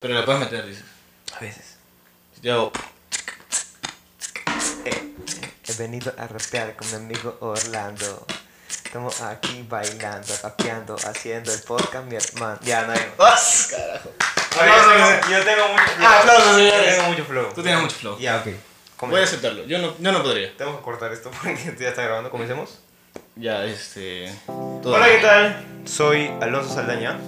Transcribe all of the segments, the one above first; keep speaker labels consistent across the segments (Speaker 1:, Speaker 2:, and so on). Speaker 1: Pero la puedes meter, dices.
Speaker 2: A veces.
Speaker 1: Si te hago.
Speaker 2: He venido a rapear con mi amigo Orlando. Estamos aquí bailando, rapeando, haciendo el podcast, mi hermano. Ya, no hay. ¡Os! Carajo.
Speaker 1: Yo tengo mucho
Speaker 2: Ah, aplausos, señores.
Speaker 3: Tengo mucho flow.
Speaker 1: Tú tienes mucho flow.
Speaker 2: Ya, ok. Come-
Speaker 1: Voy a aceptarlo. Yo no, yo no podría.
Speaker 2: Tenemos que cortar esto porque ya está grabando. Comencemos.
Speaker 1: Ya, este. todo.
Speaker 2: Hola, ¿qué tal? Soy Alonso Saldaña.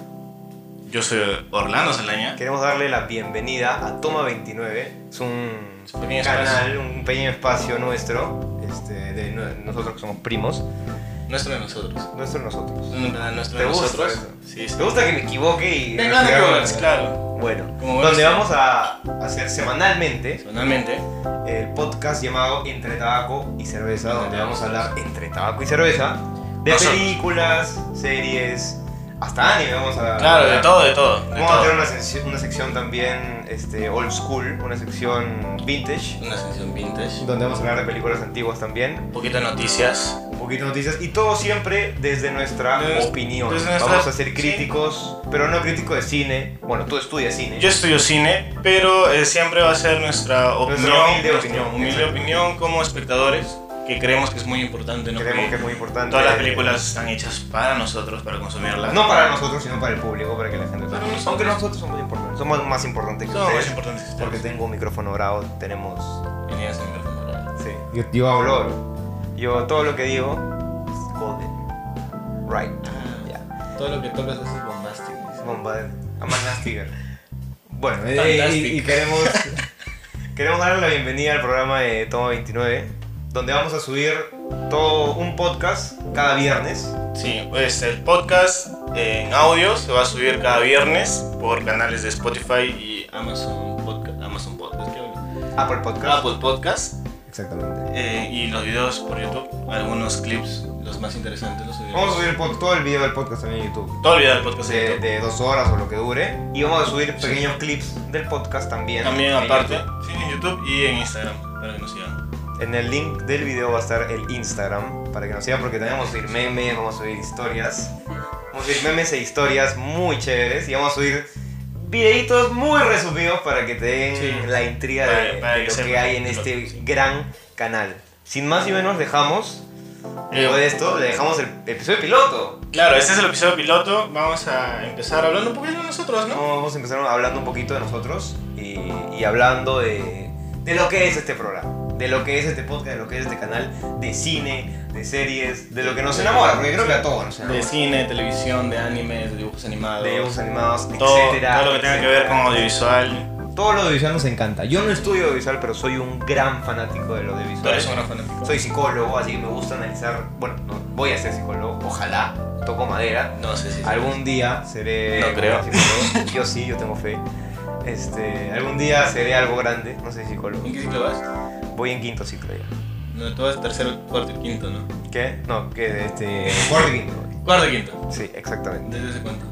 Speaker 1: Yo soy Orlando Saldaña.
Speaker 2: Queremos darle la bienvenida a Toma 29. Es un
Speaker 1: Es un pequeño
Speaker 2: canal,
Speaker 1: espacio.
Speaker 2: un pequeño espacio nuestro, este, de no- nosotros que somos primos.
Speaker 1: Nuestro de nosotros.
Speaker 2: Nuestro nosotros.
Speaker 1: Un plan Nuestro
Speaker 2: ¿Te
Speaker 1: de
Speaker 2: gusta
Speaker 1: nosotros.
Speaker 2: eso?
Speaker 1: Sí, sí.
Speaker 2: Me gusta que me equivoque y...
Speaker 1: Tengo ganas de probar, claro.
Speaker 2: Bueno,
Speaker 1: Como buen
Speaker 2: donde
Speaker 1: estudiante.
Speaker 2: vamos a hacer semanalmente
Speaker 1: Personalmente.
Speaker 2: el podcast llamado Entre Tabaco y Cerveza, donde
Speaker 1: Entre
Speaker 2: vamos a
Speaker 1: Tabaco y
Speaker 2: hablar entre tabaco y cerveza de
Speaker 1: Nosotros.
Speaker 2: películas, series, hasta anime vamos a
Speaker 1: Claro, de
Speaker 2: hablar.
Speaker 1: todo, de todo. De
Speaker 2: Vamos a tener
Speaker 1: todo.
Speaker 2: una, sección- una sección también este, old school, una sección vintage,
Speaker 1: Una sección vintage.
Speaker 2: donde vamos a hablar de películas antiguas también,
Speaker 1: Un poquito de noticias.
Speaker 2: un poquito de noticias y todo siempre desde nuestra
Speaker 1: Desde-
Speaker 2: opinión.
Speaker 1: desde nuestra-
Speaker 2: Vamos a ser
Speaker 1: sí.
Speaker 2: críticos, pero no crítico de cine. Bueno, tú estudias cine.
Speaker 3: Yo estudio cine, pero eh, siempre va a ser nuestra opinión,
Speaker 2: Nuestra humilde
Speaker 3: nuestra
Speaker 2: opinión,
Speaker 3: humilde
Speaker 2: exacto.
Speaker 3: opinión como espectadores,
Speaker 1: Que creemos que es muy importante, ¿no?
Speaker 2: Creemos que es muy importante.
Speaker 3: Todas las películas están hechas para nosotros, para consumirlas.
Speaker 2: No para nosotros, sino para el público, para que la gente
Speaker 1: Para
Speaker 2: sepa.
Speaker 1: nosotros.
Speaker 2: Aunque nosotros somos importantes. Somos más importantes que
Speaker 3: son más
Speaker 2: ustedes.
Speaker 3: importantes. que
Speaker 2: Porque
Speaker 3: ustedes.
Speaker 2: tengo un micrófono bravo, tenemos.
Speaker 1: Venías en el fondo.
Speaker 2: Sí. Yo, yo hablo oro. Yo todo lo que digo es golden. Right. Ah, Ya.
Speaker 1: Ah, Todo lo que tocas es bombástico. dice.
Speaker 2: Bomba de. Amanda Stiger. Bueno, eh,
Speaker 1: Fantastic.
Speaker 2: y, y queremos. queremos darle la bienvenida al programa de Toma 29, donde vamos a subir todo un podcast cada viernes.
Speaker 3: Sí, pues el podcast en audio se va a subir cada viernes por canales de Spotify y
Speaker 1: Amazon Podcast. Amazon Podcast, ¿qué hablo?
Speaker 2: Apple Podcast.
Speaker 3: Apple Podcast
Speaker 2: Exactamente.
Speaker 3: eh, y los videos por YouTube.
Speaker 1: Algunos clips, los más interesantes los subimos.
Speaker 2: Vamos a subir el pod- todo el video del podcast también en YouTube.
Speaker 3: Todo el video del podcast en
Speaker 2: de,
Speaker 3: YouTube.
Speaker 2: de dos horas o lo que dure. Y vamos a subir pequeños clips del podcast también.
Speaker 3: También
Speaker 2: en
Speaker 3: aparte,
Speaker 2: YouTube.
Speaker 3: sí, en YouTube y en Instagram, para que nos sigan.
Speaker 2: En el link del video va a estar el Instagram para que nos sigan porque también vamos a subir memes, vamos a subir historias. Vamos a subir memes e historias muy chéveres y vamos a subir videitos muy resumidos para que te den
Speaker 3: Sí.
Speaker 2: la intriga
Speaker 3: Para-
Speaker 2: de,
Speaker 3: para
Speaker 2: de
Speaker 3: que
Speaker 2: lo que
Speaker 3: sepan
Speaker 2: hay en
Speaker 3: lo-
Speaker 2: este
Speaker 3: sí.
Speaker 2: gran canal. Sin más y menos dejamos,
Speaker 3: Eh,
Speaker 2: después de esto, le dejamos el episodio piloto.
Speaker 3: Claro, este es el episodio piloto. Vamos a empezar hablando un poquito de nosotros, ¿no?
Speaker 2: No, Vamos a empezar hablando un poquito de nosotros y, y hablando de, de lo que es este programa, de lo que es este podcast, de lo que es este canal, de cine, de series, de lo que nos enamora, porque creo que a todos nos
Speaker 1: De
Speaker 2: enamora.
Speaker 1: cine, televisión, de anime, de dibujos animados.
Speaker 2: De dibujos animados,
Speaker 3: Todo,
Speaker 2: etcétera.
Speaker 3: todo lo que tenga que ver con
Speaker 2: etcétera.
Speaker 3: audiovisual.
Speaker 2: Todo lo audiovisual nos encanta. Yo no estudio audiovisual, pero soy un gran fanático de lo
Speaker 3: Tú eres un
Speaker 2: audiovisual.
Speaker 3: gran fanático.
Speaker 2: Soy psicólogo, así que me gusta analizar. Bueno, no, voy a ser psicólogo, ojalá, toco madera.
Speaker 1: No sé si.
Speaker 2: Algún día seré.
Speaker 1: No
Speaker 2: un
Speaker 1: creo.
Speaker 2: psicólogo. Yo sí, yo tengo fe. Este, algún día seré algo grande, no sé psicólogo.
Speaker 1: ¿En qué ciclo vas?
Speaker 2: Voy en quinto ciclo ya.
Speaker 1: No, tú vas tercero, cuarto y quinto, ¿no?
Speaker 2: ¿Qué? No, que este. Cuarto y quinto. voy.
Speaker 1: Cuarto y quinto.
Speaker 2: Sí, exactamente.
Speaker 1: ¿Desde hace cuánto?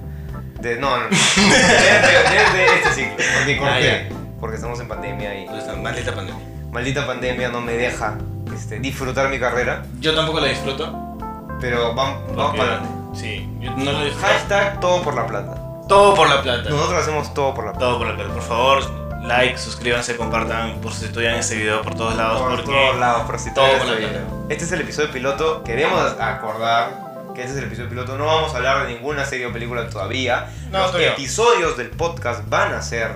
Speaker 2: De, no, no, no. Desde, desde este ciclo. Porque corté.
Speaker 1: Ah,
Speaker 2: Porque estamos en pandemia y.
Speaker 1: Entonces, tan maldita pandemia.
Speaker 2: Maldita pandemia no me deja este, disfrutar mi carrera.
Speaker 1: Yo tampoco la disfruto.
Speaker 2: Pero vam- vamos,
Speaker 3: Porque-
Speaker 2: para adelante.
Speaker 3: Sí, yo no lo disfruto.
Speaker 2: Hashtag todo por la plata.
Speaker 1: Todo por la plata.
Speaker 2: Nosotros hacemos todo por la plata.
Speaker 3: Todo por el canal. Por favor, like, suscríbanse, compartan, por si estudian este video por todos lados.
Speaker 2: Por
Speaker 3: porque
Speaker 2: todos lados, por si
Speaker 3: todo
Speaker 2: todo
Speaker 3: con la
Speaker 2: este,
Speaker 3: plata.
Speaker 2: video. este es el episodio piloto. Queremos acordar que este es el episodio piloto. No vamos a hablar de ninguna serie o película todavía.
Speaker 3: No,
Speaker 2: Los
Speaker 3: todavía no.
Speaker 2: episodios del podcast van a ser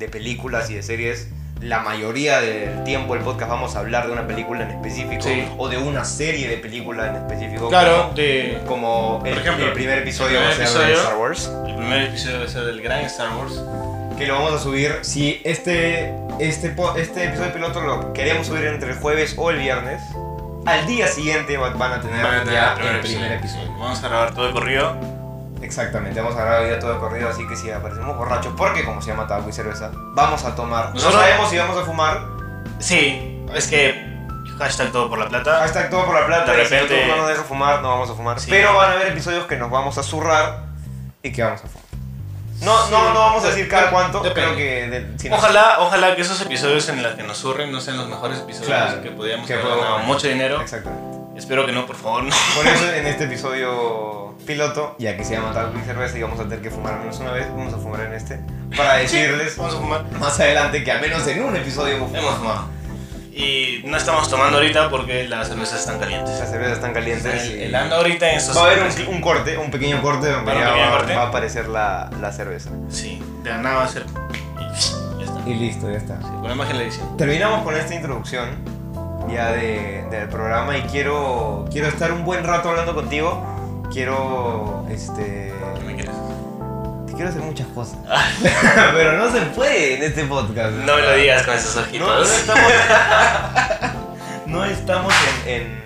Speaker 2: de películas y de series. La mayoría del tiempo del podcast vamos a hablar de una película en específico
Speaker 1: Sí.
Speaker 2: o de una serie de película en específico.
Speaker 3: Claro, de-
Speaker 2: Como, como el,
Speaker 3: Por ejemplo,
Speaker 2: el primer episodio
Speaker 3: el
Speaker 2: va a
Speaker 3: primer
Speaker 2: ser de
Speaker 3: episodio.
Speaker 2: Star Wars.
Speaker 1: El primer episodio va a ser del gran Star Wars.
Speaker 2: que lo vamos a subir. Si este, este, po- este episodio piloto lo queremos subir entre el jueves o el viernes, al día siguiente va- van a tener,
Speaker 3: Van a tener
Speaker 2: ya
Speaker 3: el primer
Speaker 2: el primer episodio.
Speaker 3: Vamos a grabar todo de corrido.
Speaker 2: Exactamente, vamos a grabar ya todo de corrido, así que si aparecemos borrachos, porque como se llama tabaco y cerveza, vamos a tomar. No
Speaker 3: Nosotros-
Speaker 2: sabemos si vamos a fumar,
Speaker 3: Sí, es que hashtag todo por la plata.
Speaker 2: hashtag todo por la plata,
Speaker 3: De
Speaker 2: y si el
Speaker 3: repente-
Speaker 2: doctor no nos deja fumar, no vamos a fumar.
Speaker 3: Sí.
Speaker 2: Pero van a haber episodios que nos vamos a zurrar y que vamos a fumar. No, no, no vamos a decir cada cuánto,
Speaker 1: Depende.
Speaker 2: creo que... de- si nos-
Speaker 3: Ojalá, ojalá que esos episodios en los que nos
Speaker 1: Nos surren, no sean los mejores episodios
Speaker 2: Claro.
Speaker 1: que podíamos
Speaker 2: Que
Speaker 1: haber
Speaker 2: podamos-
Speaker 1: ganado mucho dinero.
Speaker 2: Exactamente.
Speaker 4: Espero que no, por favor, no.
Speaker 2: Por eso en este episodio piloto, ya que se llama Taco y Cerveza y vamos a tener que fumar al menos una vez, vamos a fumar en este, para decirles
Speaker 4: Vamos a fumar.
Speaker 2: más adelante que al menos en un episodio hemos
Speaker 4: Hemos
Speaker 2: fumado.
Speaker 4: fumado. Y no estamos tomando ahorita porque las cervezas están calientes.
Speaker 2: Las cervezas están calientes.
Speaker 4: El,
Speaker 2: y-
Speaker 4: el ando ahorita en estos.
Speaker 2: Va a haber un, un corte, un pequeño corte donde
Speaker 4: ¿Va a haber
Speaker 2: ya
Speaker 4: un pequeño
Speaker 2: va,
Speaker 4: corte?
Speaker 2: va a aparecer la, la cerveza.
Speaker 4: Sí, de la nada va a ser. Ya está.
Speaker 2: Y listo, ya está.
Speaker 3: Con la magia en la edición.
Speaker 2: Terminamos con esta introducción ya de- del programa y quiero, quiero estar un buen rato hablando contigo. Quiero, este...
Speaker 3: No me quieres.
Speaker 2: Te quiero hacer muchas cosas. Pero no se puede en este podcast.
Speaker 4: No me lo digas con esos
Speaker 2: No, no
Speaker 4: ojitos.
Speaker 2: estamos, no estamos en, en-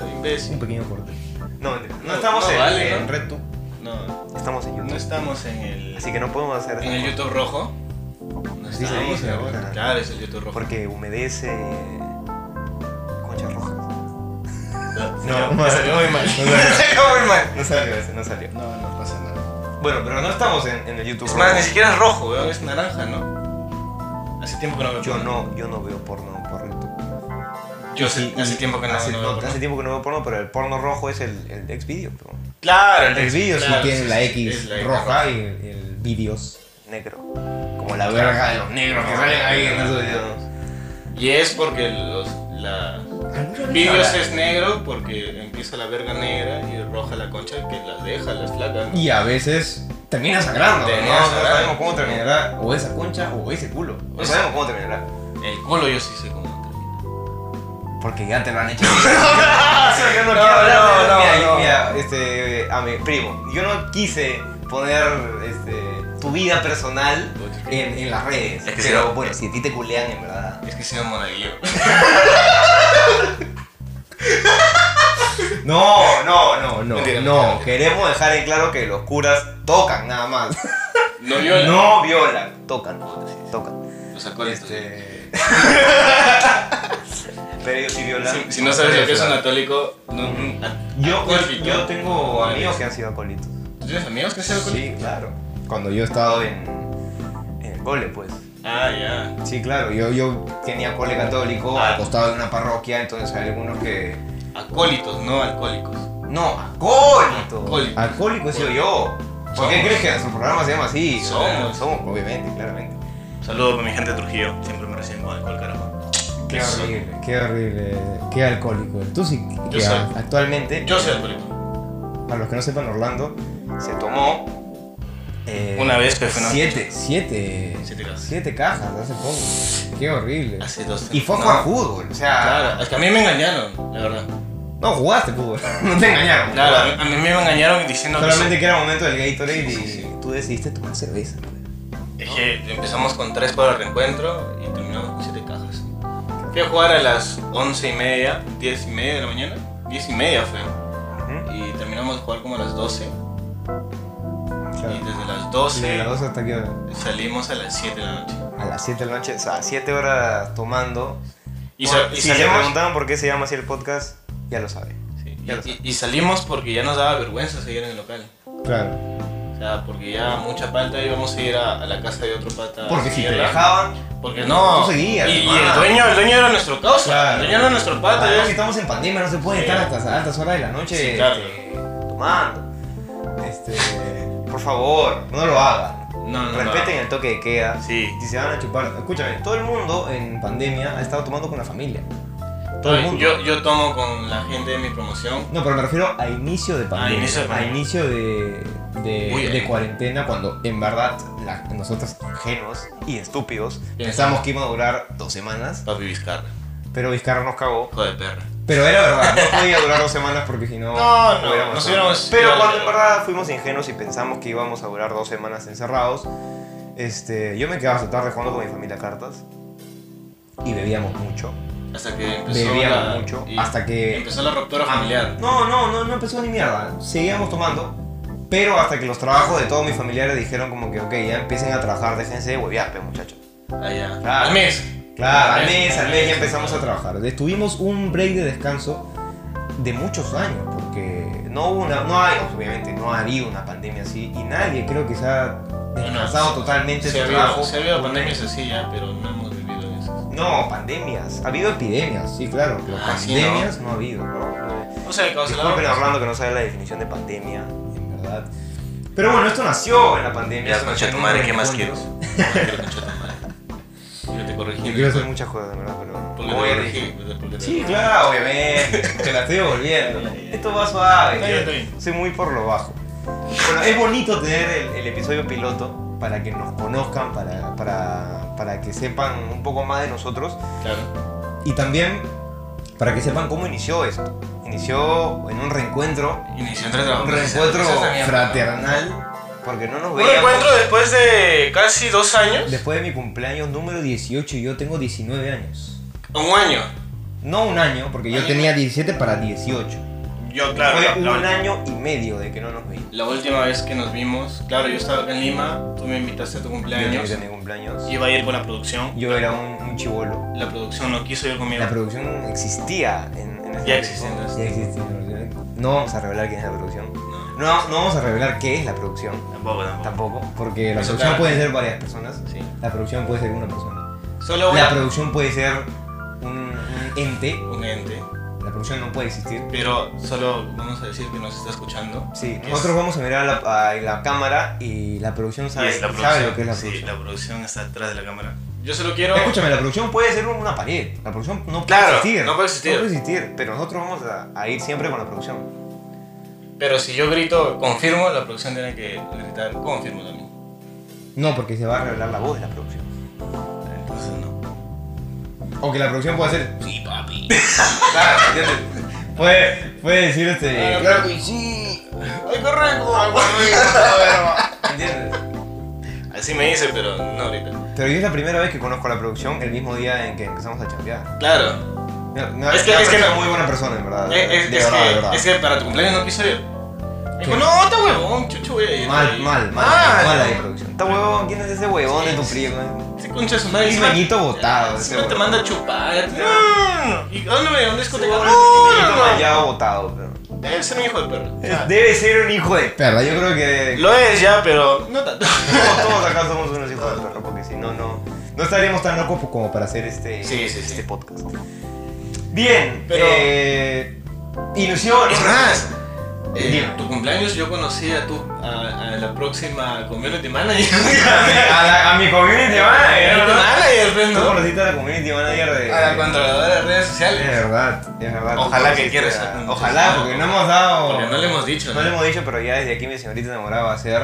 Speaker 3: Ah, imbécil.
Speaker 2: Un pequeño corte. No, mentira. no
Speaker 3: No,
Speaker 2: estamos
Speaker 3: no
Speaker 2: en,
Speaker 3: vale,
Speaker 2: en
Speaker 3: ¿no?
Speaker 2: Red Tube,
Speaker 3: No,
Speaker 2: Estamos en
Speaker 3: no
Speaker 2: YouTube.
Speaker 3: estamos en el,
Speaker 2: Así que no podemos hacer...
Speaker 3: en el YouTube rojo. No
Speaker 2: Así se
Speaker 3: estamos en
Speaker 2: dice
Speaker 3: el
Speaker 2: ahora.
Speaker 3: rojo. Claro, es el YouTube rojo.
Speaker 2: Porque humedece... Conchas rojas.
Speaker 4: No, me salió muy mal.
Speaker 2: No salió ese, no salió.
Speaker 4: No, no pasa nada.
Speaker 2: Bueno, pero no estamos en, en el YouTube.
Speaker 3: Es más,
Speaker 2: rojo.
Speaker 3: ni siquiera es rojo, weón, es naranja, ¿no? Hace tiempo que no veo
Speaker 2: Yo
Speaker 3: porno.
Speaker 2: no, yo no veo porno por Red Tube.
Speaker 3: Yo sí,
Speaker 2: Y-
Speaker 3: hace tiempo que no,
Speaker 2: hace,
Speaker 3: no veo porno.
Speaker 2: hace tiempo que no veo porno, pero el porno rojo es el, el X-Video, pero
Speaker 4: Claro,
Speaker 5: El vídeo sí
Speaker 3: Claro,
Speaker 5: tiene
Speaker 3: sí,
Speaker 5: la
Speaker 3: sí,
Speaker 5: X
Speaker 3: es la X
Speaker 5: roja
Speaker 3: roja.
Speaker 5: y el, el vídeos.
Speaker 2: negro.
Speaker 5: Como la verga de los negros que salen ahí en esos videos.
Speaker 3: Y es porque los la vídeos es negro porque empieza la verga negra y roja la concha que las deja, las flacas. ¿no?
Speaker 5: Y a veces termina sangrando,
Speaker 3: Termina
Speaker 5: ¿no?
Speaker 3: sangrando.
Speaker 5: sabemos cómo terminará. O esa concha o ese culo.
Speaker 2: No sabemos cómo terminará.
Speaker 3: El culo yo sí sé cómo termina.
Speaker 5: Porque ya te lo han hecho.
Speaker 2: Yo no,
Speaker 3: No,
Speaker 2: quiero hablar de-
Speaker 3: no,
Speaker 2: mira,
Speaker 3: no, no.
Speaker 2: mira, este, a mi primo, yo no quise poner este, tu vida personal en, en las redes.
Speaker 3: Es que
Speaker 2: pero
Speaker 3: sí, no.
Speaker 2: bueno, si a ti te culean, en verdad.
Speaker 3: Es que soy un monaguillo.
Speaker 2: No, no, no, no.
Speaker 3: Mentira, mentira,
Speaker 2: no,
Speaker 3: mentira.
Speaker 2: queremos dejar en claro que los curas tocan nada más.
Speaker 3: No viola.
Speaker 2: No violan, tocan, tocan.
Speaker 3: Los acólitos.
Speaker 2: Este... pero ellos sí violan.
Speaker 3: Si, si no sabes lo que es un atólico, no, un a-
Speaker 2: Yo,
Speaker 3: acólito.
Speaker 2: yo tengo
Speaker 3: Vale.
Speaker 2: amigos que han sido acólitos.
Speaker 3: ¿Tú tienes amigos que sean acólitos?
Speaker 2: Sí, claro.
Speaker 5: Cuando yo
Speaker 2: Estado
Speaker 5: estaba en.
Speaker 2: en, en el cole, pues.
Speaker 3: Ah, ya.
Speaker 5: Sí, claro, yo, yo
Speaker 2: Tenía cole católico
Speaker 3: Ah.
Speaker 2: a
Speaker 5: al costado de una parroquia, entonces hay algunos que.
Speaker 3: Acólitos, no alcohólicos.
Speaker 2: No, acólito.
Speaker 3: Acólito.
Speaker 5: Alcohólico
Speaker 2: He
Speaker 5: he
Speaker 2: sido
Speaker 5: sido yo.
Speaker 2: yo. ¿Por qué
Speaker 3: Somos.
Speaker 2: crees que nuestro programa se llama así?
Speaker 3: Somos.
Speaker 2: Somos, obviamente, claramente.
Speaker 4: Saludos a mi gente de Trujillo. Siempre me reciben con alcohol, carajo.
Speaker 2: Qué
Speaker 3: Sí.
Speaker 2: horrible.
Speaker 5: Qué horrible, qué alcohólico. Tú sí, que
Speaker 3: soy.
Speaker 5: a-
Speaker 2: Actualmente,
Speaker 3: Yo soy alcohólico.
Speaker 5: a los que no sepan, Orlando,
Speaker 2: se tomó eh,
Speaker 4: Una vez que fue una.
Speaker 2: siete.
Speaker 5: siete,
Speaker 3: Siete cajas.
Speaker 5: siete cajas hace poco. Qué horrible.
Speaker 3: Hace dos
Speaker 2: Y fue a jugar fútbol. O sea,
Speaker 3: Claro, es que a mí me engañaron, la verdad.
Speaker 5: No jugaste fútbol, no te engañaron.
Speaker 3: Claro, a mí,
Speaker 4: A mí me engañaron diciendo
Speaker 2: solamente que era momento del Gatorade y
Speaker 3: Sí, sí, sí.
Speaker 2: tú decidiste tomar cerveza.
Speaker 4: que.
Speaker 3: Es
Speaker 4: Es que
Speaker 3: que empezamos con tres para el reencuentro y terminamos con siete cajas. Fui a jugar a las once y media, diez y media de la mañana. Diez y media fue.
Speaker 2: Ujú.
Speaker 3: Y terminamos de jugar como a las 12. Y
Speaker 5: Claro.
Speaker 3: desde las
Speaker 5: Y de
Speaker 3: 12
Speaker 5: las 12 hasta qué hora?
Speaker 3: salimos a las 7 de la noche.
Speaker 2: A las 7 de la noche, o sea, 7 horas tomando.
Speaker 3: Y,
Speaker 2: Bueno,
Speaker 3: sa- y
Speaker 2: si se
Speaker 3: salimos,
Speaker 2: preguntaban por qué se llama así el podcast, ya lo saben.
Speaker 3: sí,
Speaker 2: Ya lo
Speaker 3: y- y- y salimos porque ya nos daba vergüenza seguir en el local.
Speaker 5: Claro.
Speaker 3: O sea, porque ya mucha palta íbamos a ir a, a la casa de otro pata.
Speaker 5: Porque si te
Speaker 3: mierda.
Speaker 2: Dejaban.
Speaker 3: Porque no.
Speaker 5: Tú seguías,
Speaker 3: y, y el
Speaker 5: hermano.
Speaker 3: dueño, el dueño era nuestro causa.
Speaker 5: Claro. Ah,
Speaker 3: El dueño era nuestro pata.
Speaker 5: Además
Speaker 3: ya-
Speaker 5: que estamos en pandemia, no se puede
Speaker 3: Sí.
Speaker 5: estar hasta las altas horas de la noche
Speaker 3: Sí, claro.
Speaker 5: este,
Speaker 2: Tomando.
Speaker 5: este,
Speaker 2: Por favor, no lo hagan.
Speaker 3: No, no, no.
Speaker 2: Respeten el toque de queda.
Speaker 4: Sí.
Speaker 2: Si se van a chupar, escúchame, todo el mundo en pandemia ha estado tomando con la familia. Todo el
Speaker 3: Ay,
Speaker 2: mundo.
Speaker 3: Yo, yo tomo con la gente de mi promoción.
Speaker 5: No, pero me refiero a inicio de pandemia.
Speaker 4: inicio de pandemia.
Speaker 5: A inicio de, de-
Speaker 3: Uy,
Speaker 5: de
Speaker 3: eh.
Speaker 5: cuarentena, cuando en verdad la- nosotros
Speaker 2: Ingenuos y estúpidos.
Speaker 5: pensamos que iba a durar dos semanas,
Speaker 3: Papi Vizcarra,
Speaker 2: Pero Vizcarra nos cagó.
Speaker 3: hijo de perra.
Speaker 5: pero era verdad, no podía durar dos semanas porque si no.
Speaker 4: No, no,
Speaker 5: hubiéramos-
Speaker 4: nos hubiéramos-
Speaker 2: Pero
Speaker 3: Claro.
Speaker 2: cuando en verdad fuimos ingenuos y pensamos que íbamos a durar dos semanas encerrados, este, yo me quedaba hasta tarde jugando con mi familia a cartas y bebíamos mucho.
Speaker 3: Hasta que empezó
Speaker 5: Bebíamos
Speaker 3: la,
Speaker 5: mucho
Speaker 3: y
Speaker 5: hasta que
Speaker 3: empezó la ruptura familiar.
Speaker 2: No, no, no, no empezó ni mierda. Seguíamos tomando. Pero hasta que los trabajos de todos mis familiares dijeron como que, ok, ya empiecen a trabajar, déjense de huevear, pe, muchachos.
Speaker 3: Allá.
Speaker 2: Claro.
Speaker 3: Al mes.
Speaker 5: Claro,
Speaker 2: al mes, al mes ya empezamos a
Speaker 5: trabajar. Estuvimos un break de descanso de muchos años, porque
Speaker 2: No hubo una, no hay, obviamente, no ha habido una pandemia así y nadie creo que se ha descansado
Speaker 3: No, no,
Speaker 2: totalmente
Speaker 3: Se
Speaker 2: de
Speaker 3: ha
Speaker 2: su
Speaker 3: habido,
Speaker 2: este trabajo.
Speaker 3: se ha habido pandemias así ya, pero no hemos vivido eso.
Speaker 2: No, pandemias. Ha habido epidemias.
Speaker 5: epidemias, sí, claro, pero
Speaker 3: Ah, sí,
Speaker 5: pandemias
Speaker 2: Pandemias no ha habido, no.
Speaker 3: O sea,
Speaker 2: Disculpen a
Speaker 3: cancelado.
Speaker 2: Orlando que no sabe la definición de pandemia, en verdad.
Speaker 6: Pero bueno, esto nació en la pandemia.
Speaker 7: Ya,
Speaker 6: esto
Speaker 7: concha
Speaker 6: nació
Speaker 7: tu
Speaker 6: en
Speaker 7: madre,
Speaker 6: el
Speaker 7: ¿qué más
Speaker 6: encuentro.
Speaker 7: quieres? Quiero concha tu madre.
Speaker 3: Yo te corregí.
Speaker 2: Yo quiero hacer muchas cosas, en verdad, pero.
Speaker 3: Porque
Speaker 2: Como ya
Speaker 3: te
Speaker 2: dije.
Speaker 3: corregí. porque te-
Speaker 2: Sí, claro, obviamente. Te la estoy devolviendo. Esto va suave.
Speaker 3: Está bien, está bien.
Speaker 2: Soy muy por lo bajo. Bueno, es bonito tener el, el episodio piloto para que nos conozcan, para, para, para que sepan un poco más de nosotros
Speaker 3: Claro.
Speaker 2: y también para que sepan cómo inició esto. Inició en un reencuentro,
Speaker 3: Inició entre
Speaker 2: un
Speaker 3: trabajadores.
Speaker 2: reencuentro
Speaker 3: pues, Esa es la mierda.
Speaker 2: fraternal, porque no nos
Speaker 8: Un
Speaker 2: veíamos.
Speaker 8: encuentro después de casi dos años.
Speaker 2: Después de mi cumpleaños número 18 y yo tengo 19 años.
Speaker 3: Un año.
Speaker 2: No un año, porque yo
Speaker 3: Año.
Speaker 2: tenía 17 para 18.
Speaker 8: Yo, claro.
Speaker 2: Fue
Speaker 8: la-
Speaker 2: un
Speaker 8: la-
Speaker 2: año y medio de que no nos veíamos.
Speaker 3: La última vez que nos vimos, claro, yo estaba acá en Lima, tú me invitaste a tu
Speaker 2: Yo no
Speaker 3: cumpleaños,
Speaker 2: hice mi cumpleaños.
Speaker 8: Iba a ir con la producción.
Speaker 2: Yo era un, un chivolo.
Speaker 3: la producción
Speaker 8: Eso no quiso ir conmigo.
Speaker 2: La producción existía en, en ese
Speaker 3: ya
Speaker 2: tiempo.
Speaker 3: existe. ¿no?
Speaker 2: Ya existía la producción. No vamos a revelar quién es la producción. No, no vamos a revelar qué es la producción.
Speaker 8: Tampoco, tampoco.
Speaker 2: Tampoco. Porque la
Speaker 3: Eso
Speaker 2: producción
Speaker 3: claro.
Speaker 2: puede ser varias personas.
Speaker 3: Sí.
Speaker 2: La producción puede ser una persona.
Speaker 3: Solo
Speaker 2: La
Speaker 3: una-
Speaker 2: producción puede ser un, un ente.
Speaker 3: un ente,
Speaker 2: La producción no puede existir.
Speaker 3: pero solo vamos a decir que nos está escuchando.
Speaker 2: Sí,
Speaker 3: que es-
Speaker 2: nosotros vamos a mirar a la, a la cámara y la producción
Speaker 8: Y
Speaker 2: sabe,
Speaker 8: es la
Speaker 2: sabe lo que es la
Speaker 8: sí,
Speaker 2: producción.
Speaker 8: la producción está atrás de la cámara.
Speaker 3: Yo solo quiero...
Speaker 2: Escúchame, la producción puede ser una pared. La producción no puede
Speaker 3: Claro,
Speaker 2: existir.
Speaker 3: no puede existir.
Speaker 2: No puede existir, pero nosotros vamos a, a ir siempre con la producción.
Speaker 3: Pero si yo grito confirmo, la producción tiene que gritar confirmo también.
Speaker 2: No, porque se va a revelar la voz de la producción.
Speaker 3: Entonces no.
Speaker 2: O que la producción puede hacer. Sí, papi. claro, ¿entiendes? Puede, puede decir este.
Speaker 3: Ah,
Speaker 2: claro
Speaker 3: claro
Speaker 2: que sí. Ah,
Speaker 3: ¡Ay, correcto!
Speaker 2: ¿Entiendes?
Speaker 3: Así me dice, pero no ahorita.
Speaker 2: Pero yo es la primera vez que conozco a la producción el mismo día en que empezamos a chambear.
Speaker 3: Claro.
Speaker 2: No, no,
Speaker 3: Es que-
Speaker 2: la
Speaker 3: es que
Speaker 2: persona
Speaker 3: no-
Speaker 2: muy buena persona, en verdad.
Speaker 3: Es, es-
Speaker 2: Ah, de
Speaker 3: es
Speaker 2: verdad, de verdad.
Speaker 3: que, es que para tu cumpleaños no quiso ir. Me dijo,
Speaker 2: ¿Qué?
Speaker 3: no, está huevón, chucho, voy a ir.
Speaker 2: Mal, mal, mal, mal, mal ahí, producción. Está huevón, ¿quién es ese huevón de tu primo?
Speaker 3: Ese concha de su madre.
Speaker 2: Es
Speaker 3: encima-
Speaker 2: Benito botado,
Speaker 3: encima
Speaker 2: ese
Speaker 3: te manda a chupar.
Speaker 8: No,
Speaker 3: ¿Y dónde me dónde es que te
Speaker 8: No,
Speaker 3: no, Eh,
Speaker 2: Ya ha votado, pero.
Speaker 3: no. Debe ser un hijo de perro.
Speaker 2: Debe ser un hijo de perra, yo creo
Speaker 3: Eh,
Speaker 2: que
Speaker 8: Lo es ya, pero.
Speaker 3: No tanto.
Speaker 2: todos, todos acá somos unos hijos de perra, porque si no, no, no estaríamos tan locos como para hacer este,
Speaker 3: Sí, sí, sí.
Speaker 2: este podcast. Bien,
Speaker 3: Pero-
Speaker 2: eh, ilusión.
Speaker 3: Es más, eh,
Speaker 2: Dime.
Speaker 3: tu cumpleaños yo conocí a tu a, a la próxima community manager.
Speaker 2: A, la- a mi community manager,
Speaker 3: Community
Speaker 2: ¿no?
Speaker 3: manager, pues,
Speaker 2: Tú
Speaker 3: ¿no?
Speaker 2: conociste a la community manager de...
Speaker 3: A la controladora de redes
Speaker 2: Es
Speaker 3: sociales.
Speaker 2: verdad, es verdad.
Speaker 3: Ojalá que
Speaker 2: Sí,
Speaker 3: quieras
Speaker 2: sea.
Speaker 3: algún-
Speaker 2: Ojalá, porque no hemos dado...
Speaker 3: Porque no le hemos dicho.
Speaker 2: No le hemos dicho, pero ya desde aquí mi señorita enamorada va a ser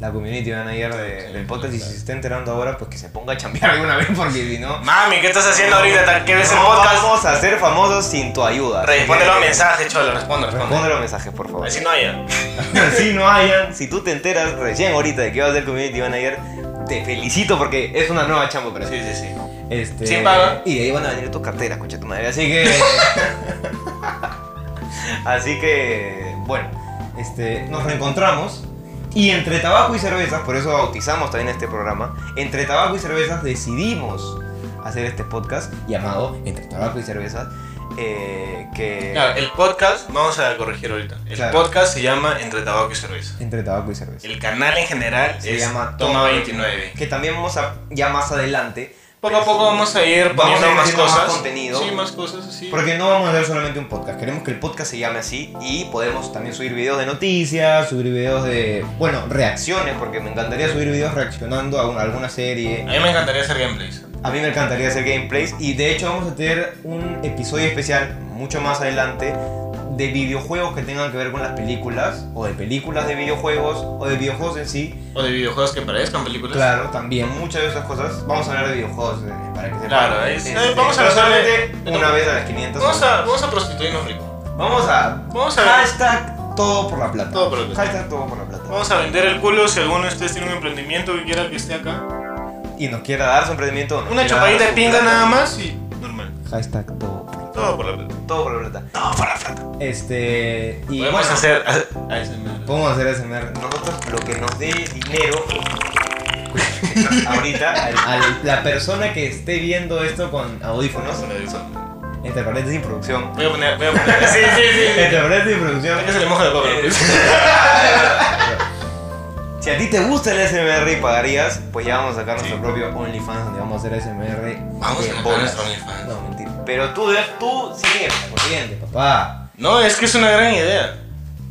Speaker 2: la community manager de,
Speaker 3: Sí,
Speaker 2: del podcast. Y si
Speaker 3: claro.
Speaker 2: se está enterando ahora, pues que se ponga a chambear alguna vez, porque si no.
Speaker 8: Mami, ¿qué estás haciendo ahorita? ¿Qué ves el
Speaker 2: no
Speaker 8: podcast?
Speaker 2: Vamos a ser famosos sin tu ayuda.
Speaker 8: Respóndelo a mensaje, cholo, responde, responde.
Speaker 2: Responde los mensajes, por favor.
Speaker 8: Así no haya.
Speaker 2: si no hayan, si tú te enteras recién ahorita de que vas a ser community manager, te felicito porque es una nueva chamba para ti.
Speaker 3: Sí, sí, sí.
Speaker 2: Este,
Speaker 3: Sin pago.
Speaker 2: Y de ahí van a venir tus carteras, concha tu madre. Así que. así que. Bueno, este, nos reencontramos. Y entre tabaco y cervezas, por eso bautizamos también este programa. Entre tabaco y cervezas decidimos hacer este podcast llamado Entre tabaco y cervezas. eh, que.
Speaker 8: Claro, el podcast, vamos a corregir ahorita. El
Speaker 2: Claro.
Speaker 8: podcast se llama Entre Tabaco y Cerveza.
Speaker 2: Entre tabaco y cervezas.
Speaker 8: El canal en general
Speaker 2: Se
Speaker 8: es
Speaker 2: llama
Speaker 8: Toma
Speaker 2: Toma
Speaker 8: 29.
Speaker 2: Que también vamos a. Ya más adelante.
Speaker 3: Poco a poco vamos a ir
Speaker 2: Vamos
Speaker 3: poniendo
Speaker 2: a ir
Speaker 3: más
Speaker 2: haciendo más
Speaker 3: cosas.
Speaker 2: contenido.
Speaker 3: Sí, más cosas así.
Speaker 2: Porque no vamos a hacer solamente un podcast, queremos que el podcast se llame así y podemos también subir videos de noticias, subir videos de, bueno, reacciones, porque me encantaría subir videos reaccionando a, un- a alguna
Speaker 3: A
Speaker 2: serie.
Speaker 3: mí me encantaría hacer gameplays.
Speaker 2: A mí me encantaría hacer gameplays y de hecho vamos a tener un episodio especial mucho más adelante de videojuegos que tengan que ver con las películas, o de películas de videojuegos, o de videojuegos en sí.
Speaker 3: O de videojuegos que parezcan películas.
Speaker 2: Claro, también muchas de esas cosas. Vamos a hablar de videojuegos eh, para que sepan.
Speaker 3: Claro, es-
Speaker 2: Este,
Speaker 3: eh, vamos a
Speaker 2: pero
Speaker 3: hablar de-
Speaker 2: solamente
Speaker 3: de-
Speaker 2: una vez a las 500.
Speaker 3: Vamos a, vamos a prostituirnos rico.
Speaker 2: Vamos a
Speaker 3: Vamos
Speaker 2: Ah,
Speaker 3: a ver.
Speaker 2: Hashtag todo por la plata.
Speaker 3: Todo por la plata.
Speaker 2: Hashtag todo por la plata.
Speaker 8: Vamos a vender el culo si alguno de ustedes tiene un emprendimiento que quiera que esté acá.
Speaker 2: Y nos quiera dar su emprendimiento. nos
Speaker 8: Una
Speaker 2: quiera
Speaker 8: chupadita de
Speaker 2: dar su
Speaker 8: pinga
Speaker 2: plata.
Speaker 8: nada más y normal.
Speaker 2: Hashtag todo por la plata.
Speaker 8: Todo por la plata.
Speaker 2: Todo por la plata. Este. Y
Speaker 3: Podemos
Speaker 2: bueno,
Speaker 3: hacer. ah, A, ASMR.
Speaker 2: Podemos hacer ASMR. Nosotros lo que nos dé dinero. ahorita, al- al- la persona que esté viendo esto con audífonos, entre paréntesis y producción.
Speaker 3: Voy a poner. Voy a poner. sí, sí, sí.
Speaker 2: Entre paréntesis y producción.
Speaker 3: Ya se le moja la copa. pero-
Speaker 2: Si a ti te gusta el SMR y pagarías, pues ya vamos a sacar nuestro propio OnlyFans donde vamos a hacer SMR.
Speaker 3: Vamos a
Speaker 2: en
Speaker 3: sacar
Speaker 2: bolas.
Speaker 3: nuestro OnlyFans.
Speaker 2: No, mentira. Pero tú, tú sigues, corriente, papá.
Speaker 3: No, es que es una gran idea.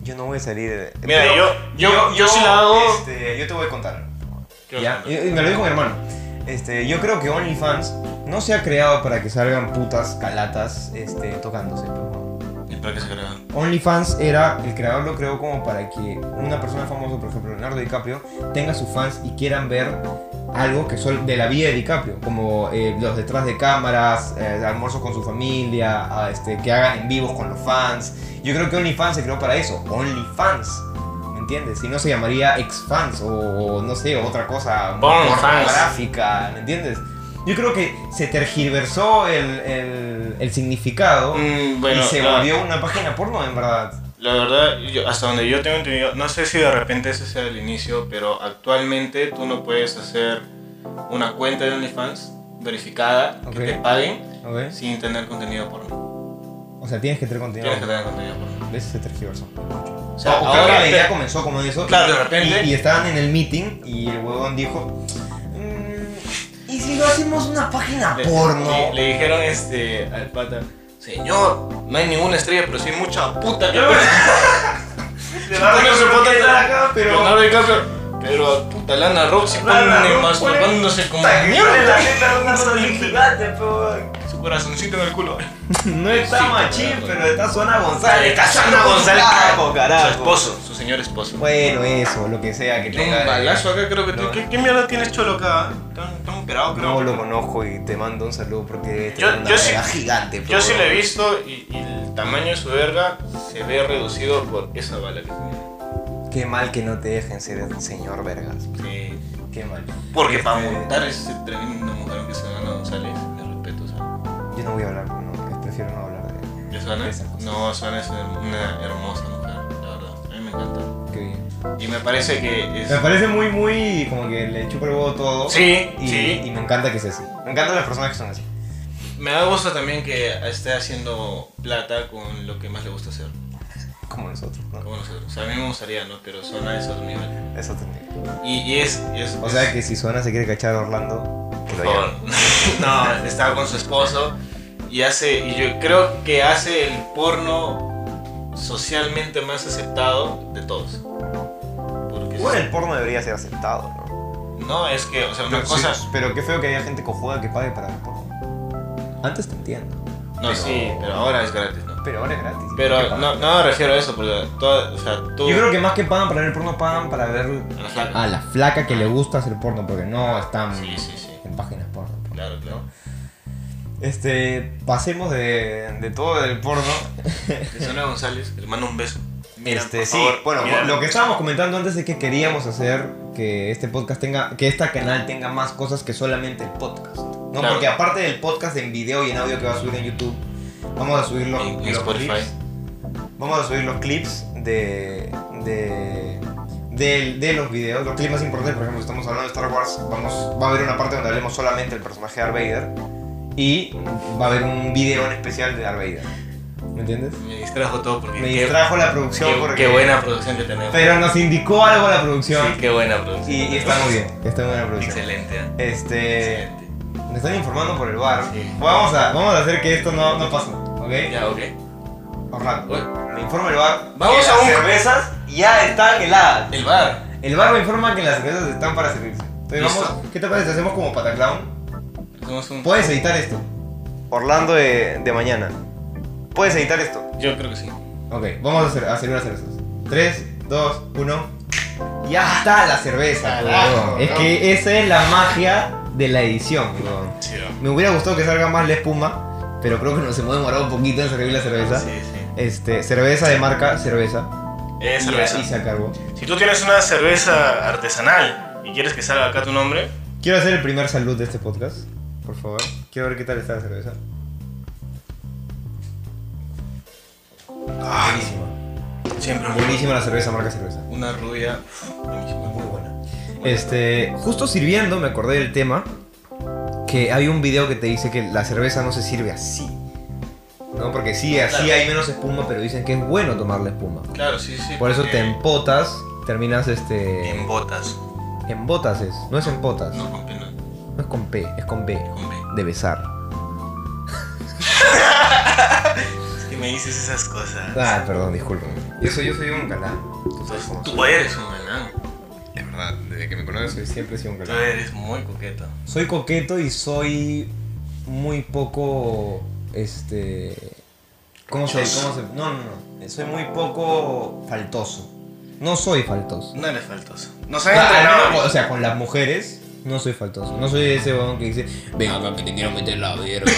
Speaker 9: Yo no voy a salir de...
Speaker 3: Mira,
Speaker 9: Pero
Speaker 3: yo, yo, yo, sí la hago.
Speaker 9: este, yo te voy a contar.
Speaker 3: ¿Qué vas a
Speaker 2: Ya,
Speaker 3: hacer?
Speaker 2: y- y me lo dijo mi hermano.
Speaker 9: Este, yo creo que OnlyFans...
Speaker 2: No se ha creado para que salgan putas calatas este, tocándose. pero bueno.
Speaker 10: ¿Y para qué se graba?
Speaker 2: OnlyFans era, el creador lo creó como para que una persona famosa, por ejemplo Leonardo DiCaprio, tenga sus fans y quieran ver algo que son de la vida de DiCaprio, como eh, los detrás de cámaras, eh, almuerzos con su familia, ah, este, que hagan en vivos con los fans. Yo creo que OnlyFans se creó para eso, OnlyFans. ¿Me entiendes? Si no se llamaría exfans o, o no sé, otra cosa
Speaker 3: Pornfans.
Speaker 2: pornográfica, ¿me entiendes? Yo creo que se tergiversó el, el- el significado
Speaker 3: Mm, bueno,
Speaker 2: y se
Speaker 3: la,
Speaker 2: volvió una página porno, en verdad.
Speaker 3: la verdad, yo- hasta donde yo tengo entendido, no sé si de repente ese sea el inicio, pero actualmente tú no puedes hacer una cuenta de OnlyFans verificada
Speaker 2: Ok.
Speaker 3: que te paguen
Speaker 2: ¿ok?
Speaker 3: sin tener contenido porno.
Speaker 2: O sea, tienes que tener contenido.
Speaker 3: Tienes que tener contenido porno.
Speaker 2: ¿Ves? Se tergiversó.
Speaker 3: O
Speaker 2: O sea,
Speaker 3: sea,
Speaker 2: ahora la
Speaker 3: te-
Speaker 2: idea comenzó como eso.
Speaker 3: Claro, de repente.
Speaker 2: Y, y estaban en el meeting y el huevón dijo: "Mm, ¿Y si lo hacemos una página
Speaker 3: Le,
Speaker 2: porno?
Speaker 3: le- le dijeron este al pata, señor, no hay ninguna estrella, pero sí hay mucha puta. que Pone su foto ahí, Leonardo DiCaprio, pero puta Lana Roxy pone masturbándose como mierda. Su corazoncito en el culo.
Speaker 9: No está
Speaker 3: Sí,
Speaker 9: machín,
Speaker 3: carajo.
Speaker 9: pero está Zona González.
Speaker 3: Está Susana González,
Speaker 9: Carajo, carajo.
Speaker 3: Su esposo, su señor esposo.
Speaker 2: Bueno, eso, lo que sea que
Speaker 3: Tiene
Speaker 2: tenga.
Speaker 3: un balazo acá, creo que.
Speaker 9: No.
Speaker 3: ¿Qué, qué mierda tienes cholo acá? Tan, tan operado, creo.
Speaker 9: No lo conozco y te mando un saludo porque debe tener
Speaker 3: Yo-
Speaker 9: una
Speaker 3: yo sí-
Speaker 9: verga gigante.
Speaker 3: Yo
Speaker 9: pero-
Speaker 3: sí lo he visto y, y el tamaño de su verga se ve reducido por esa bala que tiene.
Speaker 9: Qué mal que no te dejen ser señor vergas.
Speaker 3: Sí.
Speaker 2: Qué mal.
Speaker 3: Porque para montar ese tremendo mujer que se gana González, de respeto, ¿sabes?
Speaker 9: Yo no voy a hablar, no, prefiero no hablar de él.
Speaker 3: ¿Ya Suana?
Speaker 9: Esa cosa.
Speaker 3: No, Suana es una hermosa mujer, la verdad. A mí me encanta.
Speaker 2: Qué bien.
Speaker 3: Y me parece que es.
Speaker 2: Me parece muy, muy. Como que le chupa el huevo todo.
Speaker 3: Sí,
Speaker 2: Y,
Speaker 3: sí.
Speaker 2: y me encanta que sea así.
Speaker 9: Me encantan las personas que son así.
Speaker 3: Me da gusto también que esté haciendo plata con lo que más le gusta hacer.
Speaker 9: Como nosotros, ¿no?
Speaker 3: Como nosotros. O sea, a mí me gustaría, ¿no? Pero son a esos niveles.
Speaker 9: Eso tendría.
Speaker 3: Y, y es, y es.
Speaker 9: O
Speaker 3: es-
Speaker 9: sea que si Zona se quiere cachar a Orlando, que lo
Speaker 3: por
Speaker 9: llame.
Speaker 3: favor. no, estaba con su esposo y hace. Y yo creo que hace el porno socialmente más aceptado de todos. Porque.
Speaker 9: Igual el porno debería ser aceptado, ¿no?
Speaker 3: No, es que, o sea, una
Speaker 9: Pero
Speaker 3: cosa.
Speaker 9: sí, pero qué feo que haya gente cojuda que pague para ver porno. Antes te entiendo.
Speaker 3: No, sí, pero ahora es gratis, ¿no?
Speaker 9: Pero ahora es gratis. ¿Qué
Speaker 3: Pero
Speaker 9: paga?
Speaker 3: no, no me refiero a eso, porque toda, o sea, tú.
Speaker 2: Yo creo que más que pagan para ver el porno, pagan para ver
Speaker 3: a la flaca.
Speaker 2: a la flaca que le gusta hacer porno, porque no están
Speaker 3: Sí, sí, sí.
Speaker 2: en páginas porno.
Speaker 3: Claro, claro.
Speaker 9: Este, pasemos de, de todo del porno.
Speaker 3: Susana González, le mando un beso. Mira,
Speaker 9: este,
Speaker 3: por
Speaker 9: sí,
Speaker 3: favor,
Speaker 9: bueno,
Speaker 3: mira.
Speaker 2: Lo que estábamos comentando antes es que queríamos hacer que este podcast tenga, que este canal tenga más cosas que solamente el podcast. ¿no?
Speaker 3: Claro.
Speaker 2: Porque aparte del podcast en video y en audio que va a subir en YouTube, vamos a subir los,
Speaker 3: En- en
Speaker 2: los
Speaker 3: Spotify.
Speaker 2: clips.
Speaker 9: vamos a subir los clips de. de.
Speaker 2: del- de, los videos, los clips más importantes, por ejemplo, estamos hablando de Star Wars, vamos, va a haber una parte donde hablemos solamente del personaje Darth Vader y va a haber un video en especial de Darth Vader. ¿Me entiendes?
Speaker 3: Me distrajo todo porque.
Speaker 2: Me
Speaker 3: qué-
Speaker 2: distrajo la
Speaker 3: Qué,
Speaker 2: producción porque...
Speaker 3: qué buena producción que tenemos.
Speaker 2: Pero nos indicó algo la
Speaker 3: Sí,
Speaker 2: producción.
Speaker 3: qué buena producción.
Speaker 2: Y, y está muy bien, está muy bien la producción.
Speaker 3: Excelente, ¿eh?
Speaker 2: Este,
Speaker 3: Excelente.
Speaker 2: me están informando por el bar.
Speaker 3: Sí.
Speaker 2: Vamos, a, vamos a hacer que esto no, no pase, ¿ok?
Speaker 3: Ya, ok.
Speaker 2: Orlando,
Speaker 3: Uy,
Speaker 2: me informa el bar.
Speaker 3: Vamos
Speaker 9: que
Speaker 3: a
Speaker 9: las
Speaker 3: un-
Speaker 9: cervezas ya están heladas.
Speaker 3: El bar.
Speaker 2: El bar me informa que las cervezas están para servirse. Entonces
Speaker 3: Listo.
Speaker 2: vamos, ¿qué te parece? ¿Hacemos como pataclown?
Speaker 3: Hacemos un.
Speaker 2: ¿Puedes editar esto?
Speaker 9: Orlando de, de mañana. ¿Puedes editar esto?
Speaker 3: Yo creo que sí.
Speaker 2: Ok, vamos a, hacer, a servir las cervezas. 3, 2, 1. Ya está la cerveza,
Speaker 9: Carajo,
Speaker 2: huevón. Es
Speaker 9: ¿no?
Speaker 2: que esa es la magia de la edición, huevón.
Speaker 3: Sí,
Speaker 2: Me hubiera gustado que salga más la espuma, pero creo que nos hemos demorado un poquito en servir la cerveza.
Speaker 3: sí. sí.
Speaker 2: Este, cerveza de marca, cerveza.
Speaker 11: Es
Speaker 2: Y-
Speaker 11: cerveza.
Speaker 2: Y se acabó.
Speaker 11: Si tú tienes una cerveza artesanal y quieres que salga acá tu nombre,
Speaker 2: Quiero hacer el primer salud de este podcast, por favor. Quiero ver qué tal está la cerveza. Buenísima.
Speaker 11: siempre
Speaker 2: Buenísima la cerveza, marca cerveza.
Speaker 3: Una rubia. uf, buenísima.
Speaker 2: Muy buena. Este, justo sirviendo me acordé del tema que hay un video que te dice que la cerveza no se sirve así. ¿No? Porque sí, así
Speaker 3: Claro.
Speaker 2: hay menos espuma, pero dicen que es bueno tomar la espuma.
Speaker 3: Claro, sí, sí.
Speaker 2: Por eso
Speaker 3: porque-
Speaker 2: te empotas, terminas este
Speaker 11: en botas.
Speaker 2: en botas es, no es en botas,
Speaker 3: No, con pena.
Speaker 2: no es con P, es con B,
Speaker 3: Con B.
Speaker 2: de besar.
Speaker 3: Es que me dices esas cosas?
Speaker 2: Ah, perdón, discúlpame. Yo soy, yo soy un galán. Tú sabes cómo soy.
Speaker 3: Tú eres un galán.
Speaker 2: Es verdad, desde que me conoces soy- siempre he sido un
Speaker 3: Tú
Speaker 2: galán.
Speaker 3: eres muy coqueto.
Speaker 2: Soy coqueto y soy muy poco. Este. ¿Cómo se, cómo se- No, no, no. Soy muy poco faltoso. No soy faltoso.
Speaker 12: No eres faltoso. Nos han
Speaker 2: Ah,
Speaker 12: entrenado.
Speaker 2: al menos, o sea, con las mujeres. No soy faltoso. No soy ese huevón que dice, venga acá que te quiero meter la verga.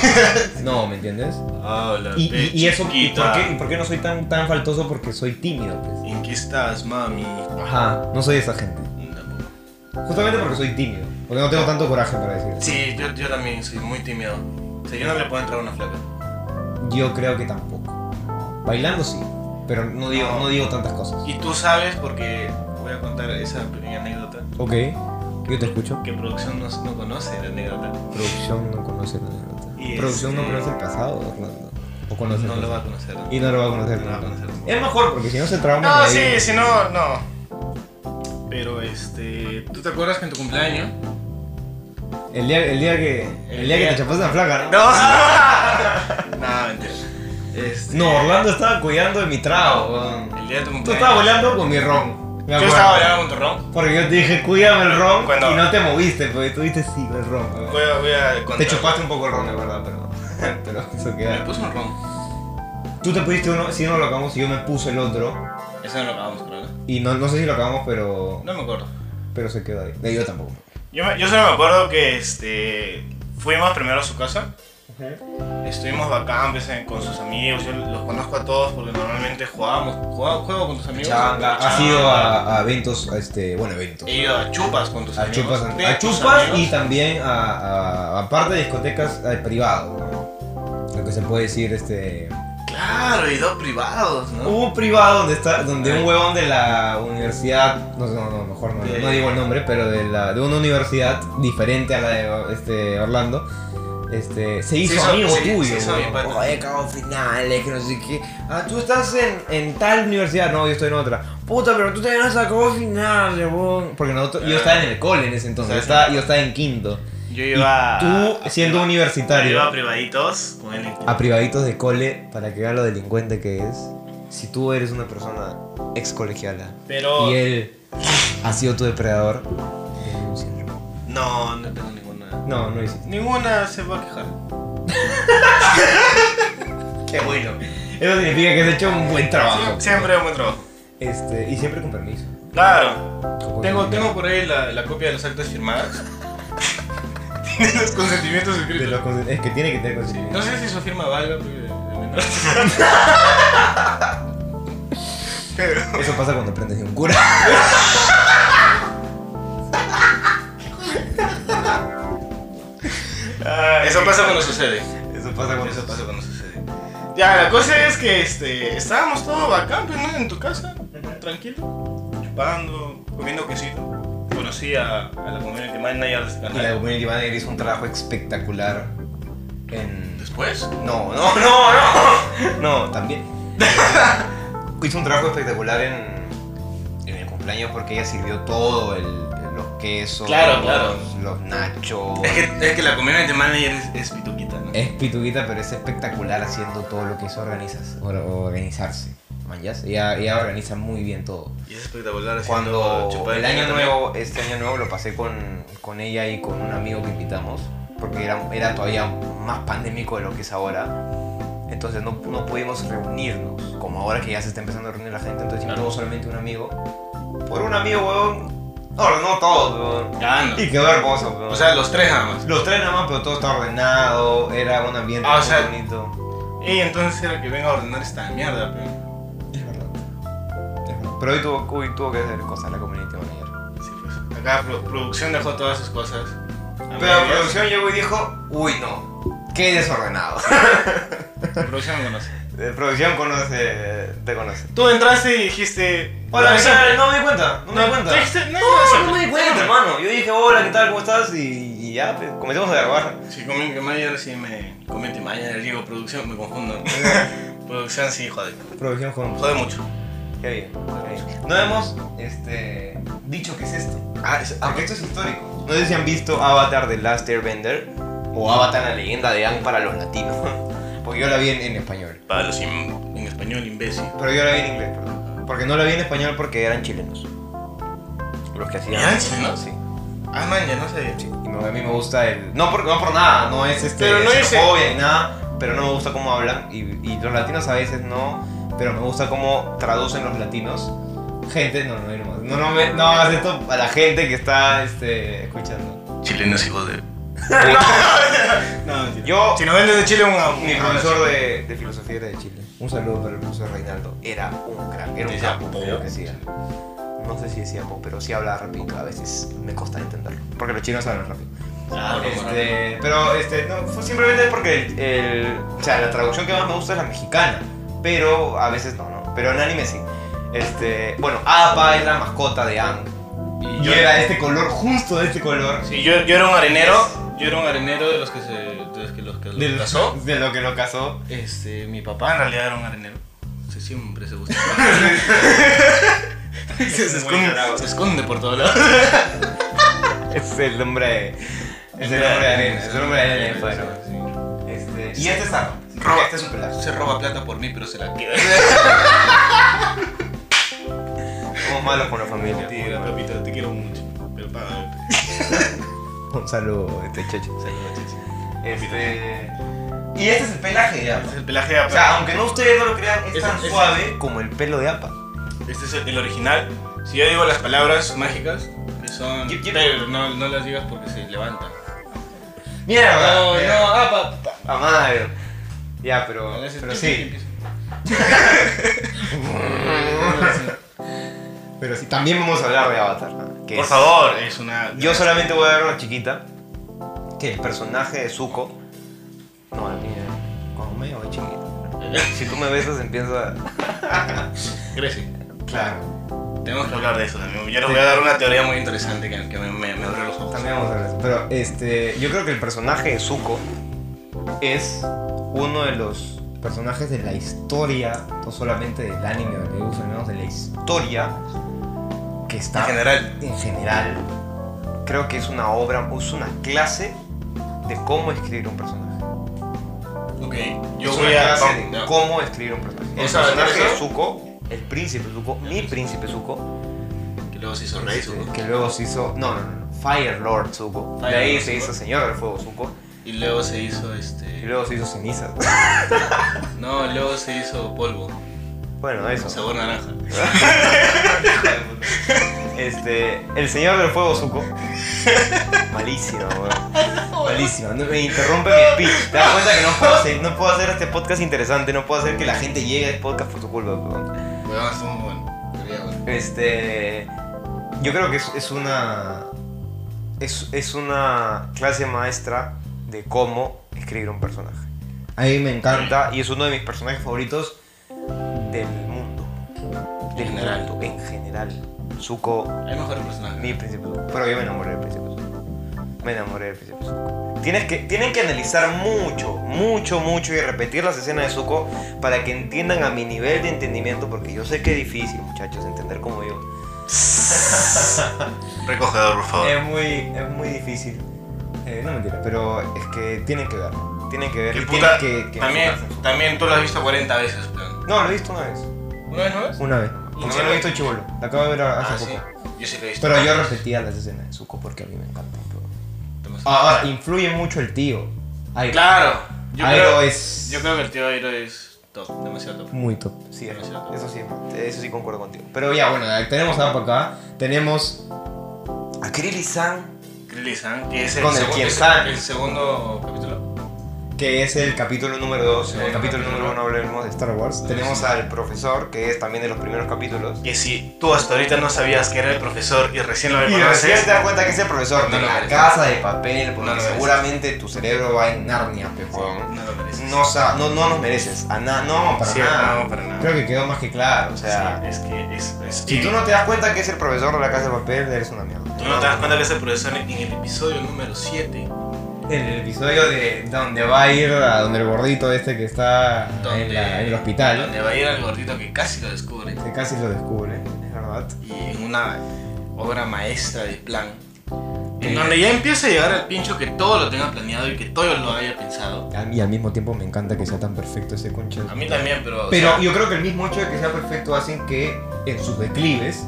Speaker 2: no, ¿me entiendes?
Speaker 12: Habla,
Speaker 2: Y, y- y eso, ¿y
Speaker 12: chiquita.
Speaker 2: por, qué, y por qué no soy tan, tan faltoso? Porque soy tímido, pues.
Speaker 12: ¿En qué estás, mami?
Speaker 2: Ajá, no soy esa gente.
Speaker 12: Tampoco.
Speaker 2: Justamente porque soy tímido. Porque no tengo tanto coraje para decirlo.
Speaker 3: Sí, yo, yo también soy muy tímido. O sea, yo no le puedo entrar a una flaca.
Speaker 2: Yo creo que tampoco. Bailando sí, pero no digo, no digo tantas cosas.
Speaker 3: Y tú sabes, porque voy a contar esa pequeña anécdota.
Speaker 2: Ok, yo te escucho.
Speaker 3: Que producción no, no conoce la anécdota.
Speaker 2: Producción no conoce la anécdota.
Speaker 3: Y
Speaker 2: Producción no
Speaker 3: este-
Speaker 2: conoce el pasado, Orlando. O conoce el
Speaker 3: No lo
Speaker 2: pasado.
Speaker 3: va a conocer.
Speaker 2: Y no lo va a conocer.
Speaker 3: No lo va a
Speaker 2: nunca.
Speaker 3: conocer.
Speaker 2: Es mejor porque si no se trauma.
Speaker 12: No,
Speaker 2: ni ahí.
Speaker 12: sí, si no, no.
Speaker 3: Pero este. ¿Tú te acuerdas que en tu cumpleaños?
Speaker 2: El día, el día que, el
Speaker 3: El
Speaker 2: día que
Speaker 3: día-
Speaker 2: te chapaste la flaca, ¿no?
Speaker 12: No, no, mentira.
Speaker 3: Este,
Speaker 2: No, Orlando estaba cuidando de mi trago. weón.
Speaker 3: El día de tu cumpleaños.
Speaker 2: Tú estabas volando con mi ron. me
Speaker 3: Yo
Speaker 2: acuerdo.
Speaker 3: estaba bailando con tu ron.
Speaker 2: Porque yo te dije, cuídame el ron
Speaker 12: Cuando-
Speaker 2: y no te moviste, porque tú dijiste sí, el ron. weón.
Speaker 12: Voy a, voy a contar.
Speaker 2: Te chupaste un poco el ron, de verdad, pero, pero eso
Speaker 3: Me
Speaker 2: queda.
Speaker 3: puse un ron.
Speaker 2: Tú te pusiste uno, si no lo acabamos, y yo me puse el otro.
Speaker 3: Eso no lo acabamos, creo. ¿no?
Speaker 2: Y no, no sé si lo acabamos, pero,
Speaker 3: No me acuerdo.
Speaker 2: pero se quedó ahí. De yo tampoco.
Speaker 12: Yo, me- yo solo me acuerdo que este, fuimos primero a su casa. Estuvimos bacán pues, en- con sus amigos. Yo los conozco a todos porque normalmente jugábamos.
Speaker 3: Juego, juego con tus amigos.
Speaker 2: Changa, has
Speaker 3: Changa.
Speaker 2: ido a, a eventos, a este, bueno, eventos.
Speaker 3: He ido a chupas con tus
Speaker 2: A
Speaker 3: amigos.
Speaker 2: chupas,
Speaker 3: de
Speaker 2: a
Speaker 3: tus
Speaker 2: chupas
Speaker 3: amigos.
Speaker 2: y también a, a- aparte de discotecas eh, privado, ¿no? Lo que se puede decir, este...
Speaker 3: Claro, y dos privados, ¿no?
Speaker 12: Uh,
Speaker 2: Hubo un privado donde, está, donde un huevón de la universidad, no sé, no, no, mejor no,
Speaker 3: De-
Speaker 2: no digo el nombre, pero de, la, de una universidad diferente a la de este, Orlando, este, se hizo
Speaker 3: hizo-
Speaker 2: amigo
Speaker 3: sí,
Speaker 2: tuyo.
Speaker 3: se hizo
Speaker 2: huevón.
Speaker 3: amigo.
Speaker 2: Oye, cago finales, que no sé qué. Ah, tú estás en, en tal universidad, no, yo estoy en otra. Puta, pero tú también has acabado finales, huevón. Porque nosotros, yo estaba en el cole en ese entonces,
Speaker 3: Estás en-
Speaker 2: estaba- yo estaba en quinto.
Speaker 12: Yo
Speaker 2: Y
Speaker 12: iba.
Speaker 2: tú, siendo
Speaker 12: Yo
Speaker 2: universitario,
Speaker 12: iba a privaditos con él.
Speaker 2: a privaditos de cole para que vea lo delincuente que es. Si tú eres una persona ex colegiala
Speaker 12: Pero.
Speaker 3: Oh.
Speaker 2: y él ha sido tu depredador, denúncialo.
Speaker 3: No, no tengo ninguna.
Speaker 2: No, no hiciste.
Speaker 3: Ninguna se va a quejar.
Speaker 2: Qué bueno. Eso significa que has hecho un buen trabajo.
Speaker 12: Sie- Siempre un buen trabajo.
Speaker 2: Este, y siempre con permiso.
Speaker 12: Claro.
Speaker 2: Como
Speaker 3: Tengo,
Speaker 2: que-
Speaker 3: tengo por ahí la, la copia de los actas firmadas.
Speaker 12: Los consentimientos
Speaker 2: de
Speaker 12: escritos.
Speaker 2: los consen- es que tiene que tener consentimiento.
Speaker 3: No sé si su firma valga, porque de menor.
Speaker 2: Eso pasa cuando aprendes de un cura.
Speaker 3: Eso pasa cuando sucede.
Speaker 2: Eso pasa cuando
Speaker 3: Eso pasa cuando sucede.
Speaker 12: Ya, la cosa es que este, estábamos todos bacán, pues, ¿no? En tu casa, tranquilo, chupando, comiendo quesito. Conocí a, a la community manager de este
Speaker 2: Y la
Speaker 12: canal.
Speaker 2: comunidad Iván hizo un trabajo espectacular en
Speaker 3: Después,
Speaker 2: No, no, no, no. No, también. Hizo un trabajo espectacular en, en el cumpleaños porque ella sirvió todo, el, los quesos,
Speaker 3: Claro,
Speaker 2: los,
Speaker 3: claro.
Speaker 2: los nachos.
Speaker 3: Es que, es que la community manager es, es pituquita, ¿no?
Speaker 2: Es pituguita, pero es espectacular haciendo todo lo que es organizas, or- organizarse. ¿Mayas? Ella, ella organiza muy bien todo.
Speaker 3: Y es espectacular haciendo
Speaker 2: Cuando
Speaker 3: chupada de
Speaker 2: el
Speaker 3: piña
Speaker 2: año
Speaker 3: también.
Speaker 2: nuevo, este año nuevo lo pasé con, con ella y con un amigo que invitamos, porque era, era todavía más pandémico de lo que es ahora. Entonces no, no pudimos reunirnos, como ahora que ya se está empezando a reunir la gente, entonces invitamos solamente un amigo. Por un amigo, weón, ordenó todo, weón.
Speaker 3: Ya no.
Speaker 2: Y quedó hermoso, weón.
Speaker 3: O sea, los tres nada más.
Speaker 2: los tres nada más, pero todo está ordenado, era un ambiente
Speaker 3: Ah, o
Speaker 2: muy
Speaker 3: sea-
Speaker 2: bonito.
Speaker 3: Y entonces era que venga a ordenar esta mierda, pues. pero.
Speaker 2: Es verdad. Es verdad. Pero hoy tuvo, hoy tuvo que hacer cosas la comunidad manager.
Speaker 3: Sí, pues. Acá pro- producción dejó todas sus cosas. A
Speaker 2: Pero la
Speaker 3: medias.
Speaker 2: producción llegó y dijo, uy no, qué desordenado.
Speaker 3: producción me conoce.
Speaker 2: De producción conoce, te conoce.
Speaker 12: Tú entraste y dijiste.
Speaker 2: Hola,
Speaker 12: "Dame
Speaker 2: ¿qué
Speaker 12: siempre".
Speaker 2: tal? No me di cuenta, no me di
Speaker 12: tú
Speaker 2: cuenta.
Speaker 12: dijiste, "No,
Speaker 2: No,
Speaker 12: siempre".
Speaker 2: no me di cuenta, hermano. Yo dije, hola, ¿qué tal? ¿Cómo estás? Y, y ya, pues, comencemos a grabar.
Speaker 3: Si community manager, si me. Community manager, digo producción, me confundo. producción sí, jode.
Speaker 2: Producción con...
Speaker 3: Jode mucho.
Speaker 2: Qué bien. qué bien. No hemos este, dicho qué es esto. Ah, es- ah, porque esto es histórico. No sé si han visto Avatar de Last Airbender o Avatar la leyenda de Aang para los latinos.
Speaker 13: Porque yo la vi en, en español.
Speaker 3: Para los im- en español, imbécil.
Speaker 2: Pero yo la vi en inglés, perdón. Porque no la vi en español porque eran chilenos. Los que hacían.
Speaker 3: ¿Eran chilenos?
Speaker 2: Sí.
Speaker 3: Ah, man, ya no sabía.
Speaker 2: sí. Y no- a mí me gusta el. No por, no por nada, no es este.
Speaker 3: Pero no es-
Speaker 2: xenofobia ni nada, pero no me gusta cómo hablan. Y, y los latinos a veces no. Pero me gusta cómo traducen los latinos. Gente, no, no, no, no, no, me- no hagas esto a la gente que está este, escuchando.
Speaker 3: Chilenos hijos de. no, mentira.
Speaker 2: Yo,
Speaker 3: Si nos ven desde Chile, un.
Speaker 2: mi profesor de, de filosofía era de Chile. Ah, Un saludo para el profesor Reinaldo. Era un crack, era un
Speaker 3: Decía
Speaker 2: capo,
Speaker 3: po.
Speaker 2: creo que decía. No sé si decía po, pero sí hablaba rápido. A veces me costa entenderlo. Porque los chinos hablan rápido.
Speaker 14: Ah, bueno, bueno.
Speaker 2: Este, pero este, no, fue simplemente es porque el, el- o sea, la traducción que más me gusta es la mexicana, pero a veces no, ¿no? Pero en anime sí. Este, bueno, Appa es la mascota de Ang.
Speaker 3: Y
Speaker 2: Y
Speaker 3: yo,
Speaker 2: era de este color, justo de este color.
Speaker 3: sí, yo, yo era un arenero. Yo era un arenero de los que se. de los que los que
Speaker 2: del-
Speaker 3: lo casó.
Speaker 2: De lo que lo casó.
Speaker 3: Este, mi papá en realidad era un arenero. Sí, siempre se gusta. se, se esconde, se esconde por todos lados.
Speaker 2: Es el nombre. Es el nombre de arena. Es el nombre de arena. Bueno. Este, y este es Ang.
Speaker 14: Roba.
Speaker 2: Este es un pelazo.
Speaker 14: Se roba plata por mí, pero se la queda.
Speaker 2: Somos malos con la familia.
Speaker 3: Mentira, papito, te quiero mucho. Pero págame.
Speaker 2: Un saludo, este chacho. Este. Y este es el pelaje de Apa.
Speaker 3: Este es el pelaje de
Speaker 2: O sea,
Speaker 3: Apa.
Speaker 2: aunque no ustedes no lo crean, es,
Speaker 3: Es-
Speaker 2: tan
Speaker 3: es-
Speaker 2: suave como el pelo de Apa.
Speaker 3: Este es el, el original. Si yo digo las palabras mágicas, que son.
Speaker 2: Yip, yip.
Speaker 3: Pero no, no las digas porque se levanta.
Speaker 2: Mierda.
Speaker 3: No, ah, no,
Speaker 2: mierda.
Speaker 3: apa, puta.
Speaker 2: A madre. Ya, pero,
Speaker 3: Ese es
Speaker 2: pero
Speaker 3: el
Speaker 2: sí. Pero sí, también vamos a hablar de Avatar. ¿no? Que
Speaker 3: Por
Speaker 2: es-
Speaker 3: favor, es una.
Speaker 2: Yo solamente voy a ver una chiquita. Que el personaje de Zuko. No, la niña. Cuando me voy chiquita. Si tú me besas, empieza.
Speaker 3: Crece.
Speaker 2: Claro.
Speaker 3: Tenemos que hablar de eso también. Yo les voy a dar una teoría muy interesante que, que me, me, me abrió los ojos.
Speaker 2: También vamos a ver eso. Pero este. Yo creo que el personaje de Zuko es uno de los
Speaker 13: Personajes de la historia, no solamente del anime o del dibujo, sino de la historia
Speaker 2: historia
Speaker 13: que está
Speaker 3: En general,
Speaker 13: en general.
Speaker 2: creo que es una obra, es una clase de cómo escribir un personaje.
Speaker 3: ok. Yo
Speaker 2: Yo
Speaker 3: voy a. no.
Speaker 2: cómo escribir un personaje. El
Speaker 3: ¿Vamos a ver
Speaker 2: personaje
Speaker 3: eso?
Speaker 2: de Zuko, el príncipe Zuko, mi príncipe Zuko,
Speaker 14: Que luego se hizo rey,
Speaker 2: este,
Speaker 14: supongo.
Speaker 2: que luego se hizo, no, no, no, Fire Lord Zuko.
Speaker 14: Fire
Speaker 2: de ahí
Speaker 14: Lord
Speaker 2: se
Speaker 14: Zuko.
Speaker 2: hizo Señor del Fuego Zuko
Speaker 14: Y luego se hizo
Speaker 2: y
Speaker 14: este.
Speaker 2: luego se hizo Ceniza.
Speaker 14: No, luego se hizo polvo.
Speaker 2: bueno, eso.
Speaker 14: Sabor naranja.
Speaker 2: Este, el Señor del Fuego Zuko. Malísimo, weón. Malísimo. No, me interrumpe mi speech. Te das cuenta que no puedo, hacer, no puedo hacer este podcast interesante, no puedo hacer que la gente llegue al podcast por tu culpa, weón.
Speaker 3: Weón, estuvo muy bueno. Teoría, bueno.
Speaker 2: Este. Yo creo que es, es una. Es, es una clase maestra de cómo escribir un personaje.
Speaker 13: A mí me encanta.
Speaker 2: Canta y es uno de mis personajes favoritos del mundo. Del
Speaker 14: General.
Speaker 2: mundo, en general. Zuko,
Speaker 14: Hay mejores personajes.
Speaker 2: mi príncipe Zuko. Pero yo me enamoré del príncipe Zuko. Me enamoré del príncipe Zuko. Tienes que, tienen que analizar mucho, mucho, mucho y repetir las escenas de Zuko para que entiendan a mi nivel de entendimiento, porque yo sé que es difícil, muchachos, entender como yo.
Speaker 15: Recogedor, por favor.
Speaker 2: Es muy, es muy difícil. Eh, no mentira, pero es que tienen que ver. Tienen que ver.
Speaker 3: Qué
Speaker 2: y
Speaker 3: puta-
Speaker 2: tienen
Speaker 14: Eh,
Speaker 2: que, que enfocarse en
Speaker 3: También,
Speaker 2: su-
Speaker 3: también tú lo has visto 40 veces, plan.
Speaker 2: No, lo he visto una vez.
Speaker 3: ¿Una vez no ves?
Speaker 13: Una vez.
Speaker 2: Porque no lo he visto chivolo. Lo acabo de ver hace
Speaker 14: Ah, sí.
Speaker 2: poco.
Speaker 14: Yo sí lo he visto.
Speaker 13: Pero yo repetía las escenas de Zuko porque a mí me encanta.
Speaker 14: Demasiado.
Speaker 3: Ah,
Speaker 13: Ahora, influye mucho el tío. Ay,
Speaker 14: Claro. Yo
Speaker 13: Airo
Speaker 14: creo,
Speaker 13: es
Speaker 14: yo creo que el tío Airo es top. Demasiado top.
Speaker 13: muy top.
Speaker 2: Sí, es-
Speaker 14: Demasiado.
Speaker 2: eso sí, eso sí concuerdo contigo.
Speaker 13: Pero ya, bueno, tenemos a Appa acá. Tenemos.
Speaker 2: A Kirili-san,
Speaker 14: ¿ah?
Speaker 3: Krillizan, que es el,
Speaker 2: Con el
Speaker 3: segundo,
Speaker 2: quien
Speaker 3: es el-
Speaker 2: sabe.
Speaker 3: el segundo capítulo.
Speaker 13: que es el capítulo.
Speaker 2: capítulo número 2. En el
Speaker 3: Sí,
Speaker 2: capítulo número 1 hablaremos de Star Wars. Tenemos al profesor, que es también de los primeros capítulos.
Speaker 3: Que si tú hasta ahorita no sabías que era el profesor y recién lo
Speaker 2: Y recién te
Speaker 3: conoces,
Speaker 2: das cuenta que ese profesor
Speaker 3: No
Speaker 2: de
Speaker 3: lo
Speaker 2: la
Speaker 3: merece.
Speaker 2: casa de papel, porque
Speaker 3: lo merece.
Speaker 2: seguramente tu cerebro va en Narnia, pe, huevón.
Speaker 3: no lo mereces.
Speaker 2: No, sa- no, no nos mereces. A na- no, para
Speaker 3: Sí,
Speaker 2: nada.
Speaker 3: no, para nada.
Speaker 13: Creo que quedó más que claro.
Speaker 2: O sea,
Speaker 3: Sí, es que es. es-
Speaker 2: si tú no te das cuenta que es el profesor de la casa de papel, eres una mierda.
Speaker 3: tú no te das cuenta que ese profesor en el episodio número 7,
Speaker 13: En el episodio de donde va a ir a donde el gordito este que está
Speaker 14: Donde-
Speaker 13: en, la- en el hospital,
Speaker 14: Donde va a ir al gordito que casi lo descubre.
Speaker 13: que casi lo descubre.
Speaker 2: Es verdad.
Speaker 14: Y en una obra maestra de plan,
Speaker 3: En donde ya empieza a llegar el pincho que todo lo tenga planeado y que todo lo haya pensado.
Speaker 2: A mí- Y al mismo tiempo me encanta que sea tan perfecto ese concha.
Speaker 3: A mí también, pero. o
Speaker 2: Pero
Speaker 3: sea,
Speaker 2: yo creo que el mismo hecho de que sea perfecto hacen que en sus declives,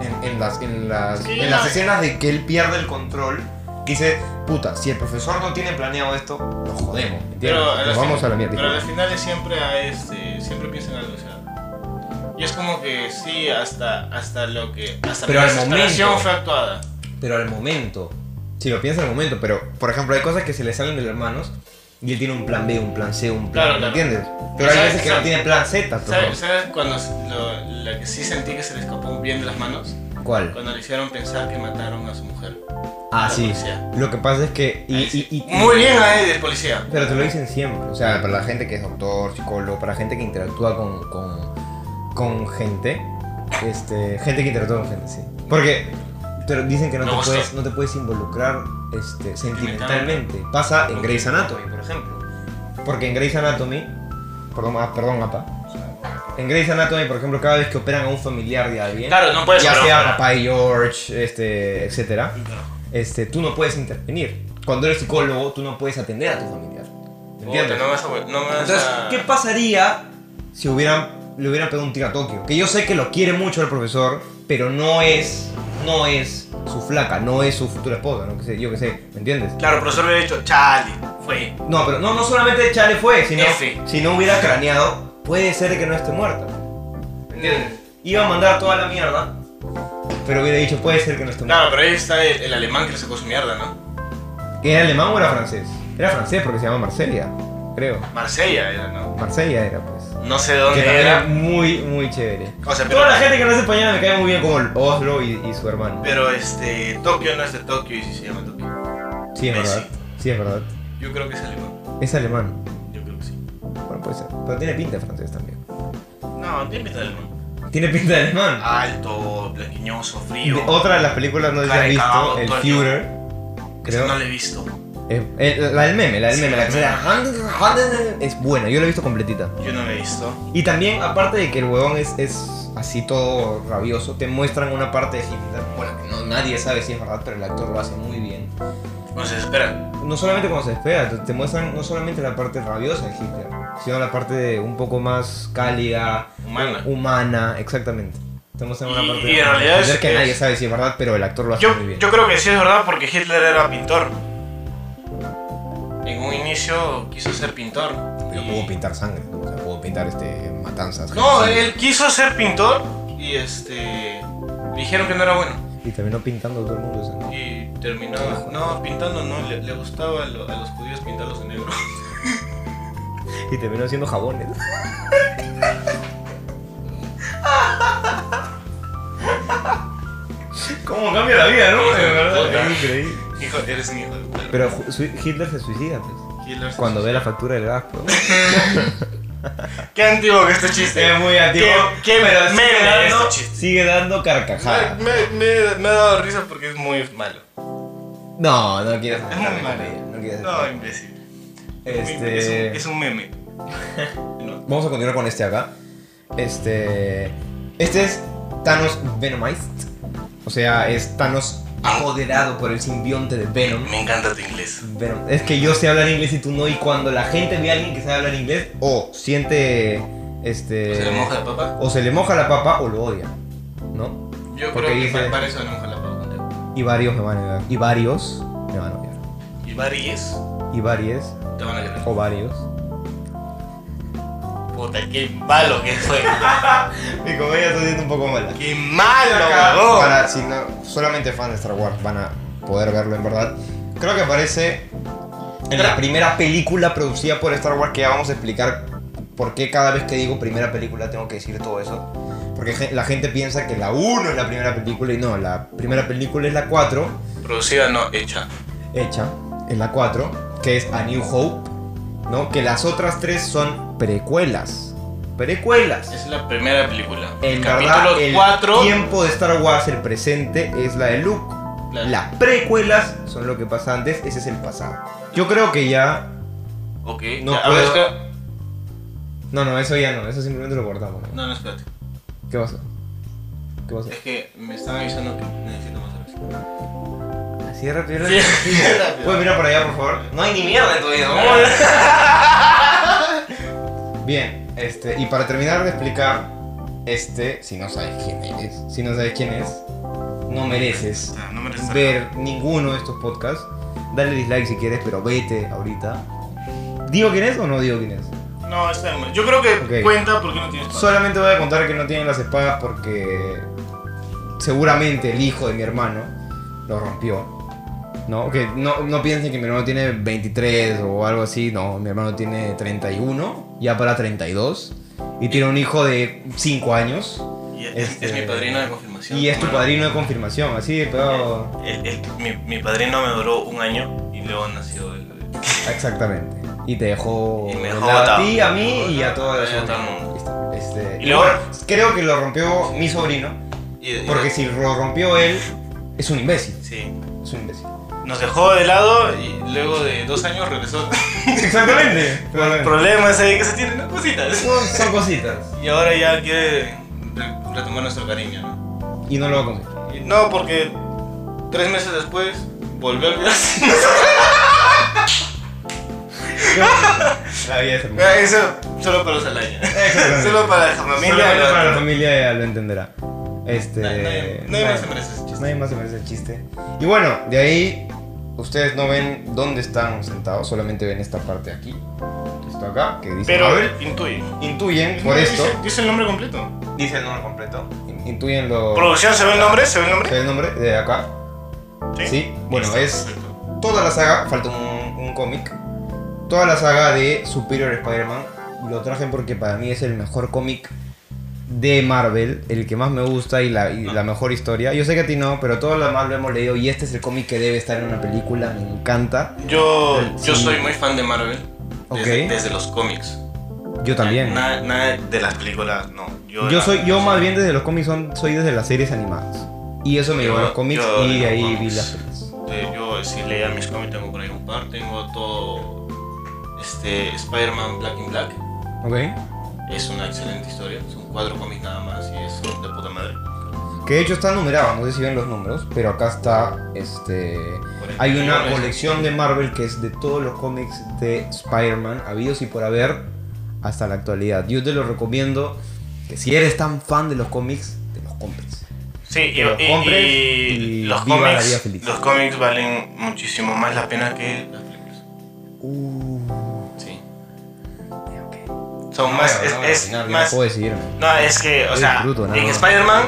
Speaker 2: en, en las, en, las,
Speaker 3: Sí,
Speaker 2: en las
Speaker 3: no.
Speaker 2: escenas de que él pierde el control, dice, puta, si el profesor no tiene planeado esto, nos jodemos. ¿entiendes?
Speaker 3: pero
Speaker 2: Nos
Speaker 3: la
Speaker 2: vamos
Speaker 3: fin-
Speaker 2: a la
Speaker 3: Pero a
Speaker 2: mierda.
Speaker 3: las finales siempre hay, este, siempre piensa en algo, o sea. Y es como que sí, hasta, hasta lo que. Hasta
Speaker 2: Pero
Speaker 3: la
Speaker 2: al momento.
Speaker 3: desesperación fue actuada.
Speaker 2: Pero al momento, si lo piensas al momento, pero por ejemplo hay cosas que se le salen de las manos y él tiene un plan B, un plan C, un plan,
Speaker 3: Claro, claro.
Speaker 2: ¿entiendes? Pero hay
Speaker 3: ¿Sabes?
Speaker 2: veces que no
Speaker 3: ¿Sabes?
Speaker 2: tiene plan Z, pero-
Speaker 3: ¿Sabes, sabes cuando s- lo- la que sí sentí que se le escapó bien de las manos?
Speaker 2: ¿Cuál?
Speaker 3: Cuando le hicieron pensar que mataron a su mujer.
Speaker 2: Ah,
Speaker 3: La
Speaker 2: sí.
Speaker 3: policía.
Speaker 2: Lo que pasa es que... y-
Speaker 3: Ahí sí.
Speaker 2: y- y- y-
Speaker 3: Muy bien ahí del policía.
Speaker 2: Pero te lo dicen siempre. O sea, para la gente que es doctor, psicólogo, para gente que interactúa con, con, con gente. Este, gente que interactúa con gente, sí. Porque pero dicen que no,
Speaker 3: Me
Speaker 2: te,
Speaker 3: gustó.
Speaker 2: puedes, no te puedes involucrar este, sentimentalmente. Pasa en Grey's Anatomy, por ejemplo. Porque en Grey's Anatomy... Perdón, ah, perdón, apa. En Grey's Anatomy, por ejemplo, cada vez que operan a un familiar de alguien,
Speaker 3: Claro, no puedes
Speaker 2: ya
Speaker 3: pero-
Speaker 2: sea papá y George, este, etcétera, este, tú no puedes intervenir. Cuando eres psicólogo, tú no puedes atender a tu familiar. ¿Me
Speaker 3: Puta,
Speaker 2: entiendes?
Speaker 3: no me vas a. No me vas
Speaker 2: Entonces,
Speaker 3: a-
Speaker 2: ¿qué pasaría si hubieran, le hubieran pegado un tiro a Tokio? Que yo sé que lo quiere mucho el profesor, pero no es, no es su flaca, no es su futura esposa, ¿no? Que sé, yo qué sé, ¿me entiendes?
Speaker 16: Claro, pero solo he dicho, Charlie, fue.
Speaker 2: No, pero no, no solamente Chale fue, sino
Speaker 3: F.
Speaker 2: si no hubiera craneado, puede ser que no esté muerta. ¿Me entiendes? Iba a mandar toda la mierda, pero hubiera dicho, puede ser que no esté muerta.
Speaker 3: Claro, pero ahí está el, el alemán que le sacó su mierda, ¿no?
Speaker 2: ¿Era alemán o era francés? Era francés porque se llama Marsella, creo.
Speaker 3: Marsella era, ¿no?
Speaker 2: Marsella era, pues.
Speaker 3: No sé
Speaker 2: Que
Speaker 3: dónde
Speaker 2: también era
Speaker 3: era.
Speaker 2: muy, muy chévere.
Speaker 3: O sea,
Speaker 2: Toda la
Speaker 3: pero,
Speaker 2: gente que no es española me cae muy bien, como el Oslo y, y su hermano.
Speaker 3: pero este. Tokio no es de Tokio y sí se llama Tokio.
Speaker 2: Sí, es
Speaker 3: Messi.
Speaker 2: verdad. Sí, es verdad.
Speaker 3: Yo creo que es alemán.
Speaker 2: Es alemán.
Speaker 3: Yo creo que sí.
Speaker 2: Bueno, puede ser. Pero tiene pinta de francés también.
Speaker 3: No, tiene pinta de alemán.
Speaker 2: Tiene pinta de alemán.
Speaker 3: Ah, Alto, blanquiñoso,
Speaker 2: De- oh,
Speaker 3: frío.
Speaker 2: otra de las películas, no sé si
Speaker 3: Cara
Speaker 2: has
Speaker 3: de
Speaker 2: visto,
Speaker 3: cagado,
Speaker 2: El
Speaker 3: coño.
Speaker 2: Führer.
Speaker 3: Esa
Speaker 2: Creo.
Speaker 3: no lo he visto.
Speaker 2: Eh, el- la del meme, la del
Speaker 3: Sí,
Speaker 2: meme, la que
Speaker 3: la
Speaker 2: era Es buena, yo la he visto completita.
Speaker 3: Yo no lo he visto.
Speaker 2: Y también, aparte de que el huevón es, es así todo rabioso, te muestran una parte de Hitler. Bueno, que no, nadie sabe si es verdad, pero el actor lo hace muy bien.
Speaker 3: No se espera.
Speaker 2: no solamente cuando se despega, te, te muestran no solamente la parte rabiosa de Hitler, sino la parte de- un poco más cálida,
Speaker 3: Humana.
Speaker 2: Uh, humana, exactamente. Te muestran una
Speaker 3: Y-
Speaker 2: parte
Speaker 3: y en realidad
Speaker 2: Hitler
Speaker 3: es-
Speaker 2: que
Speaker 3: es-
Speaker 2: nadie sabe si es verdad, pero el actor lo hace
Speaker 3: Yo,
Speaker 2: muy bien.
Speaker 3: yo creo que sí es verdad porque Hitler era pintor. En un inicio quiso ser pintor.
Speaker 2: pero
Speaker 3: y-
Speaker 2: pudo pintar sangre, ¿no? o sea, pudo pintar este, matanzas.
Speaker 3: No,
Speaker 2: genocidio.
Speaker 3: él quiso ser pintor y este. le Dijeron que no era bueno.
Speaker 2: Y terminó pintando a todo el mundo. o sea, ¿no?
Speaker 3: Y terminó. No, pintando no, le, le gustaba a, lo- a los judíos pintarlos en negro.
Speaker 2: Y terminó haciendo jabones.
Speaker 17: ¿Cómo cambia la vida, no? De verdad.
Speaker 3: Puta.
Speaker 2: Increíble.
Speaker 3: hijo, eres un hijo de puta.
Speaker 2: Pero ju- sui- Hitler se suicida, pues.
Speaker 3: Hitler se-
Speaker 2: Cuando ve la factura del gas, pues.
Speaker 3: Qué antiguo que este chiste.
Speaker 2: Es muy antiguo.
Speaker 3: Qué- qué
Speaker 2: pero sigue
Speaker 3: mierda,
Speaker 2: dando,
Speaker 3: este chiste.
Speaker 2: sigue dando carcajadas.
Speaker 3: Me, me- me ha dado risa porque es muy malo.
Speaker 2: No, no quiero
Speaker 3: Es
Speaker 2: aceptar
Speaker 3: muy
Speaker 2: la
Speaker 3: malo.
Speaker 2: comedia, No quiero
Speaker 3: No,
Speaker 2: aceptar.
Speaker 3: imbécil. Es un-
Speaker 2: Este,
Speaker 3: Es un meme.
Speaker 2: Vamos a continuar con este acá. Este. Este es Thanos Venomized. O sea, es Thanos apoderado por el simbionte de Venom.
Speaker 3: Me encanta tu inglés.
Speaker 2: Venom. Es que yo sé hablar inglés y tú no. Y cuando la gente ve a alguien que sabe hablar inglés, o siente. Este.
Speaker 3: ¿Se le moja la papa?
Speaker 2: o se le moja la papa o lo odia. ¿No?
Speaker 3: Yo creo
Speaker 2: Porque
Speaker 3: que
Speaker 2: dice-
Speaker 3: para- para eso no moja la papa contigo.
Speaker 2: Y varios me van a odiar. Y varios me van a odiar.
Speaker 3: Y varíes,
Speaker 2: Y varios
Speaker 3: te van a querer.
Speaker 2: o varios.
Speaker 3: Puta, qué malo que fue.
Speaker 2: Mi comedia está siendo un poco mala.
Speaker 3: ¡Qué malo,
Speaker 2: Acá,
Speaker 3: huevón!
Speaker 2: para si no- solamente fans de Star Wars van a poder verlo en verdad. Creo que aparece en la primera película producida por Star Wars que ya vamos a explicar por qué cada vez que digo primera película tengo que decir todo eso. Porque gen- la gente piensa que la 1 es la primera película y no, la primera película es la 4,
Speaker 3: Producida no, hecha.
Speaker 2: hecha, es la 4, que es A New Hope, ¿no? Que las otras tres son precuelas. Precuelas.
Speaker 3: Es la primera película.
Speaker 2: En
Speaker 3: capítulo
Speaker 2: verdad, el
Speaker 3: 4.
Speaker 2: tiempo de Star Wars, el presente, es la de Luke.
Speaker 3: Claro.
Speaker 2: Las precuelas son lo que pasa antes, ese es el pasado. Yo creo que ya...
Speaker 3: Ok.
Speaker 2: No
Speaker 3: ya, a ver,
Speaker 2: puedo-
Speaker 3: espera.
Speaker 2: No, no, eso ya no, eso simplemente lo cortamos. ¿no?
Speaker 3: No, no, espérate.
Speaker 2: ¿Qué pasó? ¿Qué pasó?
Speaker 3: Es que me están avisando que necesito más horas.
Speaker 2: Así Cierra el video.
Speaker 18: Puedes mirar por allá, por favor. No hay ni mierda en tu video. ¿cómo?
Speaker 2: Bien, este, y para terminar de explicar, este, si no sabes quién eres, si no sabes quién es, no mereces
Speaker 19: Ah, no mereces estar acá.
Speaker 2: ver ninguno de estos podcasts. Dale dislike si quieres, pero vete ahorita. ¿Digo quién es o no digo quién es?
Speaker 19: No, está de más. Yo creo que
Speaker 2: Ok.
Speaker 19: cuenta porque no tienes padre.
Speaker 2: Solamente voy a contar que no tienen las espadas porque seguramente el hijo de mi hermano lo rompió. No, que no, no piensen que mi hermano tiene 23 o algo así, no, mi hermano tiene 31, ya para 32, y tiene un hijo de 5 años,
Speaker 3: Y es,
Speaker 2: Este-
Speaker 3: es mi padrino de confirmación.
Speaker 2: y es tu
Speaker 3: Bueno,
Speaker 2: padrino de confirmación, así de pegado.
Speaker 3: el- el- mi, mi padrino me duró un año y luego nació el.
Speaker 2: Exactamente. Y te dejó,
Speaker 3: Y me dejó
Speaker 2: de lado a
Speaker 3: botado.
Speaker 2: ti, a mí y a todo
Speaker 3: Y a
Speaker 2: el
Speaker 3: todo el mundo.
Speaker 2: Este,
Speaker 3: Y luego-
Speaker 2: creo que lo rompió mi sobrino,
Speaker 3: y- y-
Speaker 2: porque si lo rompió él, es un imbécil.
Speaker 3: Sí.
Speaker 2: Es un imbécil.
Speaker 3: Nos dejó de lado y.
Speaker 20: Y luego de dos años regresó.
Speaker 2: Exactamente.
Speaker 3: Problemas ahí que se tienen, ¿no? cositas.
Speaker 2: Son, son cositas.
Speaker 3: Y ahora ya quiere.
Speaker 20: re- Retomó nuestro cariño, ¿no?
Speaker 2: Y no lo va a conseguir.
Speaker 19: Y No, porque
Speaker 20: Tres meses después, volvió a olvidarse.
Speaker 2: La vida es
Speaker 19: Ah,
Speaker 2: hermosa.
Speaker 19: eso
Speaker 20: Solo para los alañas.
Speaker 2: Exactamente.
Speaker 19: solo para la familia.
Speaker 2: Solamente
Speaker 19: ¿no?
Speaker 2: para la familia lo entenderá. Este.
Speaker 20: Nadie- nadie más se merece ese chiste.
Speaker 2: Nadie más se merece el chiste. Y bueno, de ahí. Ustedes no ven dónde están sentados, solamente ven esta parte de aquí. Esto acá, que dice Mabel.
Speaker 19: Pero intuye.
Speaker 2: Intuyen por esto.
Speaker 19: Dice, dice el nombre completo.
Speaker 18: Dice el nombre completo.
Speaker 2: in- Intuyen lo.
Speaker 19: Producción, ¿se ve el nombre? ¿Se ve el nombre?
Speaker 2: ¿sabe el nombre? De acá.
Speaker 19: Sí.
Speaker 2: Sí. Bueno, es toda la saga, falta un, un cómic, toda la saga de Superior Spider-Man. Lo traje porque para mí es el mejor cómic de Marvel, el que más me gusta y, la, y la mejor historia. Yo sé que a ti no, pero todo lo demás lo hemos leído y este es el cómic que debe estar en una película, me encanta.
Speaker 19: Yo.
Speaker 3: Yo
Speaker 2: Sí.
Speaker 3: soy muy fan de Marvel.
Speaker 2: Ok.
Speaker 3: Desde, desde los cómics.
Speaker 2: Yo también.
Speaker 3: Nada, nada de las películas, no. Yo,
Speaker 2: Yo
Speaker 3: era-
Speaker 2: soy, yo más bien desde los cómics son, soy desde las series animadas. Y eso me llevó a los
Speaker 3: Yo-
Speaker 2: cómics
Speaker 3: yo de
Speaker 2: y de
Speaker 3: los
Speaker 2: ahí vi
Speaker 3: cómics.
Speaker 2: las pelis.
Speaker 3: Este, yo sí leía mis cómics, tengo por ahí un par.
Speaker 20: Tengo todo. Este. Spider-Man Black in Black.
Speaker 2: ¿Ok?
Speaker 20: Es una excelente historia. Son cuatro cómics nada más y es de puta madre.
Speaker 2: Que de hecho está numerado, no sé si ven los números, pero acá está este Hay una colección de Marvel que es de todos los cómics de Spider-Man, habidos y por haber, hasta la actualidad. Yo te lo recomiendo que si eres tan fan de los cómics, te los compres.
Speaker 3: Sí, y,
Speaker 2: Que los
Speaker 3: y-
Speaker 2: compres
Speaker 3: y
Speaker 2: y
Speaker 3: los
Speaker 2: viva la vida
Speaker 3: cómics.
Speaker 2: feliz.
Speaker 3: Los cómics valen muchísimo más la pena que las películas.
Speaker 2: Uh,
Speaker 3: Sí. Son más. es- es más.
Speaker 2: puedo decidirme.
Speaker 3: No, es que, o
Speaker 2: Yo
Speaker 3: sea,
Speaker 2: disfruto, nada
Speaker 3: en
Speaker 2: más.
Speaker 3: Spider-Man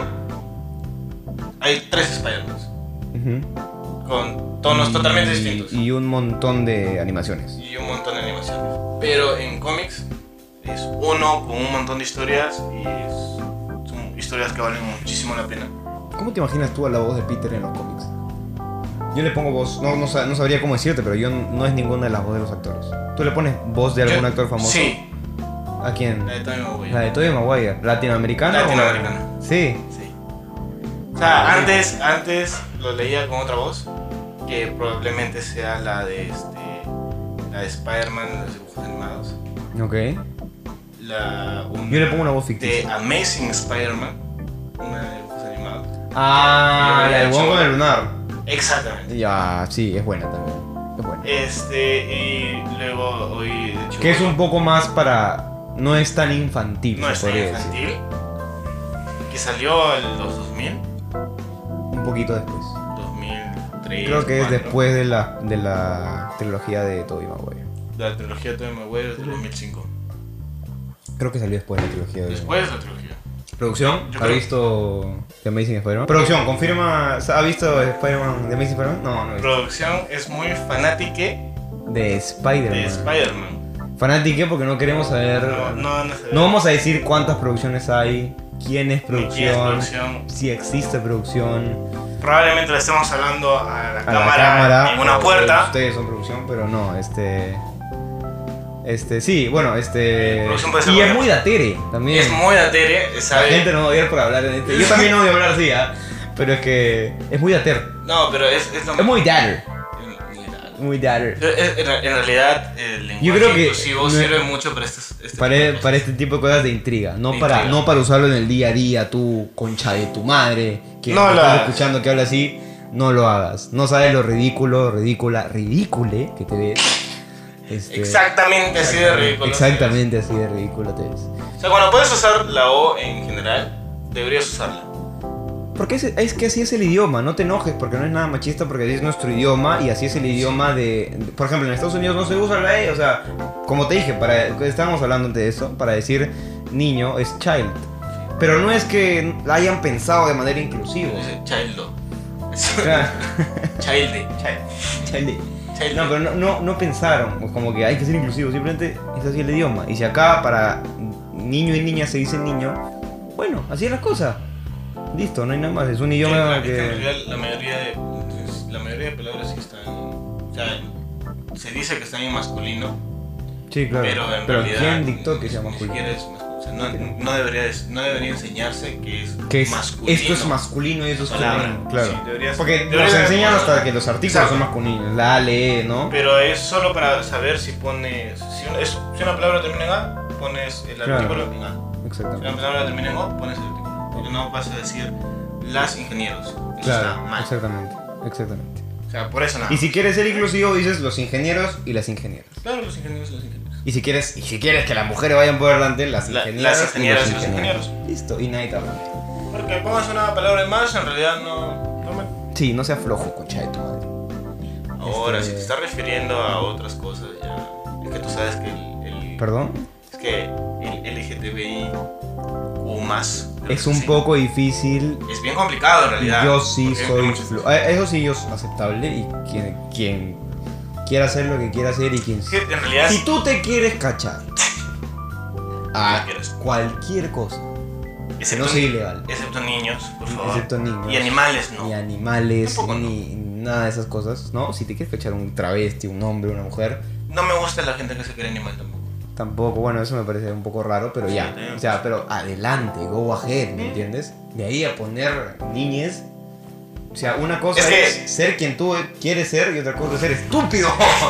Speaker 20: Hay tres Spider-Mans
Speaker 2: Ujú.
Speaker 20: con tonos
Speaker 2: Y-
Speaker 20: totalmente distintos
Speaker 2: Y un montón de animaciones.
Speaker 20: y un montón de animaciones. Pero en cómics
Speaker 3: es uno con un montón de historias y es- son historias que valen muchísimo la pena.
Speaker 2: ¿Cómo te imaginas tú a la voz de Peter en los cómics? Yo le pongo voz, no, no, sa- no sabría cómo decirte, pero yo n- no es ninguna de las voces de los actores. ¿Tú le pones voz de algún
Speaker 3: Yo-
Speaker 2: actor famoso?
Speaker 3: Sí,
Speaker 2: ¿A quién?
Speaker 3: la de Tobey Maguire.
Speaker 2: La de Tobey Maguire, latinoamericana. o-
Speaker 3: Latinoamericana.
Speaker 2: Sí.
Speaker 3: O
Speaker 2: Ah,
Speaker 3: sea, antes, antes lo leía con otra voz, que probablemente sea la de este, la de Spider-Man en los dibujos animados.
Speaker 2: Ok.
Speaker 3: La, una
Speaker 2: Yo le pongo una voz
Speaker 3: de
Speaker 2: ficticia.
Speaker 3: Amazing Spider-Man, una de dibujos animados.
Speaker 2: Ah, la del huevo con el lunar.
Speaker 3: Exactamente.
Speaker 2: Ya, sí, es buena también. Es buena.
Speaker 3: Este, y luego hoy de hecho,
Speaker 2: Que es un poco más para. No es tan infantil,
Speaker 3: no
Speaker 2: se
Speaker 3: es
Speaker 2: podría decir.
Speaker 3: infantil, que salió en los 2000,
Speaker 2: Un poquito después.
Speaker 3: 2003.
Speaker 2: Creo que es
Speaker 3: 2004,
Speaker 2: después de la, de la trilogía de Tobey Maguire.
Speaker 3: de La trilogía de Tobey Maguire es del 2005.
Speaker 2: Creo que salió después de la trilogía de
Speaker 3: Después de la trilogía.
Speaker 2: ¿Producción?
Speaker 3: Yo
Speaker 2: ¿Ha
Speaker 3: creo-
Speaker 2: visto The Amazing Spider-Man? Producción, confirma. ¿Ha visto Spider-Man, The Amazing Spider-Man? No, no he visto.
Speaker 3: Producción es muy fanática
Speaker 2: De
Speaker 3: de
Speaker 2: Spider-Man.
Speaker 3: Spider-Man.
Speaker 2: Fanático porque no queremos saber.
Speaker 3: No, no, no sé.
Speaker 2: Ah. No vamos a decir cuántas producciones hay, quién es
Speaker 3: Ni quién es
Speaker 2: producción,
Speaker 3: producción.
Speaker 2: si existe producción
Speaker 3: Probablemente le estemos hablando a la,
Speaker 2: a
Speaker 3: cámara,
Speaker 2: la cámara.
Speaker 3: en una
Speaker 2: o
Speaker 3: puerta.
Speaker 2: Ustedes son producción, pero no, este. Este, sí, bueno, este.
Speaker 3: Producción puede ser
Speaker 2: y es
Speaker 3: cualquier
Speaker 2: muy datere también.
Speaker 3: Es muy atere,
Speaker 2: La
Speaker 3: ¿sabes?
Speaker 2: gente no va a odiar por hablar en este. Yo también no odio hablar así, ¿ah? Pero es que. Es muy dater.
Speaker 3: No, pero es, es lo
Speaker 2: Es muy dater.
Speaker 3: En,
Speaker 2: Muy dater.
Speaker 3: en- en realidad, el lenguaje
Speaker 2: creo que
Speaker 3: inclusivo
Speaker 2: no-
Speaker 3: sirve mucho para este, este
Speaker 2: Para,
Speaker 3: tipo de
Speaker 2: para este tipo de cosas de intriga, no,
Speaker 3: De
Speaker 2: para,
Speaker 3: intriga.
Speaker 2: no para usarlo en el día a día, tú, concha de tu madre, que
Speaker 19: No,
Speaker 2: no,
Speaker 19: la-
Speaker 2: estás escuchando que habla así. no lo hagas. No sabes lo ridículo, ridícula, ridícule que te ves. Este,
Speaker 3: Exactamente así de ridículo.
Speaker 2: Exactamente así de ridículo te ves.
Speaker 3: O sea, cuando puedes usar la O en general, deberías usarla.
Speaker 2: Porque es, es que así es el idioma, no te enojes porque no es nada machista porque así es nuestro idioma y así es el idioma de, de- Por ejemplo, en Estados Unidos no se usa la E, o sea, como te dije, para, estábamos hablando antes de eso, para decir niño es child. Pero no es que la hayan pensado de manera inclusiva.
Speaker 3: Dice Childo.
Speaker 2: o sea,
Speaker 3: Childe.
Speaker 2: child.
Speaker 3: Childe.
Speaker 2: No, pero no, no, no pensaron, pues, como que hay que ser inclusivo, simplemente es así el idioma. Y si acá para niño y niña se dice niño, bueno, así es las cosas. Listo, no hay nada más, es un
Speaker 3: Sí,
Speaker 2: idioma
Speaker 3: es que en
Speaker 2: que...
Speaker 3: realidad la mayoría de pues, la mayoría de palabras sí están o sea, se dice que están en masculino,
Speaker 2: Sí, claro.
Speaker 3: pero en realidad
Speaker 2: ¿quién dictó que sea
Speaker 3: ni
Speaker 2: masculino?
Speaker 3: siquiera es masculino. O sea, no, no debería no debería enseñarse que es
Speaker 2: Que es-
Speaker 3: masculino.
Speaker 2: esto es masculino y esto es
Speaker 3: Palabra.
Speaker 2: femenino, claro.
Speaker 21: Sí, deberías.
Speaker 2: Porque nos
Speaker 3: Debería-
Speaker 2: enseñan hasta que los artículos
Speaker 3: Exacto.
Speaker 2: son masculinos, la le, E, ¿no?
Speaker 3: Pero es solo para saber si pones si una, es- si una palabra termina en A, pones el
Speaker 2: Claro.
Speaker 3: artículo en A. Si
Speaker 2: Exactamente.
Speaker 3: una palabra termina en O, pones el artículo. Porque no vas a decir las ingenieros. Eso está
Speaker 2: Claro,
Speaker 3: mal. Ah.
Speaker 2: exactamente, exactamente.
Speaker 3: O sea, por eso nada.
Speaker 2: Y si quieres ser inclusivo, dices los ingenieros y las ingenieras.
Speaker 3: Claro, los ingenieros, los ingenieros.
Speaker 2: Y si quieres, y si quieres que las mujeres vayan por delante, las
Speaker 3: La-
Speaker 2: ingenieras,
Speaker 3: las ingenieras y los
Speaker 2: Listo, y nadie te habla.
Speaker 3: Porque pongas una palabra en más, en realidad no, no me
Speaker 2: Sí, no sea flojo, concha de tu madre.
Speaker 3: Ahora,
Speaker 2: Este-
Speaker 3: si te estás refiriendo a otras cosas, ya. Es que tú sabes que el. el-
Speaker 2: Perdón.
Speaker 3: es que el LGTBI o más. creo
Speaker 2: Es
Speaker 3: que
Speaker 2: un
Speaker 3: sí.
Speaker 2: poco difícil.
Speaker 3: Es bien complicado en
Speaker 2: Y
Speaker 3: realidad.
Speaker 2: yo sí
Speaker 3: porque hay
Speaker 2: soy
Speaker 3: muchas-
Speaker 2: flojo. Eh, Eso sí, yo es aceptable. Y quien, quien quiera hacer lo que quiera hacer y quien.
Speaker 3: Es que en realidad.
Speaker 2: Si tú te quieres cachar a
Speaker 3: quieres.
Speaker 2: cualquier cosa, que
Speaker 3: excepto,
Speaker 2: no sea ilegal,
Speaker 3: excepto niños, por favor.
Speaker 2: excepto niños,
Speaker 3: y animales, no.
Speaker 2: ni animales,
Speaker 3: Tampoco, no.
Speaker 2: ni nada de esas cosas, ¿no? Si te quieres cachar un travesti, un hombre, una mujer,
Speaker 3: No me gusta la gente que se cree animal tampoco.
Speaker 2: Tampoco, bueno, eso me parece un poco raro, pero ya. O sea, pero adelante, go ahead, ¿me entiendes? De ahí a poner niñes. O sea, una cosa
Speaker 3: Es
Speaker 2: es,
Speaker 3: que-
Speaker 2: ser quien tú quieres ser y otra cosa es ser estúpido.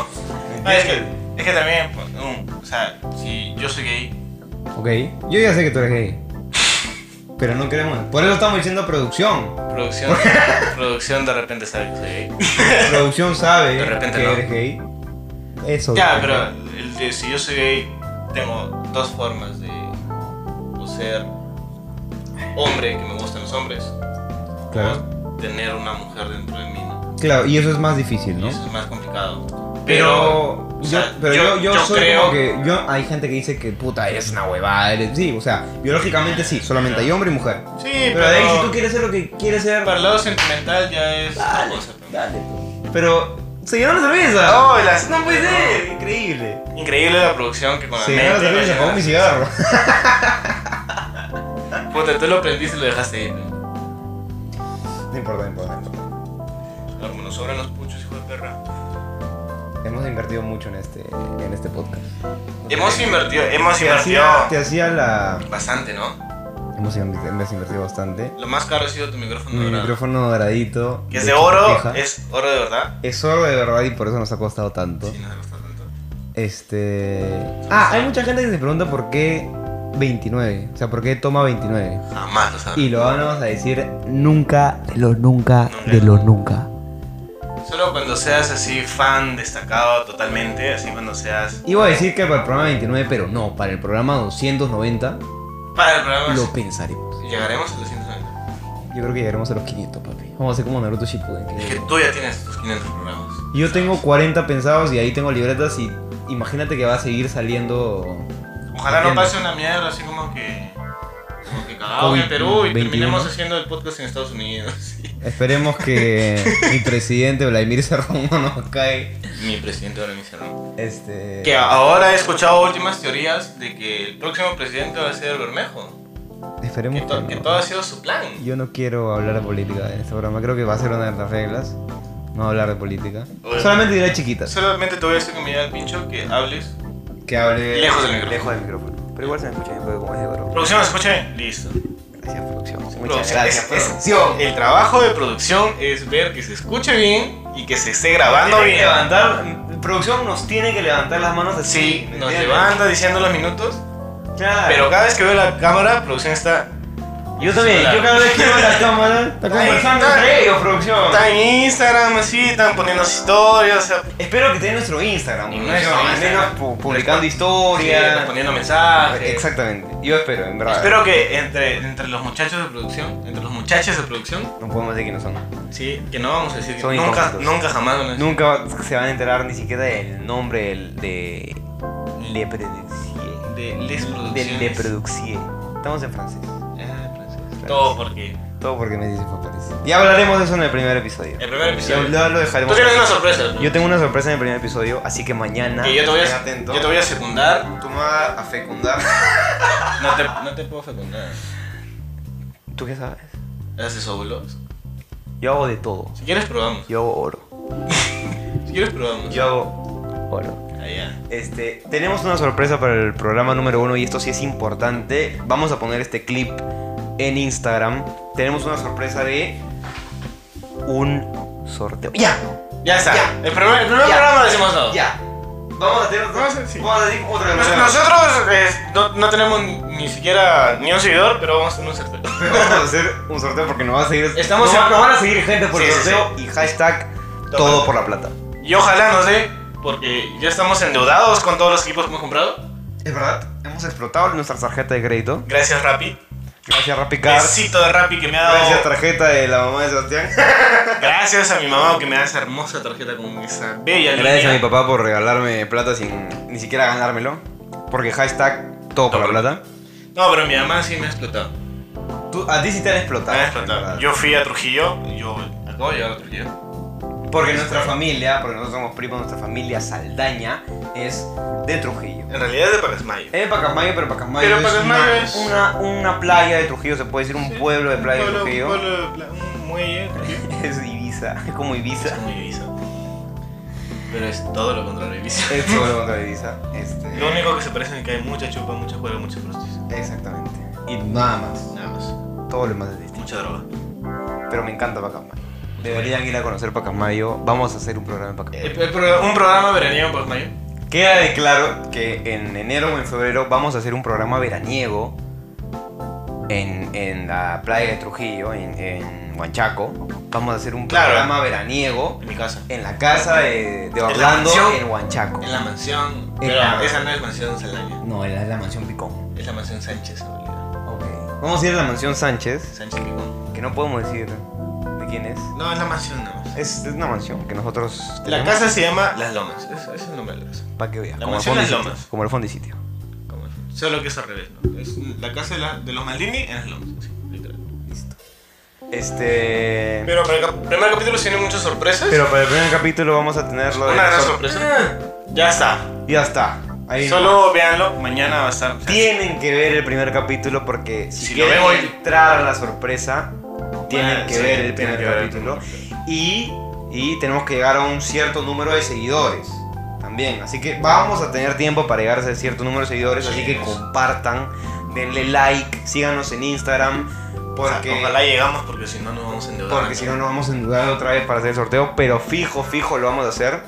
Speaker 3: Ah, es, que, es que también, pues, mm, o sea, si yo soy gay,
Speaker 2: Ok, yo ya sé que tú eres gay. Pero no queremos. Por eso estamos diciendo producción.
Speaker 3: producción, producción de repente sabe que soy gay.
Speaker 2: Producción sabe
Speaker 3: De repente
Speaker 2: que
Speaker 3: no.
Speaker 2: eres gay. Eso.
Speaker 3: Ya, pero el de- si yo soy gay, tengo dos formas de o ser hombre, que me gustan los hombres,
Speaker 2: Claro.
Speaker 3: o tener una mujer dentro de mí, ¿no?
Speaker 2: Claro, y eso es más difícil, ¿no?
Speaker 3: Eso es más complicado. Pero,
Speaker 2: Pero,
Speaker 3: o
Speaker 2: yo,
Speaker 3: sea,
Speaker 2: pero
Speaker 3: yo-
Speaker 2: yo, yo
Speaker 3: yo
Speaker 2: soy
Speaker 3: creo-
Speaker 2: como que yo, hay gente que dice que puta eres una huevada, eres sí, o sea, biológicamente sí, solamente hay hombre y mujer.
Speaker 3: sí,
Speaker 2: Pero de ahí si tú quieres ser lo que quieres ser,
Speaker 3: para el lado sentimental ya es otra
Speaker 2: dale,
Speaker 3: cosa, pero-
Speaker 2: dale. pues. Pero se llenó la cerveza.
Speaker 3: No, las-
Speaker 2: no puede ser, increíble.
Speaker 3: Increíble la producción que con la
Speaker 2: Se llenó la
Speaker 3: mente.
Speaker 2: cerveza,
Speaker 3: ya-
Speaker 2: acabó mi cigarro.
Speaker 3: Puta, tú lo prendiste y lo dejaste ir. ¿no?
Speaker 2: No importa, no importa, no importa.
Speaker 3: Ah, Como nos sobran los puchos, hijo de perra.
Speaker 2: Hemos invertido mucho en este, en este podcast.
Speaker 3: Hemos invertido, hemos
Speaker 2: Te
Speaker 3: invertido
Speaker 2: hacía, te hacía la.
Speaker 3: bastante, ¿no?
Speaker 2: Hemos invertido, hemos invertido bastante.
Speaker 3: Lo más caro ha sido tu micrófono,
Speaker 2: Mi
Speaker 3: ¿verdad?
Speaker 2: micrófono doradito.
Speaker 3: Que es
Speaker 2: de
Speaker 3: de oro,
Speaker 2: chaqueja.
Speaker 3: es oro de verdad.
Speaker 2: Es oro de verdad y por eso nos ha costado tanto.
Speaker 3: Sí, no se gasta tanto.
Speaker 2: Este. Ah, hay mucha gente que se pregunta por qué 29. O sea, por qué toma 29.
Speaker 3: Jamás lo sabrá.
Speaker 2: Y lo vamos a decir nunca, de los nunca,
Speaker 3: Nunca.
Speaker 2: de los nunca.
Speaker 3: Solo cuando seas así fan destacado totalmente, así cuando seas...
Speaker 2: Iba a decir que para el programa 29, pero no, para el programa 290
Speaker 3: Para el programa
Speaker 2: lo pensaremos.
Speaker 3: llegaremos a los 190.
Speaker 2: Yo creo que llegaremos a los 500, papi. Vamos a hacer como Naruto Shippuden.
Speaker 3: Es
Speaker 2: que-
Speaker 3: que tú ya tienes tus 500 programas.
Speaker 2: Eh. Yo tengo 40 pensados y ahí tengo libretas y imagínate que va a seguir saliendo.
Speaker 3: Ojalá no
Speaker 2: Entiendo.
Speaker 3: pase una mierda así como que... Como que cagado
Speaker 2: COVID
Speaker 3: en Perú y
Speaker 2: 21.
Speaker 3: terminemos haciendo el podcast en Estados Unidos.
Speaker 2: Esperemos que mi presidente Vladimir Serrón no nos cae.
Speaker 3: Mi presidente ahora me cerró.
Speaker 2: Este.
Speaker 3: Que ahora he escuchado últimas teorías de que el próximo presidente va a ser Bermejo. Que,
Speaker 2: Esperemos
Speaker 3: to-
Speaker 2: que
Speaker 3: que
Speaker 2: no.
Speaker 3: todo ha sido su plan.
Speaker 2: Yo no quiero hablar de política en este programa. Creo que va a ser una de las reglas. No hablar de política.
Speaker 3: Obviamente.
Speaker 2: Solamente diré chiquitas.
Speaker 3: Solamente te voy a hacer que me diga el pincho que hables.
Speaker 2: Que hable.
Speaker 3: Lejos del micrófono.
Speaker 22: Lejos del micrófono. Pero igual se me escucha bien porque como es de oro.
Speaker 3: Producción, ¿se escucha bien? Listo.
Speaker 22: Gracias, producción. Muchas
Speaker 3: Producción,
Speaker 22: gracias,
Speaker 3: es- es-
Speaker 22: producción.
Speaker 3: El trabajo de producción es ver que se escuche bien y que se esté grabando
Speaker 22: Tiene que
Speaker 3: bien.
Speaker 22: levantar, producción nos tiene que levantar las manos así.
Speaker 3: Sí,
Speaker 22: ¿me
Speaker 3: nos
Speaker 22: entiendes?
Speaker 3: levanta diciendo los minutos.
Speaker 22: Claro.
Speaker 3: Pero cada vez que veo la cámara, producción está.
Speaker 2: Yo también, yo cada vez que veo la cámara, está conversando
Speaker 23: está.
Speaker 2: entre ellos, producción.
Speaker 23: Están en Instagram, así, están poniendo historias, o sea,
Speaker 2: Espero que tengan nuestro Instagram,
Speaker 3: Y
Speaker 2: ¿no?
Speaker 3: nuestro
Speaker 2: al menos
Speaker 3: Instagram.
Speaker 2: pu- publicando
Speaker 3: Están
Speaker 2: historias.
Speaker 3: poniendo mensajes.
Speaker 2: Exactamente, yo espero, en verdad.
Speaker 3: Espero que entre, entre los muchachos de producción, entre los muchachos de producción,
Speaker 2: No podemos decir quiénes son.
Speaker 3: sí, que no vamos a decir que
Speaker 2: Son
Speaker 3: nunca,
Speaker 2: incógnitos.
Speaker 3: nunca jamás van a decir.
Speaker 2: Nunca se van a enterar ni siquiera del nombre del, de Le Predicier.
Speaker 3: de les
Speaker 2: Del
Speaker 3: producciones.
Speaker 2: Le Predicier. Estamos en francés.
Speaker 3: Ah, francés. Todo porque
Speaker 2: Todo porque me dice papá. Ya hablaremos de eso en el primer episodio.
Speaker 3: el primer
Speaker 2: Ya
Speaker 3: episodio.
Speaker 2: lo, lo
Speaker 3: Tú
Speaker 2: dejaremos.
Speaker 3: tienes una sorpresa.
Speaker 2: Yo tengo una sorpresa en el primer episodio, así que mañana.
Speaker 3: que yo te voy
Speaker 2: estén
Speaker 3: a,
Speaker 2: atentos.
Speaker 3: yo te voy a secundar.
Speaker 2: Tú me vas a fecundar.
Speaker 3: No te, no te puedo fecundar.
Speaker 2: ¿Tú qué sabes?
Speaker 3: Haces óvulos.
Speaker 2: Yo hago de todo.
Speaker 3: Si quieres probamos.
Speaker 2: Yo hago oro.
Speaker 3: Si quieres probamos.
Speaker 2: Yo hago oro.
Speaker 3: Allá.
Speaker 2: Este, tenemos una sorpresa para el programa número uno y esto sí es importante. Vamos a poner este clip en Instagram. Tenemos una sorpresa de un sorteo. ¡Ya!
Speaker 3: Ya está.
Speaker 2: Ya.
Speaker 3: El primer, el primer
Speaker 2: Ya.
Speaker 3: programa decimos todo.
Speaker 2: ¡Ya! Vamos a tener
Speaker 23: Vamos a hacer- sí.
Speaker 2: vamos a decir otra vez.
Speaker 3: Nos- Nosotros eh, no, no tenemos ni siquiera ni un seguidor, pero vamos a hacer un sorteo.
Speaker 2: Vamos a hacer un sorteo porque nos va a seguir.
Speaker 3: Estamos
Speaker 2: nos,
Speaker 3: en-
Speaker 2: nos van a seguir gente por
Speaker 3: Sí,
Speaker 2: el
Speaker 3: sí,
Speaker 2: sorteo y hashtag todo por la plata.
Speaker 3: Y ojalá nos dé, porque ya estamos endeudados con todos los equipos que hemos comprado.
Speaker 2: Es verdad, hemos explotado nuestra tarjeta de crédito.
Speaker 3: Gracias, Rappi.
Speaker 2: Gracias RappiCard.
Speaker 3: Besito de Rappi que me ha dado.
Speaker 2: Gracias tarjeta de la mamá de Sebastián.
Speaker 3: Gracias a mi mamá que me da esa hermosa tarjeta con esa bella
Speaker 2: Gracias a mi
Speaker 3: línea.
Speaker 2: papá por regalarme plata sin ni siquiera ganármelo. Porque hashtag todo por la plata.
Speaker 3: No, pero mi mamá sí me ha explotado.
Speaker 2: Tú- a ti sí te han
Speaker 3: Me
Speaker 2: explotado.
Speaker 3: ha
Speaker 2: en
Speaker 3: explotado.
Speaker 2: verdad.
Speaker 3: Yo fui a Trujillo. Yo acabo de llegar a Trujillo.
Speaker 2: Porque nuestra familia, porque nosotros somos primos, nuestra familia Saldaña es de Trujillo.
Speaker 3: En realidad es de Pacasmayo.
Speaker 2: Es de Pacasmayo, pero Pacasmayo,
Speaker 23: Pero
Speaker 2: es,
Speaker 23: Pacasmayo
Speaker 2: una,
Speaker 23: es-
Speaker 2: Una, una playa de Trujillo, se puede decir un pueblo de playa
Speaker 23: un pueblo-
Speaker 2: de Trujillo.
Speaker 23: Un pueblo de pla- un muelle. Trujillo.
Speaker 2: Es Ibiza, es como
Speaker 3: Es
Speaker 2: Ibiza.
Speaker 3: como Ibiza. Pero es todo lo contrario, Ibiza.
Speaker 2: es todo contra Ibiza. Este,
Speaker 3: Lo único que se parece es que hay mucha chupa, mucha juega, mucha prostitución.
Speaker 2: Exactamente.
Speaker 24: Y nada más.
Speaker 3: Nada más.
Speaker 2: Todo lo demás es distinto.
Speaker 3: Mucha droga.
Speaker 2: Pero me encanta Pacasmayo. Deberían ir a conocer Pacasmayo. Vamos a hacer un programa en Pacasmayo.
Speaker 3: El- el pro- un programa veraniego en Pacasmayo.
Speaker 2: Queda de claro que en enero o en febrero vamos a hacer un programa veraniego en, en la playa de Trujillo, en, en Huanchaco. Vamos a hacer un
Speaker 3: Claro.
Speaker 2: programa veraniego
Speaker 3: En mi casa.
Speaker 2: en la casa de, de Orlando,
Speaker 3: mansión.
Speaker 2: en Huanchaco.
Speaker 3: En la mansión.
Speaker 24: En
Speaker 3: pero
Speaker 24: la-
Speaker 3: esa no es mansión Saldaña.
Speaker 24: No, es la, la mansión Picón.
Speaker 3: Es la mansión Sánchez, en realidad.
Speaker 2: Vamos a ir a la mansión Sánchez,
Speaker 3: Sánchez Picón.
Speaker 2: que no podemos decir de quién es.
Speaker 3: No, es la mansión nada más.
Speaker 2: Es, es una mansión que nosotros
Speaker 3: La
Speaker 2: tenemos
Speaker 3: casa se llama Las Lomas. Es, es el nombre de la casa.
Speaker 2: para que veas,
Speaker 3: la
Speaker 2: como el
Speaker 3: mansión
Speaker 2: fondo y
Speaker 3: Las
Speaker 2: sitio.
Speaker 3: Lomas.
Speaker 2: Como el fondo y sitio.
Speaker 3: Como- Solo que es al revés, ¿no? Es la casa de, la- de los Maldini en Las Lomas. así, literal.
Speaker 2: Este...
Speaker 3: Pero para el cap- primer capítulo tiene muchas sorpresas.
Speaker 2: Pero para el primer capítulo vamos a tener lo de...
Speaker 3: Una gran
Speaker 2: sor-
Speaker 3: sorpresa. Ya está.
Speaker 2: Ya está. Ah. Ahí
Speaker 3: Solo véanlo. Mañana va a estar. o sea,
Speaker 2: Tienen que ver el primer capítulo porque si,
Speaker 3: Si lo
Speaker 2: quieren
Speaker 3: veo hoy-
Speaker 2: entrar a la sorpresa, tienen
Speaker 3: Bueno,
Speaker 2: que
Speaker 3: sí,
Speaker 2: ver el
Speaker 3: tienen
Speaker 2: primer
Speaker 3: que ver el
Speaker 2: capítulo.
Speaker 3: primer
Speaker 2: Y, y tenemos que llegar a un cierto número de seguidores también. Así que vamos a tener tiempo para llegar a ese cierto número de seguidores. Así que compartan, denle like, síganos en Instagram. Porque,
Speaker 3: Ojalá llegamos porque si no nos vamos a endeudar.
Speaker 2: porque si no nos vamos a endeudar otra vez para hacer el sorteo. Pero fijo, fijo lo vamos a hacer.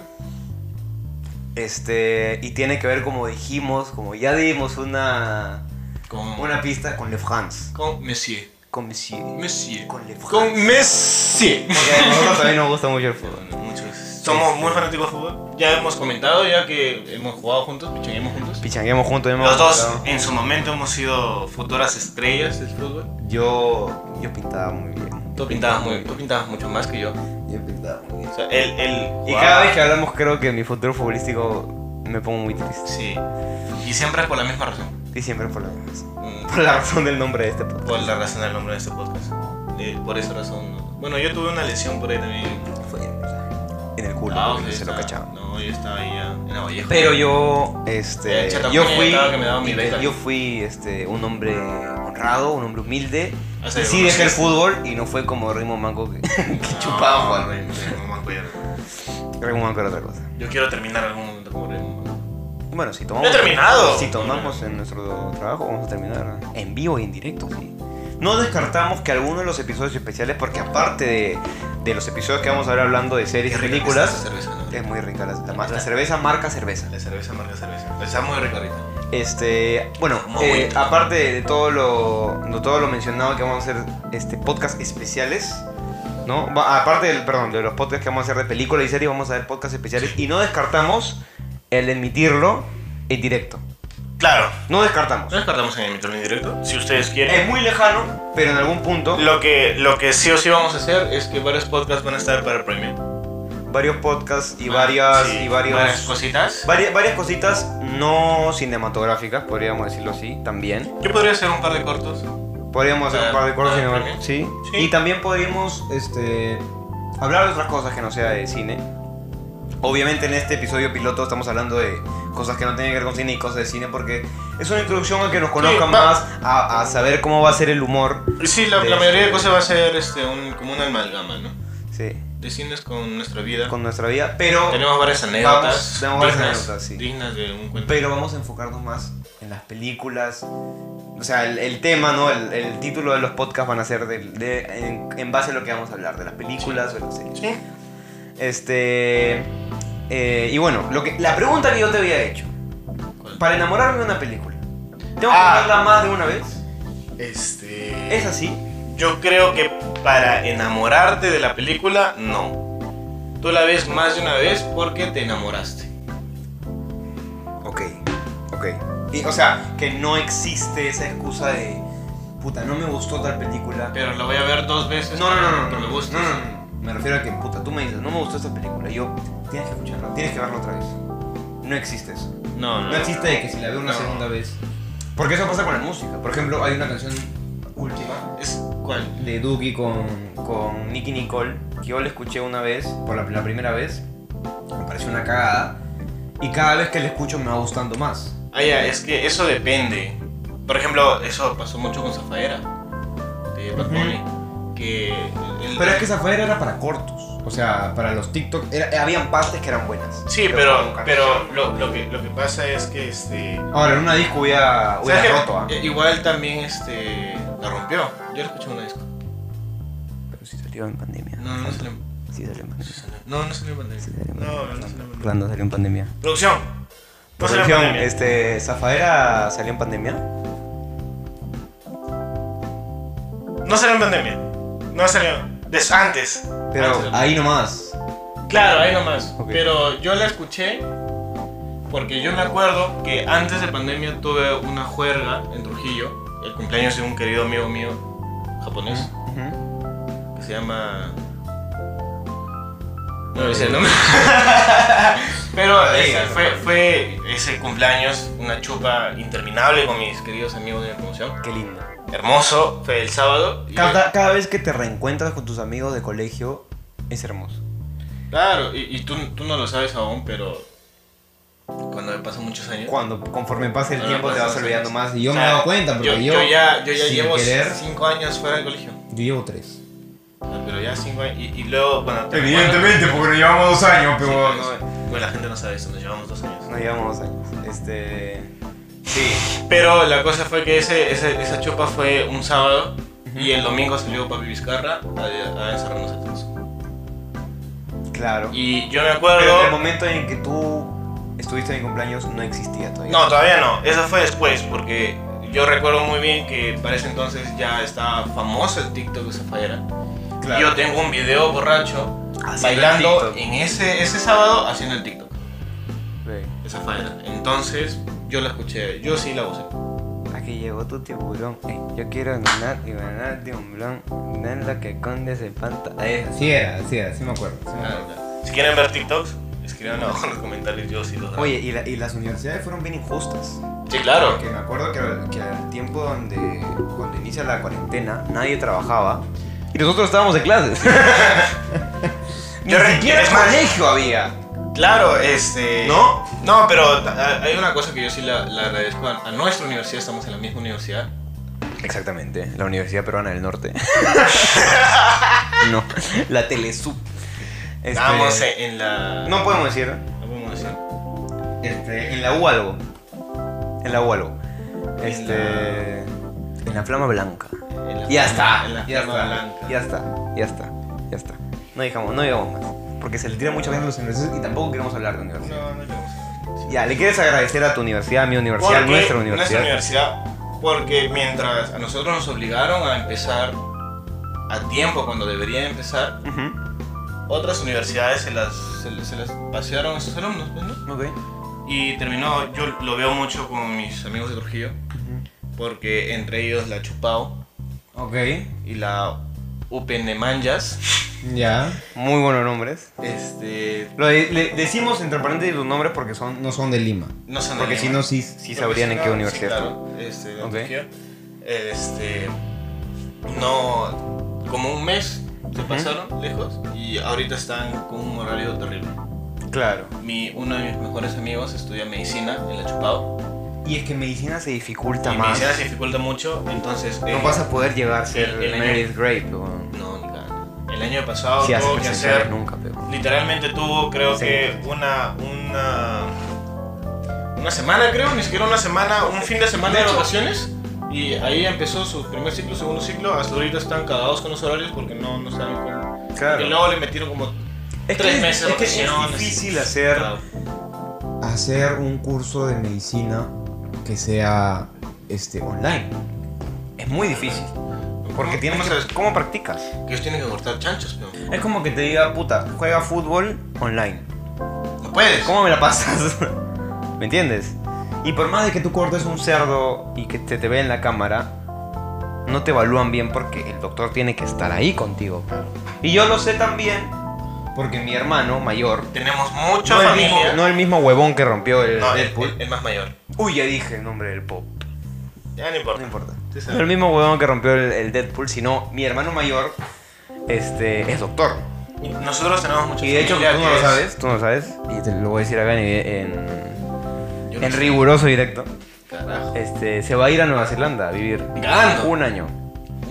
Speaker 2: Este, y tiene que ver como dijimos, como ya dimos una...
Speaker 3: Con,
Speaker 2: Una pista con Le France.
Speaker 3: con Messi.
Speaker 2: Con Monsieur.
Speaker 3: Messi.
Speaker 2: Con Le France.
Speaker 3: Con Messi.
Speaker 2: Porque a nosotros también nos gusta mucho el fútbol.
Speaker 3: Muchos. Somos muy fanáticos de fútbol. Ya hemos comentado, ya que hemos jugado juntos, pichanguemos juntos.
Speaker 2: Pichangueamos juntos. hemos
Speaker 3: Los dos
Speaker 2: jugado.
Speaker 3: en su momento hemos sido futuras estrellas del fútbol.
Speaker 2: Yo, yo pintaba muy bien.
Speaker 3: Tú pintabas, muy, tú pintabas mucho más que yo.
Speaker 24: Yo pintaba muy bien.
Speaker 3: O sea, él, él
Speaker 2: Y
Speaker 3: jugaba-
Speaker 2: cada vez que hablamos creo que mi futuro futbolístico me pongo muy triste.
Speaker 3: Sí. Y siempre por la misma razón.
Speaker 2: Y siempre por la razón.
Speaker 3: Mm,
Speaker 2: Por la razón del nombre de este podcast.
Speaker 3: Por la razón del nombre de este podcast. Eh, por esa razón. no. Bueno, yo tuve una lesión por ahí también.
Speaker 2: Fue en el culo,
Speaker 3: Ah,
Speaker 2: porque
Speaker 3: ok,
Speaker 2: se lo
Speaker 3: está.
Speaker 2: cachaba.
Speaker 3: No, yo estaba ahí ya en la Vallejo.
Speaker 2: Pero yo, este,
Speaker 3: Eh, Chata
Speaker 2: yo
Speaker 3: Muñe
Speaker 2: fui,
Speaker 3: estaba que me daba mi beca.
Speaker 2: yo fui, este, un hombre honrado, un hombre humilde.
Speaker 3: O sea,
Speaker 2: y
Speaker 3: yo
Speaker 2: sí dejé el
Speaker 3: conocí-
Speaker 2: fútbol y no fue como Rimo Manco que, que
Speaker 3: No,
Speaker 2: chupaba.
Speaker 3: no, no, no me acuerdo.
Speaker 2: Rimo Manco era otra cosa.
Speaker 3: Yo quiero terminar algún momento como Remo.
Speaker 2: Bueno, si tomamos.
Speaker 3: ¡No he terminado!
Speaker 2: Si tomamos en nuestro trabajo, vamos a terminar en vivo y en directo, sí. No descartamos que alguno de los episodios especiales, porque aparte de, de los episodios que vamos a hablar hablando de series y películas.
Speaker 3: La cerveza, ¿no?
Speaker 2: Es muy rica la, la mar- la cerveza, marca cerveza.
Speaker 3: La cerveza marca cerveza. Está muy rica ahorita.
Speaker 2: Este, bueno,
Speaker 3: Como
Speaker 2: eh,
Speaker 3: agüita.
Speaker 2: aparte de todo lo de todo lo mencionado que vamos a hacer este podcast especiales, ¿no? Va- aparte del, perdón, de los podcasts que vamos a hacer de películas y series, vamos a hacer podcasts especiales y no descartamos el emitirlo en directo.
Speaker 25: Claro.
Speaker 2: No descartamos.
Speaker 25: No descartamos en el micrófono en directo, si ustedes quieren.
Speaker 2: Es muy lejano, pero en algún punto
Speaker 25: Lo que, lo que sí o sí vamos
Speaker 3: Vamos a hacer es que varios podcasts van a estar para premium.
Speaker 2: varios podcasts y varias
Speaker 25: sí,
Speaker 2: y varios
Speaker 3: Ah, Varias cositas.
Speaker 2: Varias, varias cositas no cinematográficas, podríamos decirlo así, también.
Speaker 3: Yo podría hacer un par de cortos.
Speaker 2: Podríamos hacer un par de cosas
Speaker 3: Ah,
Speaker 2: cinematográficas.
Speaker 3: también.
Speaker 2: Sí.
Speaker 25: Sí.
Speaker 2: Y también podríamos este, hablar de otras cosas que no sea de cine. Obviamente en este episodio piloto estamos hablando de cosas que no tienen que ver con cine y cosas de cine porque es una introducción a que nos conozcan
Speaker 25: va-
Speaker 2: más, a, a saber cómo va a ser el humor.
Speaker 25: a... Sí, la,
Speaker 2: de-
Speaker 25: la mayoría de cosas va a ser...
Speaker 3: Hacer este, un, como una amalgama, ¿no?
Speaker 2: Sí,
Speaker 3: De cines con nuestra vida.
Speaker 2: con nuestra vida. Pero,
Speaker 3: Tenemos varias anécdotas.
Speaker 2: tenemos varias
Speaker 3: dignas-
Speaker 2: anécdotas, sí.
Speaker 3: Dignas de un cuento.
Speaker 2: pero vamos a enfocarnos más en las películas. O sea, el, el tema, ¿no? El, el título de los podcasts van a ser del- de, en, en base a lo que vamos a hablar, de las películas o las series.
Speaker 25: Sí.
Speaker 2: Este. eh, y bueno, lo que, la pregunta que yo te había hecho.
Speaker 3: ¿Cuál?
Speaker 2: Para enamorarme de una película, ¿tengo
Speaker 25: Ah.
Speaker 2: que verla más de una vez?
Speaker 25: Este...
Speaker 2: ¿Es así?
Speaker 25: Yo creo que para enamorarte de la película, no.
Speaker 3: Tú la ves más de una vez porque te enamoraste.
Speaker 2: Ok, ok. Y, o sea, que no existe esa excusa de. Puta, no me gustó tal película.
Speaker 3: Pero la voy a ver dos veces.
Speaker 2: No, no, no, no,
Speaker 3: porque
Speaker 2: no,
Speaker 3: me gusta.
Speaker 2: no, no, no, no. Me refiero a que, puta, tú me dices, no me gustó esta película. y Yo, tienes que escucharla, tienes que verla otra vez. No existe eso.
Speaker 3: No, no.
Speaker 26: No existe de que si la veo una
Speaker 3: No.
Speaker 26: segunda vez. Porque eso pasa con la música. Por ejemplo, hay una canción última
Speaker 3: Es, ¿Cuál?
Speaker 26: de Dookie con,
Speaker 2: Con Nicky Nicole, que yo la escuché una vez.
Speaker 26: por la, la primera vez. Me pareció una cagada. Y cada vez que la escucho me va gustando más.
Speaker 3: Ah, ya, es que eso depende. Por ejemplo, eso pasó mucho con Zafaera de Bad Bunny. Que. el-
Speaker 26: Pero es que esa fuera era para cortos. O sea, para los TikTok. Era,
Speaker 2: Era- habían partes que eran buenas.
Speaker 3: Sí,
Speaker 2: como
Speaker 3: pero,
Speaker 2: canción.
Speaker 3: pero lo, lo que, lo que pasa es que este.
Speaker 26: Ahora, en una disco hubiera, hubiera
Speaker 3: ¿sabes qué?
Speaker 26: roto. ¿ah?
Speaker 3: Eh, Igual también este. La rompió. Yo la escuché en una disco.
Speaker 2: Pero si salió en pandemia.
Speaker 3: No, no salió.
Speaker 2: Sí salió en pandemia.
Speaker 3: No, no salió en pandemia.
Speaker 2: Sí salió en
Speaker 25: No,
Speaker 2: pandemia.
Speaker 25: no salió en pandemia.
Speaker 2: Orlando salió en pandemia.
Speaker 25: Producción. No salió en
Speaker 2: Producción,
Speaker 25: pandemia.
Speaker 2: Este, Zafaera salió en pandemia.
Speaker 25: No salió en pandemia. No salió... Desde antes.
Speaker 2: Pero
Speaker 26: Ahí nomás.
Speaker 3: Claro, ahí nomás.
Speaker 2: Ok.
Speaker 3: Pero yo la escuché porque yo me acuerdo que antes de pandemia tuve una juerga en Trujillo, el cumpleaños de un querido amigo mío japonés
Speaker 2: ujú,
Speaker 3: que se llama. No me sé el nombre. Pero ese fue, fue ese cumpleaños, una chupa interminable con mis queridos amigos de la promoción.
Speaker 2: qué lindo.
Speaker 3: Hermoso, fue el sábado. y-
Speaker 2: Cada, cada vez que te reencuentras con tus amigos de colegio, es hermoso.
Speaker 3: Claro, y, y tú, tú no lo sabes aún, pero cuando me pasan muchos años.
Speaker 2: Cuando conforme pase el
Speaker 3: No,
Speaker 2: tiempo
Speaker 3: no,
Speaker 2: te
Speaker 3: no,
Speaker 2: vas
Speaker 3: no,
Speaker 2: olvidando
Speaker 3: no.
Speaker 2: más.
Speaker 26: Y yo
Speaker 3: O
Speaker 26: me he
Speaker 3: sea,
Speaker 26: dado cuenta, porque yo,
Speaker 3: Yo, yo ya, yo ya
Speaker 26: sin
Speaker 3: llevo
Speaker 26: querer-
Speaker 3: 5 años fuera del colegio.
Speaker 26: yo llevo tres.
Speaker 3: Pero ya 5 años. Y, y luego, bueno, te-
Speaker 26: porque nos llevamos dos años,
Speaker 3: pero- Bueno, la gente no sabe eso, nos llevamos 2 años.
Speaker 2: Nos pues. llevamos dos años. Este.
Speaker 3: Pero la cosa fue que ese, ese- esa chupa fue un sábado y el domingo salió Papi Vizcarra a, a encerrarnos a todos.
Speaker 2: Claro.
Speaker 3: Y yo me
Speaker 2: Pero en el
Speaker 3: acuerdo.
Speaker 2: momento en que tú estuviste en mi cumpleaños, no existía todavía.
Speaker 3: No, todavía no, eso fue después, porque yo recuerdo muy bien que para ese entonces ya estaba famoso el TikTok de Zafayera.
Speaker 2: Claro.
Speaker 3: Yo tengo un video borracho
Speaker 2: Haciendo
Speaker 3: bailando
Speaker 2: el TikTok.
Speaker 3: en ese, ese sábado haciendo el TikTok.
Speaker 2: Ve,
Speaker 3: esa faena. Entonces, yo la escuché, yo sí la gocé.
Speaker 2: Aquí llegó tu tiburón. Ey, yo quiero ganar y ganar de un blon. Nada que conde se espanta. Eh, Ahí es.
Speaker 26: Así era, así era, sí me acuerdo. sí me acuerdo.
Speaker 3: Si quieren ver TikToks, escriban abajo en los comentarios, yo sí los grabo.
Speaker 2: Oye, y, la- y las universidades fueron bien injustas.
Speaker 3: Sí, claro.
Speaker 2: Porque me acuerdo que, al- que al tiempo donde, cuando inicia la cuarentena, nadie trabajaba. Y nosotros estábamos de clases. Ni
Speaker 3: Yo re-
Speaker 2: siquiera
Speaker 3: es más-
Speaker 2: colegio había.
Speaker 3: Claro, este.
Speaker 2: ¿No?
Speaker 3: No, pero ta- a- hay una cosa que yo sí la, la agradezco a, a nuestra universidad, estamos en la misma universidad.
Speaker 2: Exactamente, la Universidad Peruana del Norte. no, la Telesub. Este,
Speaker 3: Estábamos en, en la.
Speaker 2: No podemos decir.
Speaker 3: no podemos decir.
Speaker 2: Este, en la U algo. En la U algo. Este. En la Flama Blanca.
Speaker 3: En la-
Speaker 2: Ya está.
Speaker 3: En la
Speaker 2: ya
Speaker 3: Flama
Speaker 2: está.
Speaker 3: Blanca.
Speaker 2: Ya está. Ya está. Ya está. No digamos, no digamos más. Porque se le tiran muchas veces a los universitarios y tampoco queremos hablar de universidad.
Speaker 23: No, no queremos.
Speaker 2: Ya, ¿le quieres agradecer a tu universidad, a mi universidad, a
Speaker 3: Porque
Speaker 2: nuestra universidad?
Speaker 3: universidad, Porque mientras a nosotros nos obligaron a empezar a tiempo cuando debería empezar,
Speaker 2: Ujú,
Speaker 3: otras universidades se las, se, las- se las pasearon a sus alumnos, pues, ¿no?
Speaker 2: ok.
Speaker 3: Y terminó, yo lo veo mucho con mis amigos de Trujillo, porque entre ellos la Chupao
Speaker 24: Ok,
Speaker 3: y la Upendemanjas,
Speaker 24: ya.
Speaker 2: Muy buenos nombres.
Speaker 3: este,
Speaker 2: Lo de- le decimos entre paréntesis los nombres porque son.
Speaker 24: No son de Lima.
Speaker 3: no son de
Speaker 2: Porque
Speaker 3: Lima.
Speaker 24: Si no, sí.
Speaker 2: Sí sabrían en qué
Speaker 3: Profesional,
Speaker 2: universidad.
Speaker 3: sí, claro, este, de
Speaker 2: Ok.
Speaker 3: Antioquia. Este, no, como un mes se pasaron lejos y ahorita están con un horario terrible.
Speaker 2: están. Claro.
Speaker 3: Mi, uno de mis mejores amigos estudia medicina en la Chupao
Speaker 2: Y es que medicina se dificulta
Speaker 3: y
Speaker 2: más.
Speaker 3: medicina se dificulta mucho, entonces eh,
Speaker 2: No vas a poder llevarse
Speaker 3: El-
Speaker 2: el,
Speaker 3: el año-
Speaker 2: merit grade, weón.
Speaker 3: no, ni cagando. El año pasado
Speaker 2: Si haces
Speaker 3: tuvo que Ah,
Speaker 2: presenciales
Speaker 3: hacer,
Speaker 2: nunca, pero.
Speaker 3: literalmente tuvo creo
Speaker 2: Sí.
Speaker 3: que una, una, una semana creo, ni siquiera una semana, un fin de semana de vacaciones. Y ahí empezó su primer ciclo, segundo ciclo. Hasta ahorita están cagados con los horarios porque no, no saben cómo.
Speaker 2: Claro.
Speaker 3: Y luego le metieron como
Speaker 2: Es
Speaker 3: tres
Speaker 2: es-
Speaker 3: meses de
Speaker 2: es que es
Speaker 3: vacaciones. pues,
Speaker 2: difícil hacer.
Speaker 24: Hacer un curso de medicina que sea este, online.
Speaker 2: Es muy difícil. Porque tienes
Speaker 3: ¿Cómo
Speaker 2: que-
Speaker 3: sabes?
Speaker 2: ¿Cómo practicas?
Speaker 3: que ellos tienen que cortar chanchos, pero
Speaker 2: Es como que te diga, puta, juega fútbol online.
Speaker 3: no puedes.
Speaker 2: ¿Cómo me la pasas? ¿Me entiendes? Y por más de que tú cortes un cerdo y que te, te vea en la cámara, no te evalúan bien porque el doctor tiene que estar ahí contigo. Y yo lo sé también porque mi hermano mayor,
Speaker 3: Tenemos mucha
Speaker 2: no el, mismo,
Speaker 3: familia.
Speaker 2: no el mismo huevón que rompió el
Speaker 3: No, eh, el,
Speaker 2: Deadpool.
Speaker 3: el- el más mayor.
Speaker 2: Uy, ya dije el nombre del pop.
Speaker 3: Ya no
Speaker 2: No
Speaker 3: importa.
Speaker 2: importa.
Speaker 3: Sí, sí.
Speaker 2: No el mismo huevón que rompió el, el Deadpool, sino mi hermano mayor este, es doctor.
Speaker 3: Y Nosotros tenemos mucha
Speaker 2: Y de hecho, tú
Speaker 3: familia
Speaker 2: no
Speaker 3: que
Speaker 2: lo
Speaker 3: es-
Speaker 2: sabes, tú no lo sabes. Y te lo voy a decir acá en, en,
Speaker 3: Yo no
Speaker 2: en
Speaker 3: sé.
Speaker 2: riguroso directo.
Speaker 3: Carajo.
Speaker 2: Este, se va a ir a Nueva Zelanda a vivir.
Speaker 3: Cagando.
Speaker 2: Un año.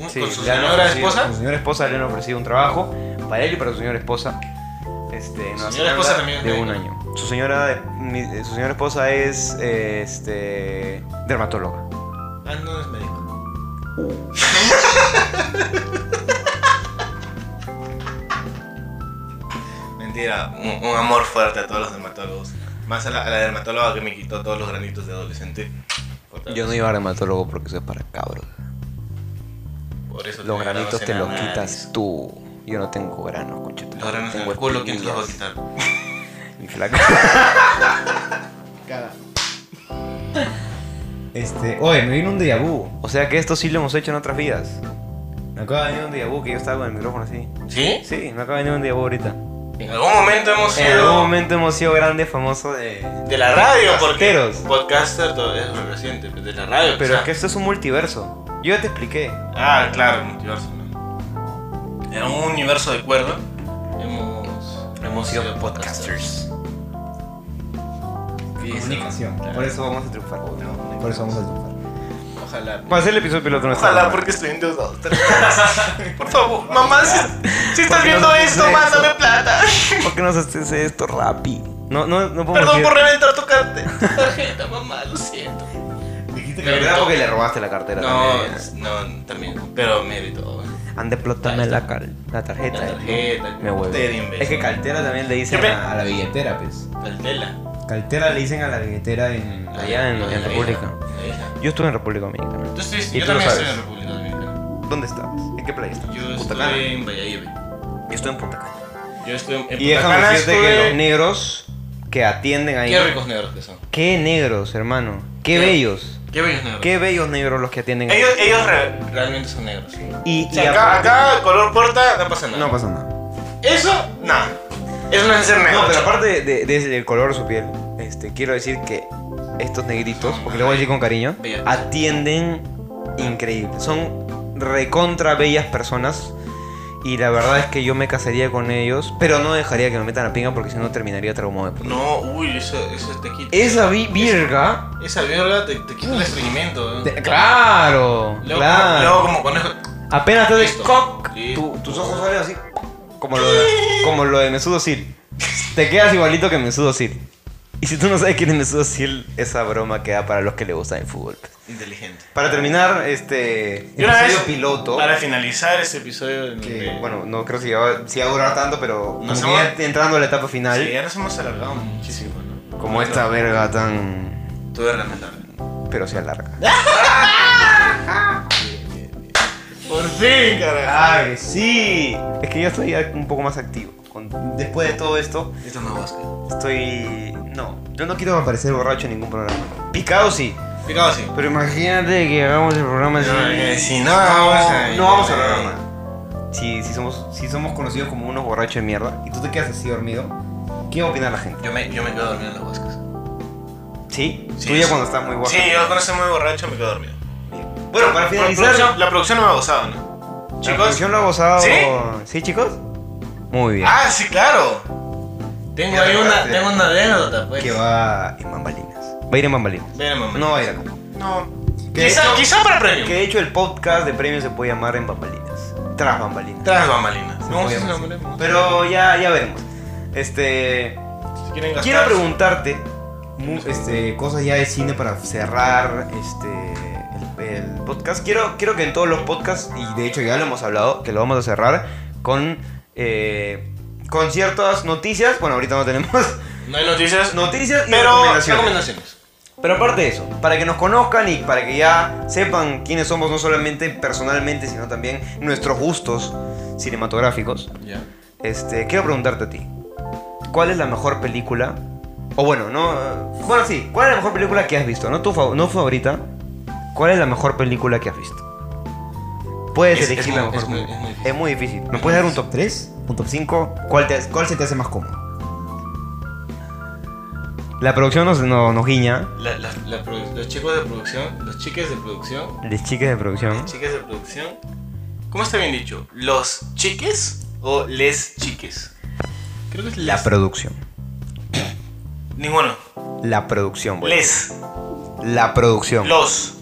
Speaker 2: Sí,
Speaker 3: con su
Speaker 2: le han
Speaker 3: señora
Speaker 2: ofrecido-
Speaker 3: esposa.
Speaker 2: Su señora esposa le han ofrecido un trabajo para él y para su señora esposa. Este, en Nueva
Speaker 3: Señora
Speaker 2: Zelanda,
Speaker 3: esposa también es
Speaker 2: de un
Speaker 3: médico.
Speaker 2: año. Su señora, mi- su señora esposa es eh, este, dermatóloga.
Speaker 3: Ah, no es médico. Mentira, un, un amor fuerte a todos los dermatólogos. Más a la, a la dermatóloga que me quitó todos los granitos de adolescente. Por-
Speaker 2: Yo no iba a dermatólogo porque eso es para cabros.
Speaker 3: por eso tenía
Speaker 2: Los
Speaker 3: la
Speaker 2: granitos
Speaker 3: voz
Speaker 2: te
Speaker 3: Pues en la
Speaker 2: los
Speaker 3: nariz.
Speaker 2: quitas tú. Yo no tengo granos, conchito.
Speaker 3: Los granos en
Speaker 2: tengo
Speaker 3: el culo, ¿quién te los va a
Speaker 2: espinillas.
Speaker 3: quitar?
Speaker 2: Mi flaca.
Speaker 24: Este, oye, me vino un déjà vu.
Speaker 2: O sea que esto sí lo hemos hecho en otras vidas. Me acaba de venir un déjà vu que yo estaba con el micrófono así.
Speaker 3: ¿Sí?
Speaker 2: Sí, me acaba de venir un déjà vu ahorita.
Speaker 3: En algún momento hemos
Speaker 2: En algún
Speaker 3: sido
Speaker 2: momento hemos sido grandes, famosos eh. de...
Speaker 3: de la radio, porque
Speaker 2: Podcasteros.
Speaker 3: podcaster todavía es reciente, pues, de la radio.
Speaker 2: Pero
Speaker 3: o
Speaker 2: es
Speaker 3: sea,
Speaker 2: que esto es un multiverso. Yo ya te expliqué.
Speaker 3: Ah, claro, el multiverso. ¿no? En un universo de cuerda hemos, hemos sido podcasters. Sí,
Speaker 24: Comunicación.
Speaker 3: claro.
Speaker 2: Por eso vamos a triunfar.
Speaker 24: Por eso vamos a triunfar.
Speaker 3: Ojalá.
Speaker 2: Va a ser el episodio piloto. no está
Speaker 3: Pues, Ojalá
Speaker 2: mal.
Speaker 3: porque estoy en dos. Por favor, mamá, si, si estás
Speaker 2: Porque no
Speaker 3: viendo
Speaker 2: haces
Speaker 3: esto,
Speaker 2: eso.
Speaker 3: mándame plata.
Speaker 2: ¿Por qué nos haces esto, Rappi? No, no, no podemos
Speaker 3: Perdón
Speaker 2: decir-
Speaker 3: por reventar tu carte- tu tarjeta, mamá, lo siento.
Speaker 24: Dijiste
Speaker 2: La verdad porque le robaste la cartera
Speaker 3: No,
Speaker 2: también.
Speaker 3: no, también, pero mérito. bueno.
Speaker 2: Han de plotarme la, cal- la tarjeta.
Speaker 3: La tarjeta,
Speaker 2: Me huevo.
Speaker 3: usted, imbécil.
Speaker 2: Es que cartera también le dicen
Speaker 3: Yo me-
Speaker 2: a-
Speaker 24: A la billetera, pues.
Speaker 3: Caltela.
Speaker 24: Caltera le dicen a la billetera en.
Speaker 2: allá en,
Speaker 3: Lo de
Speaker 2: en
Speaker 3: la
Speaker 2: República.
Speaker 3: isla, la isla.
Speaker 2: Yo estuve en República Dominicana.
Speaker 3: Yo, estoy,
Speaker 2: Y
Speaker 3: yo
Speaker 2: tú lo
Speaker 3: también estoy
Speaker 2: sabes.
Speaker 3: en República Dominicana.
Speaker 2: ¿Dónde estabas? ¿En qué playa estabas?
Speaker 3: Yo
Speaker 2: Punta
Speaker 3: estoy
Speaker 2: Cana.
Speaker 3: en Valladolid.
Speaker 2: Yo estuve en Punta Cana.
Speaker 3: Yo estoy en Punta
Speaker 2: Y déjame
Speaker 3: Cana,
Speaker 2: decirte
Speaker 3: estuve-
Speaker 2: que los negros que atienden ahí.
Speaker 3: Qué ricos negros que son.
Speaker 2: Qué negros, hermano. Qué,
Speaker 3: Qué-
Speaker 2: bellos.
Speaker 3: Qué bellos negros.
Speaker 2: Qué bellos negros los que atienden ahí.
Speaker 3: Ellos, ellos re- realmente son negros.
Speaker 2: Y,
Speaker 3: O
Speaker 2: y
Speaker 3: sea, acá,
Speaker 2: aparte-
Speaker 3: acá, color puerta, no pasa nada.
Speaker 24: No pasa nada.
Speaker 3: Eso, nada. Eso no es ser negro.
Speaker 2: No, pero aparte de- de- del color de su piel, este, quiero decir que estos negritos, porque lo voy a decir con cariño,
Speaker 3: Bellas.
Speaker 2: atienden increíble. Son recontra bellas personas. Y la verdad es que yo me casaría con ellos, pero no dejaría que me metan a pinga porque si no terminaría traumado. de por vida.
Speaker 3: No, uy, eso, eso te quita.
Speaker 2: Esa vi- virga.
Speaker 3: Esa viola te, te quita el estreñimiento. ¿eh?
Speaker 2: te- claro,
Speaker 3: Luego,
Speaker 2: claro.
Speaker 3: luego como conejo.
Speaker 2: Apenas te haces
Speaker 3: Listo.
Speaker 2: cock,
Speaker 3: Listo.
Speaker 2: tu- tus ojos salen así. Como lo de, como lo de Mesut Özil. Te quedas igualito que Mesut Özil. Y si tú no sabes quién es Mesut Özil, esa broma queda para los que le gusta el fútbol.
Speaker 1: Inteligente.
Speaker 2: Para terminar, este
Speaker 3: Y una
Speaker 2: episodio
Speaker 3: vez,
Speaker 2: piloto.
Speaker 3: Para finalizar este episodio, en
Speaker 2: que,
Speaker 3: donde-
Speaker 2: bueno, no creo si va, si va a durar tanto, pero como
Speaker 3: Nos
Speaker 2: que
Speaker 3: hemos-
Speaker 2: ya entrando a la etapa final,
Speaker 3: Sí, ya nos hemos alargado muchísimo, ¿no?
Speaker 2: como esta verga tan.
Speaker 1: Tuve que lamentarme.
Speaker 2: pero se alarga.
Speaker 3: Por fin, carajo.
Speaker 2: ¡Ay, sí! Es que yo estoy ya un poco más activo. Con- después de todo esto,
Speaker 1: Esto no bosque.
Speaker 2: estoy. no, yo no quiero aparecer borracho en ningún programa. Picado sí,
Speaker 1: Picado así.
Speaker 2: pero imagínate que hagamos el programa así.
Speaker 1: Si no, vamos a.
Speaker 2: no vamos a hablar nada. Si, si, somos, si somos conocidos como unos borrachos de mierda y tú te quedas así dormido, ¿qué va a opinar la gente?
Speaker 1: Yo me, yo me quedo dormido en los bosques.
Speaker 2: ¿Sí?
Speaker 3: Sí,
Speaker 2: Tú ya
Speaker 3: sí.
Speaker 2: cuando estás muy guapo.
Speaker 3: Sí, yo cuando estoy muy borracho me quedo dormido.
Speaker 2: Bueno, para
Speaker 3: La
Speaker 2: finalizar,
Speaker 3: producción, la producción no me ha gozado, ¿no? Chicos.
Speaker 2: Yo lo he gozado.
Speaker 3: ¿Sí?
Speaker 2: ¿Sí, chicos? Muy bien.
Speaker 3: Ah, sí, claro.
Speaker 1: Tengo
Speaker 2: Ya
Speaker 1: ahí una,
Speaker 2: recordaste.
Speaker 1: tengo una anécdota, pues.
Speaker 2: que va en bambalinas. Va a ir en bambalinas.
Speaker 1: Ven, mamá.
Speaker 2: No va a ir acá.
Speaker 3: No.
Speaker 2: Que de,
Speaker 3: Quizá,
Speaker 2: hecho,
Speaker 3: quizá para premio.
Speaker 2: que de hecho el podcast de premios se puede llamar en bambalinas. Tras bambalinas.
Speaker 3: Tras bambalinas.
Speaker 2: Se
Speaker 3: No,
Speaker 2: puede
Speaker 3: ese
Speaker 2: llamar
Speaker 3: nombre, no.
Speaker 2: Pero ya, ya veremos. Este.
Speaker 3: Si quieren gastar.
Speaker 2: Quiero preguntarte
Speaker 24: Mu-
Speaker 2: este,
Speaker 24: Este, cosas ya de cine para cerrar.
Speaker 2: cerrar este el, el podcast. Quiero, quiero que en todos los podcasts, y de hecho ya lo hemos hablado, que lo vamos a cerrar con, eh, con ciertas noticias. Bueno, ahorita no tenemos
Speaker 3: No hay noticias.
Speaker 2: noticias y
Speaker 3: pero
Speaker 2: recomendaciones.
Speaker 3: recomendaciones.
Speaker 2: Pero aparte de eso, para que nos conozcan y para que ya sepan quiénes somos, no solamente personalmente, sino también nuestros gustos cinematográficos,
Speaker 3: Ya.
Speaker 2: este, quiero preguntarte a ti, ¿cuál es la mejor película? O bueno, no... eh, Bueno, sí, ¿cuál es la mejor película que has visto? No tu fav- no favorita, ¿cuál es la mejor película que has visto? Puedes
Speaker 1: Es- es
Speaker 2: elegir
Speaker 1: muy-
Speaker 2: la mejor
Speaker 1: es muy-
Speaker 2: película.
Speaker 1: es muy difícil.
Speaker 2: es muy difícil. ¿Me puedes dar un top
Speaker 24: 3?
Speaker 2: 5? ¿Cuál, te-
Speaker 24: ¿Cuál se te hace más cómodo?
Speaker 2: La producción nos, nos, nos guiña,
Speaker 1: La- la- la produ- los chicos de producción, los chiques de producción,
Speaker 2: de chicas de producción.
Speaker 1: chicas de producción. ¿Cómo está bien dicho? ¿Los chiques o les chiques? Creo que es
Speaker 2: La
Speaker 1: les.
Speaker 2: producción.
Speaker 3: Ninguno.
Speaker 2: La producción, güey.
Speaker 3: Les.
Speaker 2: La producción.
Speaker 3: Los.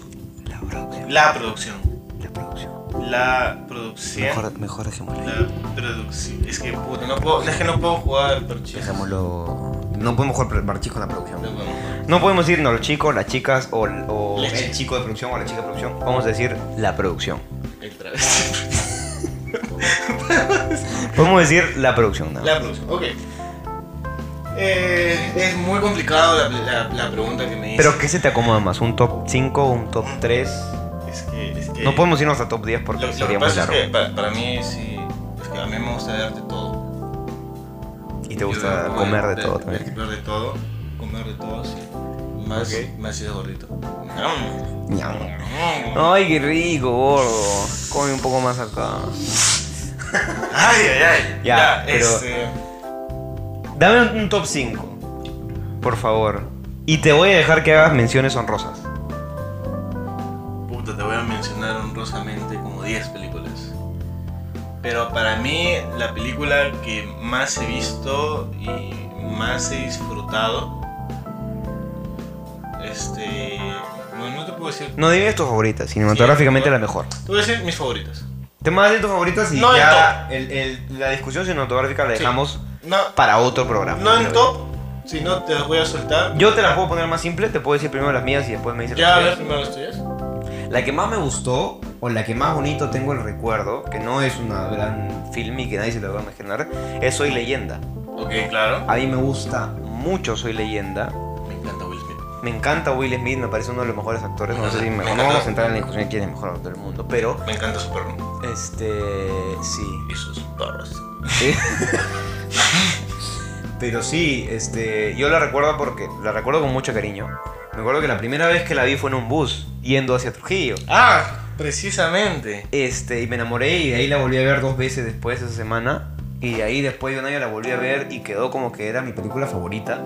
Speaker 2: La producción.
Speaker 3: La producción.
Speaker 2: La producción.
Speaker 3: La
Speaker 1: ¿eh?
Speaker 3: producción.
Speaker 2: Mejor, mejor dejémoslo. ahí.
Speaker 3: La producción. Es que puta, no puedo. Es que no puedo jugar parchís.
Speaker 2: Dejémoslo. No podemos jugar marchís con la
Speaker 1: No,
Speaker 2: producción.
Speaker 1: bueno, bueno.
Speaker 2: No podemos decirnos los chicos, las chicas o, o
Speaker 1: Las
Speaker 2: el
Speaker 1: chicas.
Speaker 2: chico de producción o la chica de producción. Vamos a decir la producción.
Speaker 1: El travesti.
Speaker 2: Podemos decir la producción. nada más.
Speaker 1: La producción, ok. Eh, es muy complicado la, la- la pregunta que me hice.
Speaker 2: Pero ¿qué se te acomoda más? ¿Un top 5? ¿Un top 3?
Speaker 1: es que, es que-
Speaker 2: No podemos irnos a top 10 porque
Speaker 1: Eh, Lo, lo que
Speaker 2: sería muy
Speaker 1: pasa es
Speaker 2: largo.
Speaker 1: que para, para mí sí. Es que a mí me gusta darte todo.
Speaker 2: Y te
Speaker 1: Yo eh,
Speaker 2: gusta
Speaker 1: como
Speaker 2: comer de todo también.
Speaker 1: Comer de todo, comer de todo, sí. Más, más si es gordito. Mm.
Speaker 2: Ñam. Ay, qué rico, gordo. Come un poco más acá.
Speaker 3: Ay, ay, ay.
Speaker 2: Ya, pero-
Speaker 3: este,
Speaker 2: Dame un- un top 5, por favor. Y te voy a dejar que hagas menciones honrosas.
Speaker 1: Puta, te voy a mencionar honrosamente como 10 películas. Pero para mí, la película que más he visto y más he disfrutado. Este. No, no te puedo decir.
Speaker 2: No dime tu favorita, cinematográficamente la mejor.
Speaker 1: Te voy a decir mis favoritas.
Speaker 2: Te más de tus favoritas y
Speaker 3: No en
Speaker 2: ya el- el- la discusión cinematográfica la dejamos
Speaker 3: No,
Speaker 2: para otro programa.
Speaker 3: no en top, sino te las voy a soltar.
Speaker 2: Yo te las puedo poner más simple, te puedo decir primero las mías y después me dices
Speaker 3: Ya, a
Speaker 2: las
Speaker 3: ver
Speaker 2: tuyas.
Speaker 3: primero las tuyas.
Speaker 2: La que más me gustó o la que más bonito tengo el recuerdo, que no es una gran film y que nadie se lo va a imaginar, es Soy Leyenda.
Speaker 1: Ok, claro.
Speaker 2: A mí me gusta mucho Soy Leyenda.
Speaker 1: Me encanta Will Smith.
Speaker 2: Me encanta Will Smith, me parece uno de los mejores actores. No sé si me,
Speaker 1: Me
Speaker 2: no
Speaker 1: encanta.
Speaker 2: vamos a entrar en la discusión de quién es el mejor actor del mundo, pero
Speaker 1: Me encanta su perro.
Speaker 2: este sí.
Speaker 1: Y sus perros.
Speaker 2: Pero sí, este, yo la recuerdo porque la recuerdo con mucho cariño. Me acuerdo que la primera vez que la vi fue en un bus yendo hacia Trujillo.
Speaker 1: Ah, precisamente.
Speaker 2: Este, y me enamoré y de ahí la volví a ver dos veces después esa semana. Y de ahí después de un año la volví a ver y quedó como que era mi película favorita.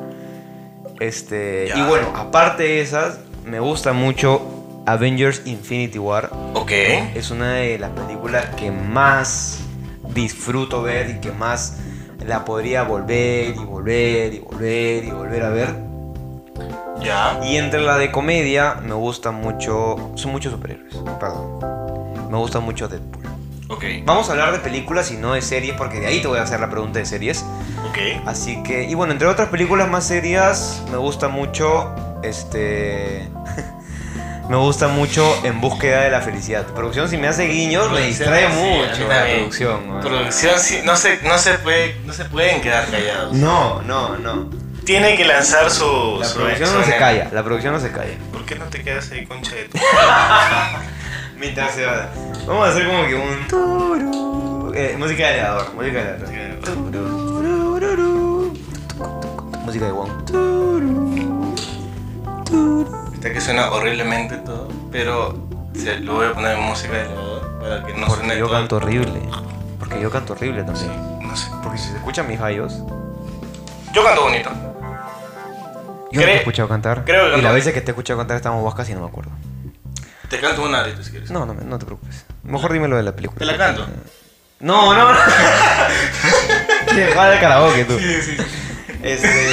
Speaker 2: Este,
Speaker 1: Ya.
Speaker 2: y bueno, aparte de esas, me gusta mucho Avengers Infinity War.
Speaker 1: Ok.
Speaker 2: Es una de las películas que más disfruto ver y que más la podría volver y volver y volver y volver a ver.
Speaker 1: Ya.
Speaker 2: Y entre la de comedia me gusta mucho... Son muchos superhéroes, perdón. Me gusta mucho Deadpool.
Speaker 1: Ok.
Speaker 2: Vamos a hablar de películas y no de series porque de ahí te voy a hacer la pregunta de series.
Speaker 3: Ok.
Speaker 2: Así que, y bueno, entre otras películas más serias, me gusta mucho, este... me gusta mucho En Búsqueda de la Felicidad. Producción, si me hace guiños, me
Speaker 1: Producción,
Speaker 2: distrae
Speaker 1: sí, a mí
Speaker 2: mucho la
Speaker 1: también.
Speaker 2: producción. ¿no?
Speaker 1: Producción, sí, no se, no, se puede, no se pueden quedar callados.
Speaker 2: No, no, no.
Speaker 3: Tiene que lanzar su.
Speaker 2: La
Speaker 3: su
Speaker 2: producción no
Speaker 3: ex-
Speaker 2: se calla, la producción no se calla.
Speaker 3: ¿Por qué no te quedas ahí, concha de tu?
Speaker 2: Mientras se va. Vamos a hacer como que un. turú. Eh, música de elevador, música de elevador. Turú, turú. Música de Wong. Turú.
Speaker 1: Está que suena horriblemente todo, pero se- lo voy a poner en música de elevador para que no suene
Speaker 2: Porque yo
Speaker 1: todo.
Speaker 2: canto horrible. Porque yo canto horrible también.
Speaker 1: No sé.
Speaker 2: Porque si se escuchan mis gallos,
Speaker 1: Yo canto bonito.
Speaker 2: yo no te he
Speaker 1: Cre-
Speaker 2: escuchado cantar.
Speaker 1: creo que
Speaker 2: y las
Speaker 1: no.
Speaker 2: veces que te he escuchado cantar estamos vascas y no me acuerdo.
Speaker 1: Te canto una ahorita si quieres.
Speaker 2: No, no, me- no te preocupes. Mejor dime lo de la película.
Speaker 1: ¿Te la canto?
Speaker 2: No, no, no. Te va al karaoke tú. Este.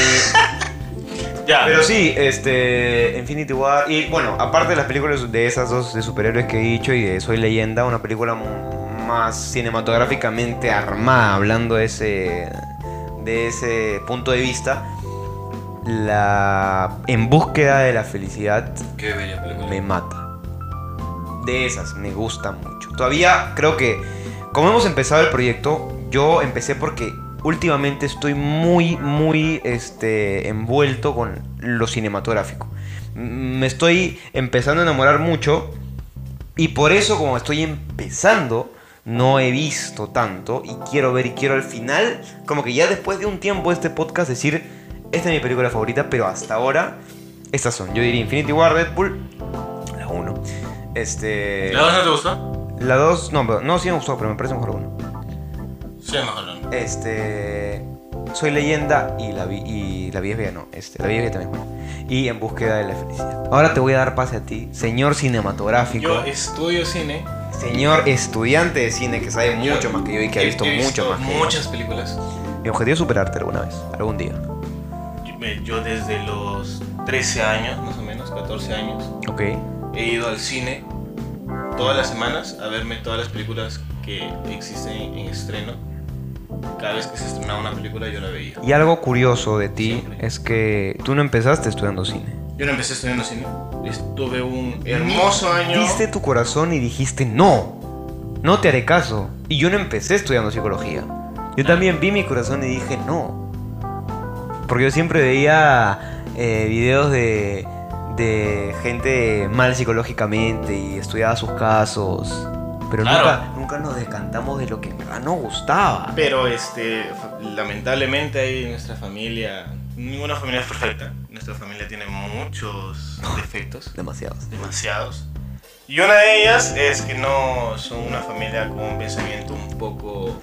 Speaker 3: Ya.
Speaker 2: Pero sí, este, Infinity War. Y bueno, aparte de las películas de esas dos de superhéroes que he dicho y de Soy Leyenda, una película mu- más cinematográficamente armada, hablando de ese, de ese punto de vista, la En Búsqueda de la Felicidad
Speaker 1: Qué bella película.
Speaker 2: me mata. De esas, me gusta mucho. Todavía creo que, como hemos empezado el proyecto, yo empecé porque últimamente estoy muy, muy este, envuelto con lo cinematográfico. M- Me estoy empezando a enamorar mucho y por eso como estoy empezando, no he visto tanto y quiero ver y quiero al final, como que ya después de un tiempo de este podcast decir, esta es mi película favorita, pero hasta ahora estas son. Yo diría Infinity War, Deadpool, la 1. Este...
Speaker 3: ¿La dos no te gustó?
Speaker 2: La 2, no, pero- no, sí me gustó, pero me parece mejor la 1.
Speaker 3: Sí, mejor no.
Speaker 2: Este. Soy leyenda y la, vi, y la vida es bella, no. Este, la vida es bella también es buena. Y en búsqueda de la felicidad. Ahora te voy a dar pase a ti, señor cinematográfico,
Speaker 3: Yo estudio cine.
Speaker 2: señor estudiante de cine que sabe
Speaker 1: Yo-
Speaker 2: mucho más que yo y que ha visto,
Speaker 1: he
Speaker 2: mucho más que yo.
Speaker 1: muchas películas.
Speaker 2: Mi objetivo es superarte alguna vez, algún día.
Speaker 3: Yo, me- yo desde los 13 años, más o menos, 14 años,
Speaker 2: Ok.
Speaker 3: he ido al cine todas las semanas a verme todas las películas que existen en estreno. Cada vez que se estrenaba una película yo la veía.
Speaker 2: Y algo curioso de ti
Speaker 3: Siempre.
Speaker 2: es que tú no empezaste estudiando cine.
Speaker 3: Yo no empecé estudiando cine. Estuve un hermoso año.
Speaker 2: Diste tu corazón y dijiste no, no te haré caso. Y yo no empecé estudiando psicología. Yo
Speaker 3: Ah.
Speaker 2: también vi mi corazón y dije no. Porque yo siempre veía eh, videos de, de gente mal psicológicamente y estudiaba sus casos. Pero
Speaker 3: Claro.
Speaker 2: nunca, nunca nos decantamos de lo que en verdad nos ah, gustaba.
Speaker 3: Pero este, fa- lamentablemente ahí en nuestra familia, ninguna familia es perfecta. Nuestra familia tiene muchos defectos,
Speaker 2: Demasiados.
Speaker 3: demasiados. Y una de ellas es que no son una familia con un pensamiento un poco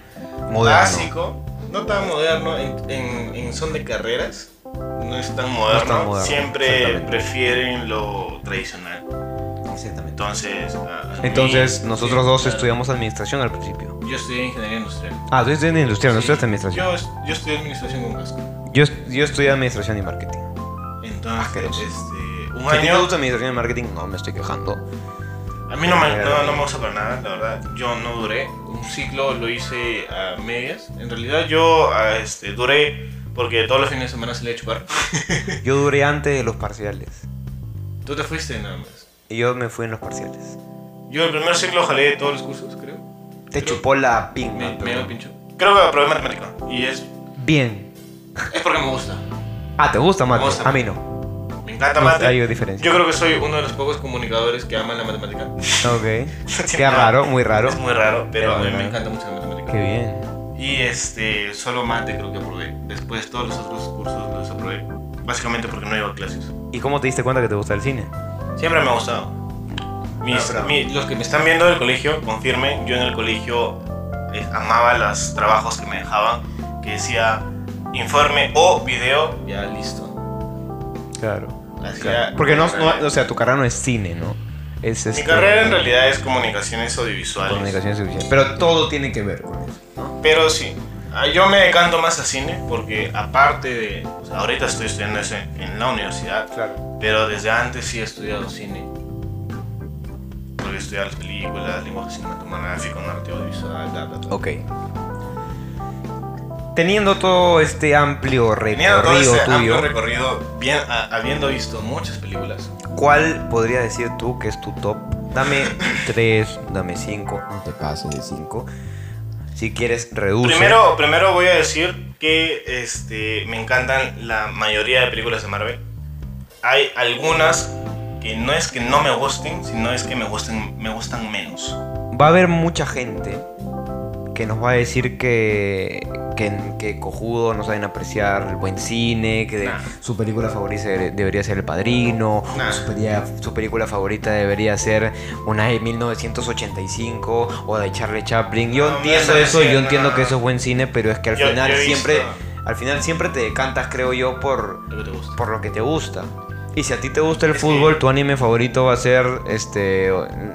Speaker 2: Moderno.
Speaker 3: básico, no tan moderno en, en- en son de carreras. No es tan
Speaker 2: es
Speaker 3: moderno,
Speaker 2: tan moderno,
Speaker 3: siempre
Speaker 2: exactamente.
Speaker 3: prefieren lo tradicional.
Speaker 2: Exactamente.
Speaker 3: Entonces, a- a mí-
Speaker 2: Entonces,
Speaker 3: sí,
Speaker 2: nosotros dos
Speaker 3: claro.
Speaker 2: estudiamos administración al principio.
Speaker 3: Yo estudié ingeniería industrial.
Speaker 2: Ah, tú estudias industrial, no
Speaker 3: Sí.
Speaker 2: estudiaste administración.
Speaker 3: Yo, yo estudié administración con Vasco.
Speaker 2: Yo, yo estudié administración y marketing.
Speaker 3: Entonces,
Speaker 2: Asqueroso.
Speaker 3: este, un
Speaker 2: Si a ti te
Speaker 3: año.
Speaker 2: gusta administración y marketing, no me estoy quejando.
Speaker 3: A mí no me, no, no me gusta para nada, la verdad. Yo no duré. Un ciclo lo hice a medias. En realidad, yo ah, este, duré porque todos los fines de semana se le chupar.
Speaker 2: Yo duré antes de los parciales.
Speaker 3: Tú te fuiste nada más.
Speaker 2: Y yo me fui en los parciales.
Speaker 3: Yo el primer ciclo jalé de todos los cursos, creo.
Speaker 2: Te
Speaker 3: Creo-
Speaker 2: chupó la
Speaker 3: Me,
Speaker 2: pinga.
Speaker 3: me
Speaker 2: Ah, pero-
Speaker 3: lo pinchó. Creo que aprobé matemática. Y es,
Speaker 2: Bien.
Speaker 3: es porque me gusta.
Speaker 2: Ah, ¿te gusta mate?
Speaker 3: Me gusta.
Speaker 2: A mí no.
Speaker 3: Me encanta
Speaker 2: No,
Speaker 3: mate.
Speaker 2: hay diferencia.
Speaker 3: Yo creo que soy uno de los pocos comunicadores que aman la matemática.
Speaker 2: Ok. Qué raro, muy raro.
Speaker 3: Es muy raro, pero a mí
Speaker 2: Pero,
Speaker 3: me
Speaker 2: ¿no?
Speaker 3: encanta mucho la matemática.
Speaker 2: Qué bien.
Speaker 3: Y este, solo mate creo que aprobé. Después todos los otros cursos los aprobé. Básicamente porque no iba a clases.
Speaker 2: ¿Y cómo te diste cuenta que te gusta el cine?
Speaker 3: Siempre me ha gustado. Mis-
Speaker 2: Ah, bravo.
Speaker 3: mi- los que me están viendo del colegio, confirmen, yo en el colegio eh, amaba los trabajos que me dejaban, que decía informe o video. Ya, listo.
Speaker 2: Claro.
Speaker 3: Hacía-
Speaker 2: Porque no, no- o sea, tu carrera no es cine, ¿no? Es
Speaker 3: Mi
Speaker 2: este,
Speaker 3: carrera en realidad es comunicaciones audiovisuales.
Speaker 2: Comunicación suficiente.
Speaker 24: Pero todo tiene que ver con eso.
Speaker 3: Pero sí, ah, yo me decanto más a cine porque aparte de... o sea, ahorita estoy estudiando eso en- en la universidad.
Speaker 24: Claro.
Speaker 3: Pero desde antes sí he estudiado cine. Porque he estudiado las películas, lenguaje cinematográfico, arte audiovisual, bla, bla, bla.
Speaker 2: Ok.
Speaker 24: teniendo todo este amplio
Speaker 27: Teniendo todo
Speaker 24: recorrido
Speaker 27: ese
Speaker 24: tuyo,
Speaker 27: amplio recorrido, bien,
Speaker 3: ah,
Speaker 27: a- habiendo visto muchas películas.
Speaker 2: ¿Cuál podría decir tú que es tu top? Dame 3, dame 5,
Speaker 24: no te pases de
Speaker 2: 5.
Speaker 24: 5.
Speaker 2: Si quieres, reduce.
Speaker 3: Primero, primero voy a decir que este, me encantan la mayoría de películas de Marvel. Hay algunas que no es que no me gusten, sino es que me gusten, me gustan menos.
Speaker 2: va a haber mucha gente que nos va a decir que, que, que cojudo no saben apreciar el buen cine, que de-
Speaker 3: Nah.
Speaker 2: su película favorita de- debería ser El Padrino,
Speaker 3: Nah.
Speaker 2: o su, pelea- su película favorita debería ser una de 1985 o de Charlie Chaplin. Yo
Speaker 3: No,
Speaker 2: entiendo
Speaker 3: hombre,
Speaker 2: eso,
Speaker 3: sí,
Speaker 2: yo entiendo
Speaker 3: no.
Speaker 2: que eso es buen cine, pero es que al
Speaker 3: Yo-
Speaker 2: final
Speaker 3: yo he
Speaker 2: siempre
Speaker 3: visto-
Speaker 2: al final siempre te decantas, creo yo, por
Speaker 27: Lo que te gusta.
Speaker 2: por lo que te gusta. Y si a ti te gusta el
Speaker 3: Sí.
Speaker 2: fútbol, tu anime favorito va a ser este,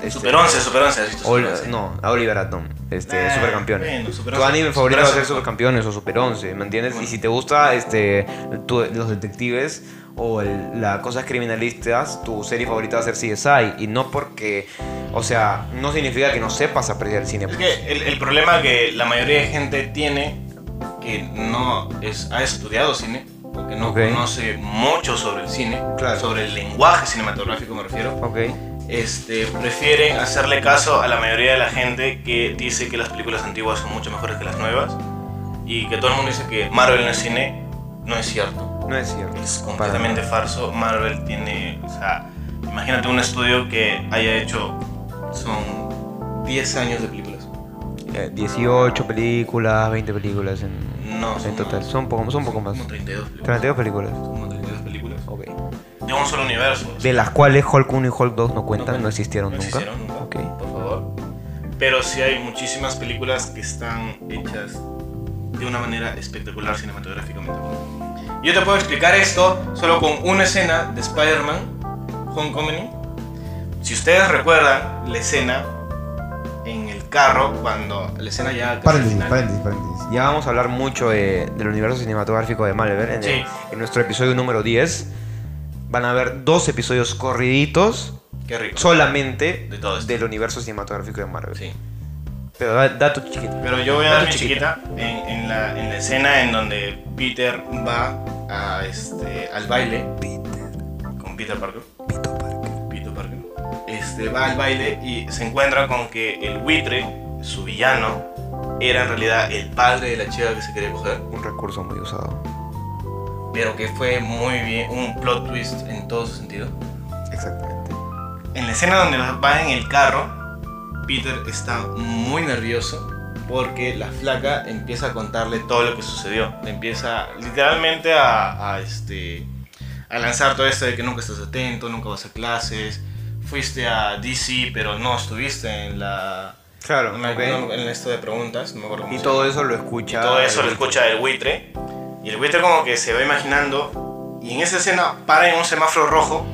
Speaker 2: este
Speaker 3: Super 11, Super 11, ¿has visto Super
Speaker 2: Ol-
Speaker 3: 11?
Speaker 2: no, a Oliver Atom, este,
Speaker 3: Ah, Nah,
Speaker 2: Supercampeones.
Speaker 3: bueno, Super
Speaker 2: tu
Speaker 3: 11,
Speaker 2: anime
Speaker 3: Super
Speaker 2: favorito va a
Speaker 3: 11.
Speaker 2: ser Supercampeones o Super 11, ¿me entiendes? Y
Speaker 3: Bueno.
Speaker 2: si te gusta este, tu- los detectives o el- las cosas criminalistas, tu serie favorita va a ser CSI. Y no porque, o sea, no significa que no sepas apreciar el cine.
Speaker 3: Es
Speaker 2: pues.
Speaker 3: que el, el problema que la mayoría de gente tiene que no es, ha estudiado cine, o que no
Speaker 2: Ok.
Speaker 3: conoce mucho sobre el cine,
Speaker 2: Claro.
Speaker 3: sobre el lenguaje cinematográfico me refiero,
Speaker 2: Ok.
Speaker 3: este, prefieren hacerle caso a la mayoría de la gente que dice que las películas antiguas son mucho mejores que las nuevas y que todo el mundo dice que Marvel no es cine, no es cierto.
Speaker 2: No es cierto.
Speaker 3: Es
Speaker 2: Para
Speaker 3: completamente falso. Marvel tiene. O sea, imagínate un estudio que haya hecho. Son 10 años de películas.
Speaker 2: Eh, 18 películas, 20 películas en,
Speaker 3: No, son
Speaker 2: en total. Son poco, son poco más.
Speaker 3: como 32 películas.
Speaker 2: 32 películas.
Speaker 3: Como 32 películas.
Speaker 2: Ok.
Speaker 3: De un solo universo. o sea,
Speaker 2: De las cuales Hulk 1 y Hulk 2 no cuentan, no,
Speaker 3: cuentan.
Speaker 2: existieron
Speaker 3: no
Speaker 2: nunca.
Speaker 3: existieron nunca.
Speaker 2: Ok.
Speaker 3: Por favor. Pero sí hay muchísimas películas que están hechas de una manera espectacular cinematográficamente. Yo te puedo explicar esto solo con una escena de Spider-Man Homecoming. Si ustedes recuerdan la escena en el carro cuando la escena ya casi al
Speaker 24: Paréntesis,
Speaker 3: final.
Speaker 24: paréntesis, paréntesis.
Speaker 2: Ya vamos a hablar mucho de- del universo cinematográfico de Marvel. En,
Speaker 3: Sí.
Speaker 2: en nuestro episodio número 10 van a haber dos episodios corriditos
Speaker 3: Qué rico.
Speaker 2: solamente
Speaker 3: De todo esto.
Speaker 2: del universo cinematográfico de Marvel.
Speaker 3: Sí.
Speaker 2: Pero da- dato chiquito.
Speaker 3: Pero yo voy a
Speaker 2: Dale,
Speaker 3: dar mi chiquita en, en la, en la escena en donde Peter va a, este, al baile. Con Peter Parker. Peter Parker. Este, va al baile y se encuentra con que el buitre, su villano, era en realidad el padre de la chica que se quería coger.
Speaker 2: Un recurso muy usado.
Speaker 3: Pero que fue muy bien, un plot twist en todo su sentido.
Speaker 2: Exactamente.
Speaker 3: En la escena donde va en el carro, Peter está muy nervioso porque la flaca empieza a contarle todo lo que sucedió. Le empieza literalmente a, a, este, a lanzar todo esto de que nunca estás atento, nunca vas a clases, fuiste a DC pero no estuviste en la...
Speaker 2: Claro,
Speaker 3: En, la- en esto de preguntas, no me acuerdo
Speaker 2: Y
Speaker 3: cómo se
Speaker 2: todo
Speaker 3: llama.
Speaker 2: eso lo escucha.
Speaker 3: Y todo eso lo escucha el buitre. Y el buitre como que se va imaginando. Y en esa escena para en un semáforo rojo.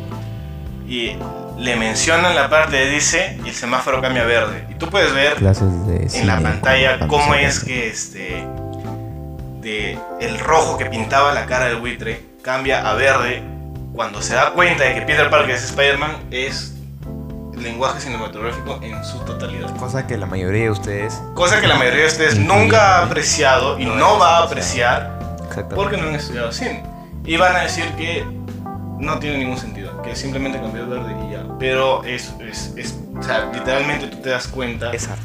Speaker 3: Y le mencionan la parte de dice y el semáforo cambia a verde. Y tú puedes ver
Speaker 24: Clases de
Speaker 3: en la pantalla cómo es que este de el rojo que pintaba la cara del buitre cambia a verde cuando se da cuenta de que Peter Parker es Spider-Man es lenguaje cinematográfico en su totalidad.
Speaker 2: Cosa que la mayoría de ustedes.
Speaker 3: Cosa que la mayoría de ustedes
Speaker 24: Increíble.
Speaker 3: nunca ha apreciado y no va a apreciar
Speaker 2: Exactamente.
Speaker 3: porque no han estudiado cine. Y van a decir que no tiene ningún sentido, que simplemente cambió el verde y ya. Pero es, es, es- o sea, literalmente tú te das cuenta
Speaker 2: Es arte.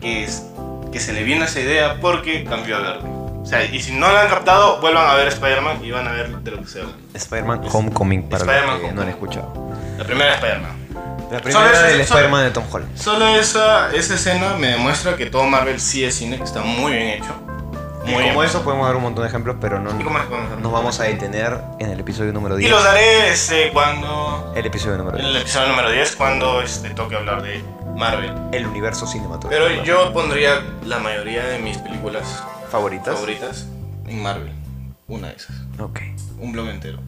Speaker 3: que, es, que se le vino esa idea porque cambió el verde. O sea, y si no la han captado, vuelvan a ver Spider-Man y van a ver de lo que se habla.
Speaker 2: Spider-man Homecoming para
Speaker 3: Spider-Man
Speaker 2: los que no han
Speaker 3: Homecoming.
Speaker 2: escuchado.
Speaker 3: La primera Spider-Man.
Speaker 2: La
Speaker 3: Solo
Speaker 2: primera
Speaker 3: eso-
Speaker 2: del
Speaker 3: solo-
Speaker 2: Spider-Man de Tom Holland.
Speaker 3: Solo esa, esa escena me demuestra que todo Marvel sí es cine, que está muy bien hecho. Muy
Speaker 2: Y
Speaker 3: bien.
Speaker 2: como eso podemos dar un montón de ejemplos, pero no
Speaker 3: ¿Y cómo es? ¿Cómo es?
Speaker 2: nos vamos a detener en el episodio número
Speaker 3: Y
Speaker 2: 10.
Speaker 3: los daré este, cuando.
Speaker 2: El episodio número
Speaker 3: En
Speaker 2: 10.
Speaker 3: el episodio número 10, cuando este, toque hablar de Marvel.
Speaker 2: el universo cinematográfico.
Speaker 3: Pero yo pondría la mayoría de mis películas
Speaker 2: favoritas.
Speaker 3: favoritas en Marvel. Una de esas.
Speaker 2: Ok.
Speaker 3: Un blog entero.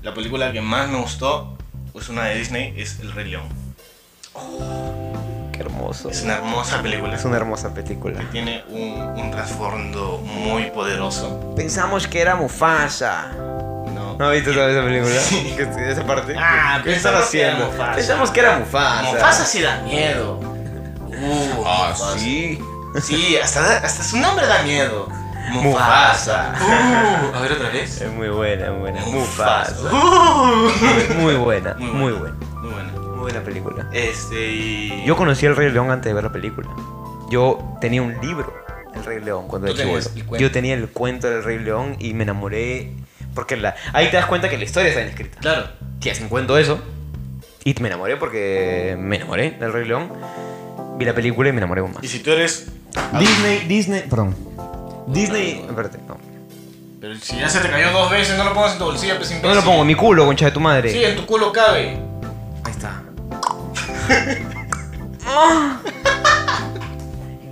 Speaker 3: La película que más me gustó es una de Disney, es El Rey León.
Speaker 2: Qué hermoso.
Speaker 3: Es una hermosa película.
Speaker 2: Es una hermosa película.
Speaker 3: Tiene un, un trasfondo muy poderoso.
Speaker 2: Pensamos que era Mufasa.
Speaker 3: No.
Speaker 2: ¿No viste toda esa película? Que- Esa parte.
Speaker 28: Ah,
Speaker 2: ¿Qué están
Speaker 28: pensamos que era
Speaker 2: haciendo?
Speaker 28: Mufasa.
Speaker 2: Pensamos que era
Speaker 3: Ah,
Speaker 2: Mufasa.
Speaker 28: Mufasa sí da miedo. Uh,
Speaker 2: Ah,
Speaker 28: Mufasa.
Speaker 2: sí.
Speaker 28: Sí, hasta, hasta su nombre da miedo.
Speaker 2: Mufasa.
Speaker 1: Uh, a ver otra vez.
Speaker 2: Es muy buena, muy buena.
Speaker 1: Mufasa.
Speaker 2: Mufasa. Muy buena,
Speaker 1: Muy buena. Muy
Speaker 2: muy buena.
Speaker 1: buena.
Speaker 2: Muy buena película.
Speaker 1: Este y.
Speaker 2: Yo conocí al Rey León antes de ver la película. Yo tenía un libro, El Rey León, cuando
Speaker 1: Tú
Speaker 2: era
Speaker 1: tenías
Speaker 2: chibolo.
Speaker 1: el cuento.
Speaker 2: Yo tenía el cuento del Rey León y me enamoré. Porque la, ahí te das cuenta que la historia está bien escrita.
Speaker 1: Claro.
Speaker 2: Te hacen cuento eso. Y me enamoré porque me enamoré del Rey León. Vi la película y me enamoré aún más.
Speaker 3: Y si tú eres.
Speaker 24: Disney, Disney, perdón. Disney.
Speaker 2: Espérate, no.
Speaker 3: Pero si ya se te cayó dos veces, no lo pongas en tu bolsillo, pues imbécil.
Speaker 2: ¿Dónde lo pongo? En Mi culo, concha de tu madre.
Speaker 3: Sí, en tu culo cabe.
Speaker 2: Ahí está.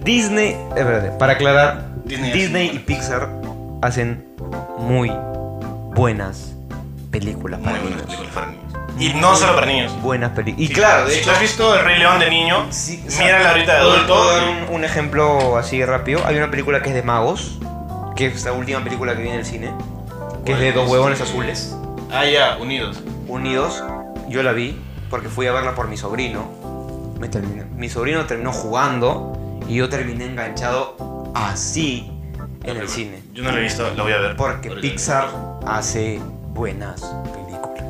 Speaker 2: Disney, eh, espérate, para aclarar, Disney,
Speaker 3: Disney
Speaker 2: y Pixar hacen muy buenas películas para
Speaker 3: Muy buenas
Speaker 2: niños.
Speaker 3: películas para niños. Y no solo para niños.
Speaker 2: Buenas películas. Y claro, de
Speaker 3: si
Speaker 2: hecho,
Speaker 3: tú has visto El Rey León de niño,
Speaker 2: sí, o sea,
Speaker 3: mírala ahorita de
Speaker 2: puedo- puedo dar
Speaker 3: adulto.
Speaker 2: un, un ejemplo así rápido. Hay una película que es de magos, que es la última película que vi en el cine, que es de dos huevones azules.
Speaker 3: Ah, ya, unidos.
Speaker 2: Unidos, yo la vi porque fui a verla por mi sobrino. Me terminó- mi sobrino terminó jugando y yo terminé enganchado así en el cine.
Speaker 3: Yo no la he visto, la voy a ver.
Speaker 2: Porque
Speaker 3: Ahorita.
Speaker 2: Pixar hace buenas películas.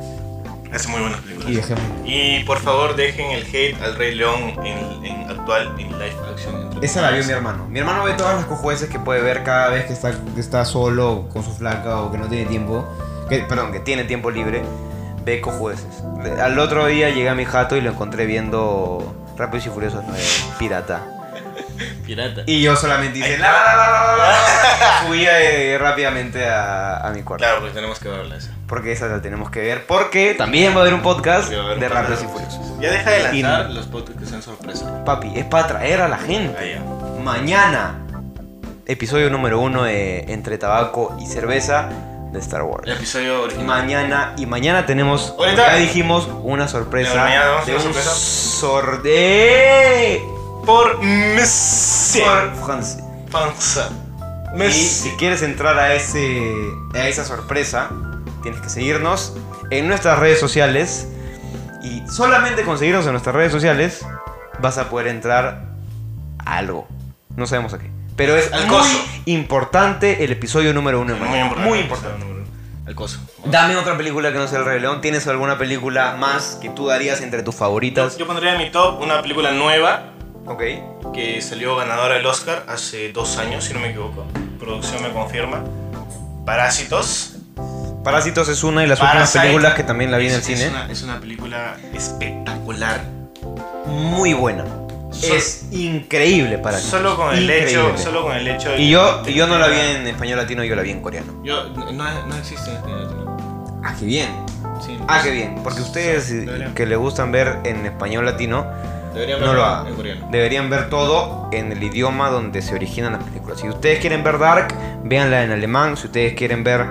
Speaker 3: Hace muy buenas películas.
Speaker 24: Y dejemos.
Speaker 3: Y por favor dejen el hate al Rey León en, en actual en live action. entre
Speaker 24: Esa la vio
Speaker 3: comillas.
Speaker 24: mi hermano. Mi hermano ve todas las cojueces que puede ver cada vez que está, que está solo con su flaca o que no tiene tiempo.
Speaker 2: Que, perdón, que tiene tiempo libre, ve cojueces. Al otro día llegué a mi jato y lo encontré viendo Rápidos y Furiosos 9, pirata.
Speaker 1: Pirata.
Speaker 24: Y yo solamente hice la la la la la, la. Fui eh, rápidamente a, a mi cuarto.
Speaker 3: Claro, porque tenemos que verla esa.
Speaker 2: Porque esa la tenemos que ver. Porque también va a haber un podcast
Speaker 3: Porque va a haber un
Speaker 2: de
Speaker 3: podcast.
Speaker 2: Rápidos y Furiosos.
Speaker 3: Ya deja de
Speaker 2: Y-
Speaker 3: lanzar los podcasts que sean sorpresa.
Speaker 2: Papi, es para atraer a la gente.
Speaker 3: Ah, ya.
Speaker 2: Mañana, episodio número uno de Entre Tabaco y Cerveza de Star
Speaker 3: El
Speaker 2: Wars.
Speaker 3: episodio original.
Speaker 2: Mañana y mañana tenemos, como
Speaker 3: Ahorita.
Speaker 2: ya dijimos, una
Speaker 3: Pero mañana
Speaker 2: sorpresa
Speaker 3: vamos a
Speaker 2: de
Speaker 3: una
Speaker 2: un
Speaker 3: sorpresa.
Speaker 2: sorde
Speaker 3: Por Messi.
Speaker 2: por francés.
Speaker 3: Panza.
Speaker 2: Y
Speaker 3: Messi.
Speaker 2: si quieres entrar a, ese, a esa sorpresa, tienes que seguirnos en nuestras redes sociales. Y solamente con seguirnos en nuestras redes sociales vas a poder entrar a algo. No sabemos a qué. Pero es
Speaker 3: Al
Speaker 2: muy
Speaker 3: coso.
Speaker 2: importante el episodio número uno. de
Speaker 3: Muy
Speaker 2: mañana.
Speaker 3: importante.
Speaker 2: Muy importante.
Speaker 3: El coso.
Speaker 2: Dame otra película que no sea El Rey León. ¿Tienes alguna película más que tú darías entre tus favoritas?
Speaker 3: Yo pondría en mi top una película nueva
Speaker 2: Ok.
Speaker 3: que salió ganadora del Oscar hace dos años, si no me equivoco. Producción me confirma. Parásitos.
Speaker 2: Parásitos es una de las
Speaker 3: Parasite.
Speaker 2: últimas películas que también la vi en el
Speaker 3: Es- es
Speaker 2: cine.
Speaker 3: una- es una película espectacular.
Speaker 2: Muy buena.
Speaker 3: Sol-
Speaker 2: es increíble para mí.
Speaker 3: Solo con el
Speaker 2: Increíble.
Speaker 3: hecho, solo con el hecho. de
Speaker 2: Y
Speaker 3: que-
Speaker 2: yo,
Speaker 3: de
Speaker 2: y yo no la vi
Speaker 3: que-
Speaker 2: en español latino, yo la vi en coreano.
Speaker 3: Yo no, no existe en español latino.
Speaker 24: Ah, qué bien.
Speaker 3: Sí,
Speaker 2: Ah, qué bien. Porque ustedes eh,
Speaker 3: deberían.
Speaker 2: que le gustan ver en español latino,
Speaker 3: debería
Speaker 2: no
Speaker 3: verlo
Speaker 2: lo
Speaker 3: en
Speaker 2: hagan.
Speaker 3: coreano.
Speaker 2: Deberían ver todo en el idioma donde se originan las películas. Si ustedes quieren ver Dark, véanla en alemán. Si ustedes quieren ver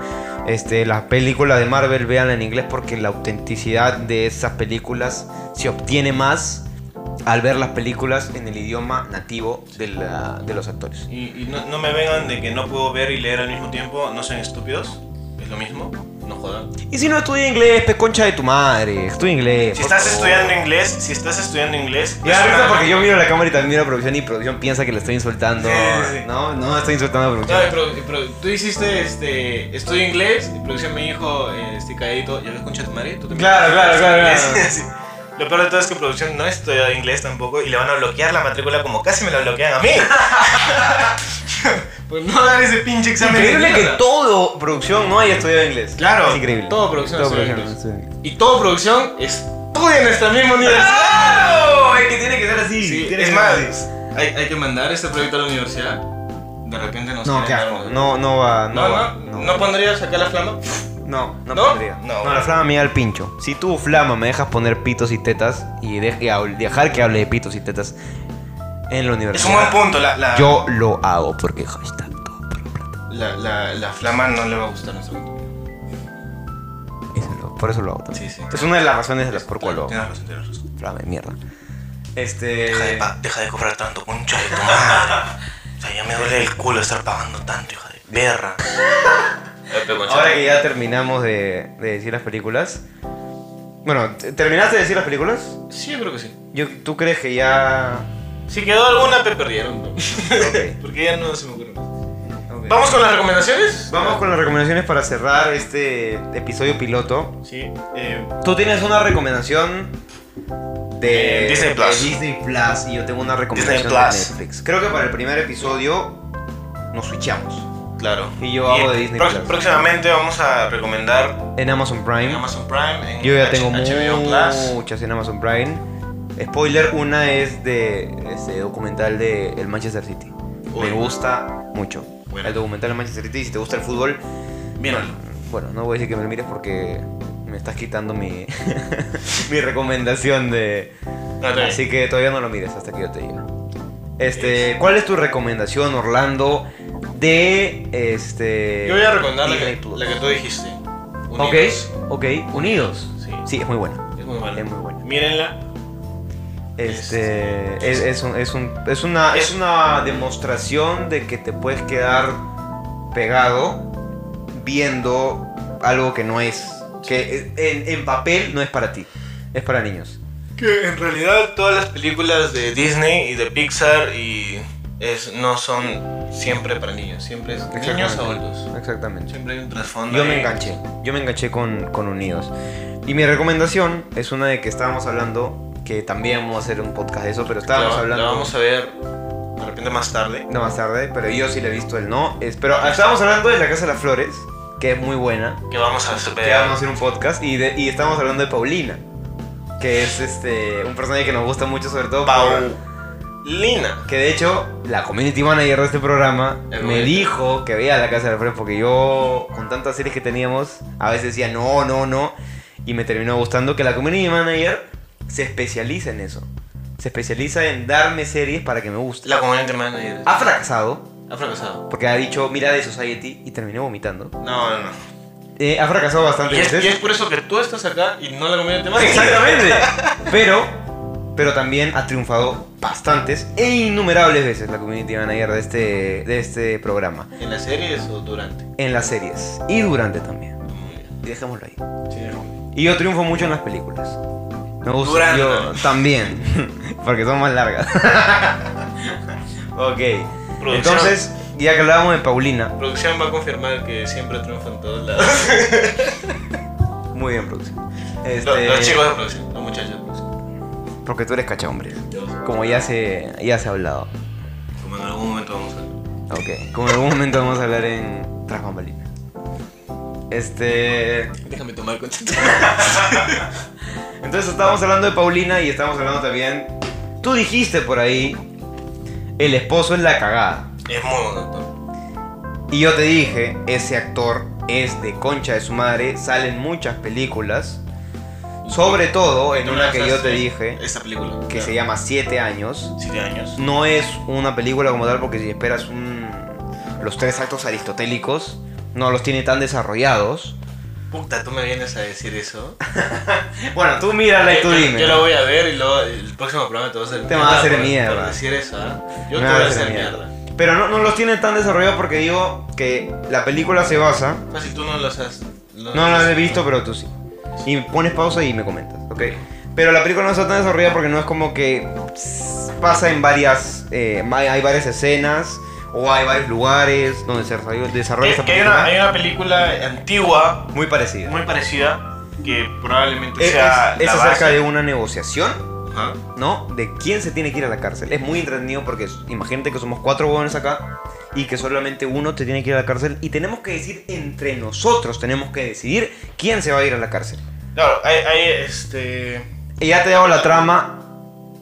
Speaker 2: este, las películas de Marvel, véanla en inglés porque la autenticidad de esas películas se obtiene más al ver las películas en el idioma nativo de, la- de los actores.
Speaker 3: Y, y no, no me vengan de que no puedo ver y leer al mismo tiempo, no sean estúpidos, es lo mismo, no jodan.
Speaker 2: Y si no estudia inglés, pe concha de tu madre. Estudia inglés.
Speaker 3: Si
Speaker 2: por
Speaker 3: estás
Speaker 2: favor.
Speaker 3: estudiando inglés, si estás estudiando inglés,
Speaker 2: Y me da risa
Speaker 3: es una-
Speaker 2: porque yo miro la cámara y también miro a producción y producción piensa que le estoy insultando.
Speaker 3: Sí, sí, sí.
Speaker 2: No, no estoy insultando a
Speaker 3: No,
Speaker 2: producción.
Speaker 3: pero, pero tú hiciste este estudio inglés, y producción me dijo eh, este calladito, ¿ya ves concha de tu madre? ¿Tú también?
Speaker 2: claro,
Speaker 3: Sí. Lo peor de todo es que producción no estudia inglés tampoco y le van a bloquear la matrícula como casi me la bloquean a mí. pues no dar ese pinche examen. de
Speaker 2: Increíble que
Speaker 3: mierda.
Speaker 2: todo producción no haya estudiado inglés.
Speaker 3: Claro,
Speaker 2: Es increíble.
Speaker 3: todo producción
Speaker 2: Todo
Speaker 3: estudia
Speaker 2: producción.
Speaker 3: inglés.
Speaker 2: estudia inglés.
Speaker 3: Y todo producción estudia en nuestra misma universidad.
Speaker 2: ¡Claro! Es que tiene que ser así.
Speaker 3: Sí,
Speaker 2: tiene
Speaker 3: es
Speaker 2: que
Speaker 3: más,
Speaker 2: ser así.
Speaker 3: hay, hay que mandar este proyecto a la universidad. De repente nos
Speaker 24: No,
Speaker 3: quieren
Speaker 24: qué
Speaker 3: dar
Speaker 24: asco,
Speaker 3: un-
Speaker 2: No, no va, no,
Speaker 3: No,
Speaker 2: va.
Speaker 3: no, no pondrías acá la flama.
Speaker 2: No, no,
Speaker 3: ¿No?
Speaker 2: pondría.
Speaker 3: No.
Speaker 2: la flama me da el pincho. Si tú, flama, me dejas poner pitos y tetas y, de- y hab- dejar que hable de pitos y tetas en la
Speaker 3: Es un buen
Speaker 2: universidad,
Speaker 3: punto. La, la,
Speaker 2: yo lo hago porque hashtag todo por la plata.
Speaker 3: la, la, la flama no le va a gustar a nuestro contenido.
Speaker 2: Eso lo- por eso lo hago también.
Speaker 3: Sí, sí.
Speaker 2: Es una de las razones de las por cual lo hago.
Speaker 3: Tienes razón, tienes razón.
Speaker 2: Flama de mierda. Este.
Speaker 3: Deja de, pa- deja de cobrar tanto, concha de tu madre. O sea, ya me duele el culo estar pagando tanto, hija de perra.
Speaker 2: Ahora que ya terminamos de, de decir las películas. Bueno, ¿te- ¿terminaste de decir las películas?
Speaker 3: Sí, yo creo que sí.
Speaker 2: Yo, ¿Tú crees que ya.?
Speaker 3: Si quedó alguna, pe perdieron.
Speaker 2: Ok,
Speaker 3: Porque ya no se me ocurre más.
Speaker 2: ok.
Speaker 3: ¿Vamos con las recomendaciones?
Speaker 2: Vamos con las recomendaciones para cerrar este episodio piloto.
Speaker 3: Sí. eh,
Speaker 2: Tú tienes una recomendación de
Speaker 3: Eh, Disney Plus.
Speaker 2: de Disney Plus y yo tengo una recomendación
Speaker 3: Disney Plus.
Speaker 2: de Netflix. Creo que para el primer episodio nos switchamos.
Speaker 3: claro.
Speaker 2: Y yo hago de Disney
Speaker 3: pro-
Speaker 2: Plus.
Speaker 3: Próximamente vamos a recomendar
Speaker 2: En Amazon Prime.
Speaker 3: en Amazon Prime. En
Speaker 2: Yo ya
Speaker 3: H-
Speaker 2: tengo
Speaker 3: HBO Plus.
Speaker 2: muchas en Amazon Prime. Spoiler, una es de este documental de el Manchester City.
Speaker 3: Uy.
Speaker 2: Me gusta mucho.
Speaker 3: Bueno.
Speaker 2: El documental del Manchester City, si te gusta el fútbol,
Speaker 3: Mírenlo.
Speaker 2: bueno, no voy a decir que me lo mires porque me estás quitando mi, mi recomendación de...
Speaker 3: No, está bien.
Speaker 2: Así que todavía no lo mires hasta que yo te diga. Este, ¿cuál es tu recomendación, Orlando, de este...
Speaker 3: Yo voy a recomendar la
Speaker 2: Disney
Speaker 3: que,
Speaker 2: Plus?
Speaker 3: la que tú dijiste.
Speaker 2: Ok,
Speaker 3: Unidos.
Speaker 2: ok, Unidos.
Speaker 3: Sí,
Speaker 2: Sí, es muy buena,
Speaker 3: es muy
Speaker 2: es
Speaker 3: bueno.
Speaker 2: muy buena.
Speaker 3: Mírenla.
Speaker 2: Este es, es un- es un- es una, es una demostración de que te puedes quedar pegado viendo algo que no es, que en, en papel no es para ti, es para niños.
Speaker 3: Que en realidad todas las películas de Disney y de Pixar y es, no son siempre para niños, siempre es niños
Speaker 2: Exactamente.
Speaker 3: adultos.
Speaker 2: Exactamente.
Speaker 3: Siempre hay un trasfondo.
Speaker 2: Yo
Speaker 3: ahí.
Speaker 2: me enganché, yo me enganché con, con Unidos. Y mi recomendación es una de que estábamos hablando, que también vamos a hacer un podcast de eso, pero
Speaker 3: La,
Speaker 2: estábamos
Speaker 3: la
Speaker 2: hablando...
Speaker 3: vamos a ver de repente más tarde.
Speaker 2: No, más tarde, pero yo sí le he visto el no. Es- pero estábamos hablando de La Casa de las Flores, que es muy buena.
Speaker 3: Que vamos a
Speaker 2: que vamos a
Speaker 3: ver.
Speaker 2: hacer un podcast y, de- y estábamos hablando de Paulina, que es este un personaje que nos gusta mucho, sobre todo por-
Speaker 3: Lina.
Speaker 2: que de hecho la community manager de este programa
Speaker 3: El
Speaker 2: me
Speaker 3: momento.
Speaker 2: dijo que vea la casa de Alfredo porque yo con tantas series que teníamos a veces decía no, no, no y me terminó gustando que la community manager se especializa en eso, se especializa en darme series para que me gusten.
Speaker 3: La community manager.
Speaker 2: Ha fracasado
Speaker 3: Ha fracasado.
Speaker 2: porque ha dicho mira de Society y terminé vomitando.
Speaker 3: No, no, no.
Speaker 2: Eh, ha fracasado bastante
Speaker 3: Y es, y es por eso que tú estás acá y no la community manager.
Speaker 2: Exactamente. Pero, pero también ha triunfado bastantes e innumerables veces la community manager de este, de este programa.
Speaker 3: ¿En las series o durante?
Speaker 2: En las series y durante también.
Speaker 3: Muy bien.
Speaker 2: Y dejémoslo ahí.
Speaker 3: Sí,
Speaker 2: Y yo triunfo mucho en las películas. Me gusta.
Speaker 3: Durante.
Speaker 2: Yo también. Porque son más largas. ok.
Speaker 3: Producción.
Speaker 2: Entonces, ya que hablábamos de Paulina.
Speaker 3: Producción va a confirmar que siempre triunfa en todos lados.
Speaker 2: Muy bien, producción.
Speaker 3: Los,
Speaker 2: Este,
Speaker 3: los chicos de producción, los muchachos de producción.
Speaker 2: Porque tú eres cachahombre. Como ya se, ya se ha hablado.
Speaker 3: Como en algún momento vamos a
Speaker 2: Ok, como en algún momento vamos a hablar en Tras Bambalinas. Este.
Speaker 3: Déjame tomar contacto.
Speaker 2: Entonces estábamos hablando de Paulina y estábamos hablando también. Tú dijiste por ahí. El esposo es la cagada.
Speaker 3: Es muy buen actor.
Speaker 2: Y yo te dije, ese actor es de concha de su madre. Salen muchas películas. Sobre todo en
Speaker 3: Tú
Speaker 2: una
Speaker 3: me
Speaker 2: que
Speaker 3: dejas,
Speaker 2: yo te
Speaker 3: eh,
Speaker 2: dije.
Speaker 3: Esta película.
Speaker 2: Que se llama Siete años.
Speaker 3: Siete años.
Speaker 2: No es una película como tal porque si esperas un- los tres actos aristotélicos. No los tiene tan desarrollados.
Speaker 3: Puta, tú me vienes a decir eso.
Speaker 2: Bueno, tú mírala y tú
Speaker 3: Yo- yo-
Speaker 2: dime.
Speaker 3: Yo la voy a ver y luego el próximo programa te vas a hacer
Speaker 2: Te vas a hacer
Speaker 3: por-
Speaker 2: mierda.
Speaker 3: Por decir eso, ¿ah? Yo te voy
Speaker 2: Me vas a
Speaker 3: a
Speaker 2: hacer
Speaker 3: hacer
Speaker 2: mierda.
Speaker 3: mierda.
Speaker 2: Pero no, no los tiene tan desarrollados porque digo que la película se basa.
Speaker 3: Fácil, tú no las has. No,
Speaker 2: No la he visto, pero tú sí. Y pones pausa y me comentas, ¿ok? Pero la película no está tan desarrollada porque no es como que s- pasa en varias. eh, ma- hay varias escenas o hay varios lugares donde se desarrolla, desarrolla
Speaker 3: Eh, Que,
Speaker 2: esa
Speaker 3: que hay, una,
Speaker 2: película.
Speaker 3: hay una película antigua,
Speaker 2: Muy parecida.
Speaker 3: muy parecida, que probablemente
Speaker 2: Es,
Speaker 3: sea.
Speaker 2: Eh, es- es
Speaker 3: la
Speaker 2: acerca
Speaker 3: base.
Speaker 2: de una negociación,
Speaker 3: Ajá.
Speaker 2: ¿no? De quién se tiene que ir a la cárcel. Es muy entretenido porque s- imagínate que somos cuatro huevones acá y que solamente uno te tiene que ir a la cárcel y tenemos que decir entre nosotros, tenemos que decidir quién se va a ir a la cárcel.
Speaker 3: Claro, hay, hay, este.
Speaker 2: Y ya te hago la trama,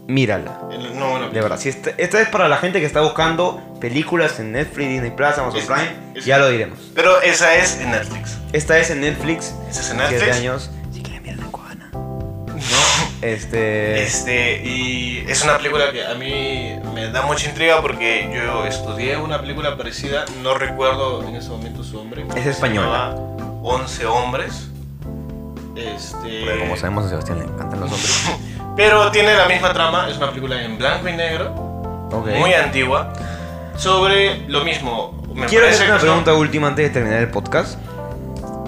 Speaker 2: mírala.
Speaker 3: el- no, bueno.
Speaker 2: De verdad, si este- esta es para la gente que está buscando películas en Netflix, Disney Plus, Amazon
Speaker 3: Es-
Speaker 2: Prime,
Speaker 3: es-
Speaker 2: ya lo diremos.
Speaker 3: Pero esa es en Netflix.
Speaker 2: Esta es en Netflix,
Speaker 3: Esa es en
Speaker 2: 7
Speaker 3: Netflix.
Speaker 2: años. Si quieren mirar la cuana. Este.
Speaker 3: Este, y es una película que a mí me da mucha intriga porque yo estudié una película parecida, no recuerdo en ese momento su nombre.
Speaker 2: Es
Speaker 3: se
Speaker 2: española.
Speaker 3: llamaba 11 hombres. Este,
Speaker 2: Porque como sabemos, a Sebastián le encantan los hombres.
Speaker 3: pero tiene la misma trama, es una película en blanco y negro,
Speaker 2: Ok.
Speaker 3: muy antigua, sobre lo mismo. Me
Speaker 2: Quiero
Speaker 3: parece
Speaker 2: hacer una
Speaker 3: que son-
Speaker 2: pregunta última antes de terminar el podcast.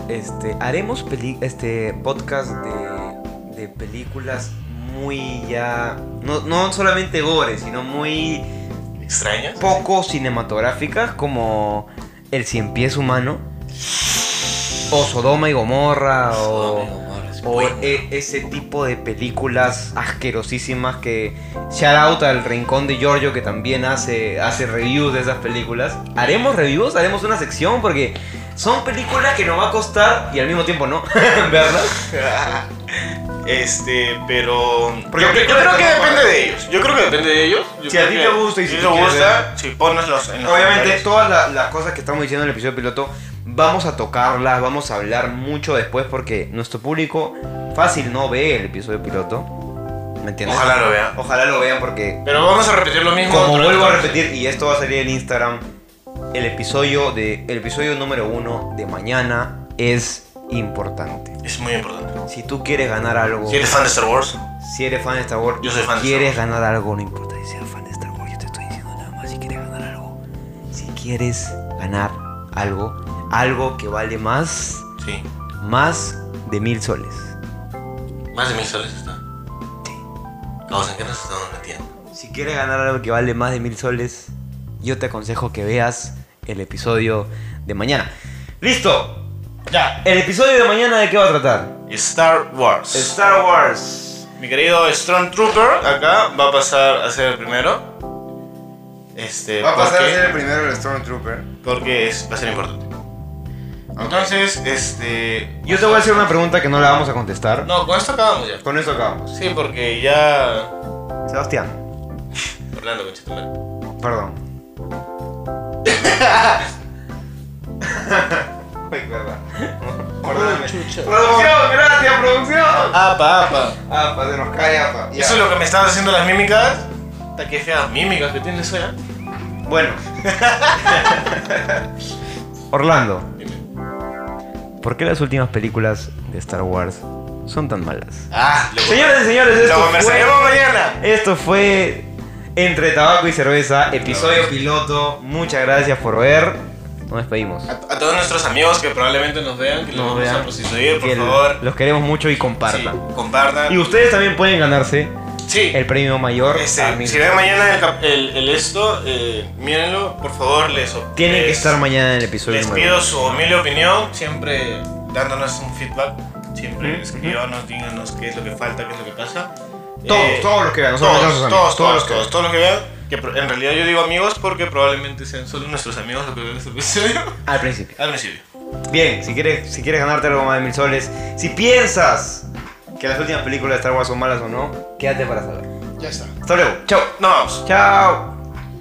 Speaker 2: Este, haremos peli- este podcast de, de películas muy ya. No, no solamente gore, sino muy
Speaker 3: ¿Extrañas?
Speaker 2: poco cinematográficas como el cien pies humano, o Sodoma y Gomorra, o, o e- ese tipo de películas asquerosísimas que shout out al rincón de Giorgio que también hace, hace reviews de esas películas. Haremos reviews, haremos una sección porque son películas que nos va a costar y al mismo tiempo no verlas.
Speaker 3: Este, pero.
Speaker 2: Porque
Speaker 3: yo, yo
Speaker 2: película
Speaker 3: creo
Speaker 2: de
Speaker 3: que
Speaker 2: terror,
Speaker 3: depende
Speaker 2: ¿no?
Speaker 3: de ellos. Yo creo que depende de ellos. Yo
Speaker 2: Si a
Speaker 3: creo
Speaker 2: ti
Speaker 3: que
Speaker 2: te gusta y si
Speaker 3: si te
Speaker 2: quieres
Speaker 3: gusta, si pones los. en los
Speaker 2: Obviamente
Speaker 3: comentarios.
Speaker 2: todas la- las, cosas que estamos diciendo en el episodio piloto vamos a tocarlas, vamos a hablar mucho después porque nuestro público fácil no ve el episodio piloto. ¿Me entiendes?
Speaker 3: Ojalá lo vean.
Speaker 2: Ojalá lo vean porque
Speaker 3: Pero vamos a repetir lo mismo.
Speaker 2: Como
Speaker 3: durante
Speaker 2: vuelvo a
Speaker 3: todo.
Speaker 2: repetir, y esto va a salir en Instagram, el episodio, de, el episodio número uno de mañana es importante.
Speaker 3: Es muy importante.
Speaker 2: Si tú quieres ganar algo,
Speaker 3: Si eres fan de Star Wars,
Speaker 2: si eres fan de Star Wars,
Speaker 3: Yo soy fan de
Speaker 2: quieres ganar algo, no importa si seas fan de Star Wars, yo te estoy diciendo nada más si quieres ganar algo. Si quieres ganar algo, algo que vale más,
Speaker 3: sí.
Speaker 2: más de mil soles.
Speaker 3: Más de mil soles está. Vamos, ¿en qué nos estamos metiendo?
Speaker 2: Si quieres ganar algo que vale más de mil soles, yo te aconsejo que veas el episodio de mañana. ¡Listo!
Speaker 3: Ya.
Speaker 2: ¿El episodio de mañana de qué va a tratar?
Speaker 3: Star Wars.
Speaker 2: Star Wars.
Speaker 3: Mi querido Stormtrooper acá va a pasar a ser el primero. Este,
Speaker 29: Va a pasar a
Speaker 3: porque-
Speaker 29: ser el primero el Stormtrooper.
Speaker 3: porque es, va a ser importante. Entonces, este.
Speaker 2: Yo te voy a hacer una pregunta que no la vamos a contestar.
Speaker 3: No, con esto acabamos ya.
Speaker 2: Con eso acabamos.
Speaker 3: Sí, porque ya.
Speaker 2: Sebastián,
Speaker 3: Orlando, conchetumare.
Speaker 2: perdón. Ay, verdad. Perdóname. Producción, gracias, producción.
Speaker 3: Apa, apa.
Speaker 2: Apa, se nos cae apa. Ya.
Speaker 3: Eso es lo que me estaban haciendo las mímicas. Puta, qué feas mímicas que tienes allá.
Speaker 2: Bueno. Orlando. ¿Por qué las últimas películas de Star Wars son tan malas?
Speaker 3: Ah, lo
Speaker 2: Señores y señores, esto
Speaker 3: Lo
Speaker 2: fue...
Speaker 3: conversaremos mañana.
Speaker 2: Esto fue Entre Tabaco y Cerveza, episodio piloto. Muchas gracias por ver. Nos despedimos.
Speaker 3: A, a todos nuestros amigos que probablemente nos vean, que nos
Speaker 2: Nos
Speaker 3: vean
Speaker 2: vean.
Speaker 3: por si soy, por
Speaker 2: Que
Speaker 3: favor.
Speaker 2: Los queremos mucho y compartan.
Speaker 3: Sí, compartan.
Speaker 2: Y ustedes también pueden ganarse
Speaker 3: Sí,
Speaker 2: el premio mayor.
Speaker 3: Este,
Speaker 2: a mil-
Speaker 3: si ven mañana el, cap- el- el esto, eh, mírenlo, por favor, les
Speaker 2: Tienen
Speaker 3: les-
Speaker 2: que estar mañana en el episodio
Speaker 3: Les
Speaker 2: número
Speaker 3: pido
Speaker 2: uno.
Speaker 3: su humilde opinión, siempre dándonos un feedback, siempre escribanos, díganos qué es lo que falta, qué es lo que pasa.
Speaker 2: Todos,
Speaker 3: Eh,
Speaker 29: todos los que vean, no
Speaker 3: todos,
Speaker 29: solamente
Speaker 3: todos,
Speaker 29: sus amigos,
Speaker 3: todos,
Speaker 29: todos los
Speaker 3: todos,
Speaker 29: que
Speaker 3: todos, los que vean, que pro- en realidad yo digo amigos porque probablemente sean solo nuestros amigos los que vean este episodio.
Speaker 2: Al principio.
Speaker 3: Al principio.
Speaker 2: Bien, si quieres, si quieres ganarte algo más de mil soles, si piensas que las últimas películas de Star Wars son malas o no, quédate para saber.
Speaker 3: Ya está.
Speaker 2: Hasta luego. Chao.
Speaker 3: Nos vamos.
Speaker 2: Chao.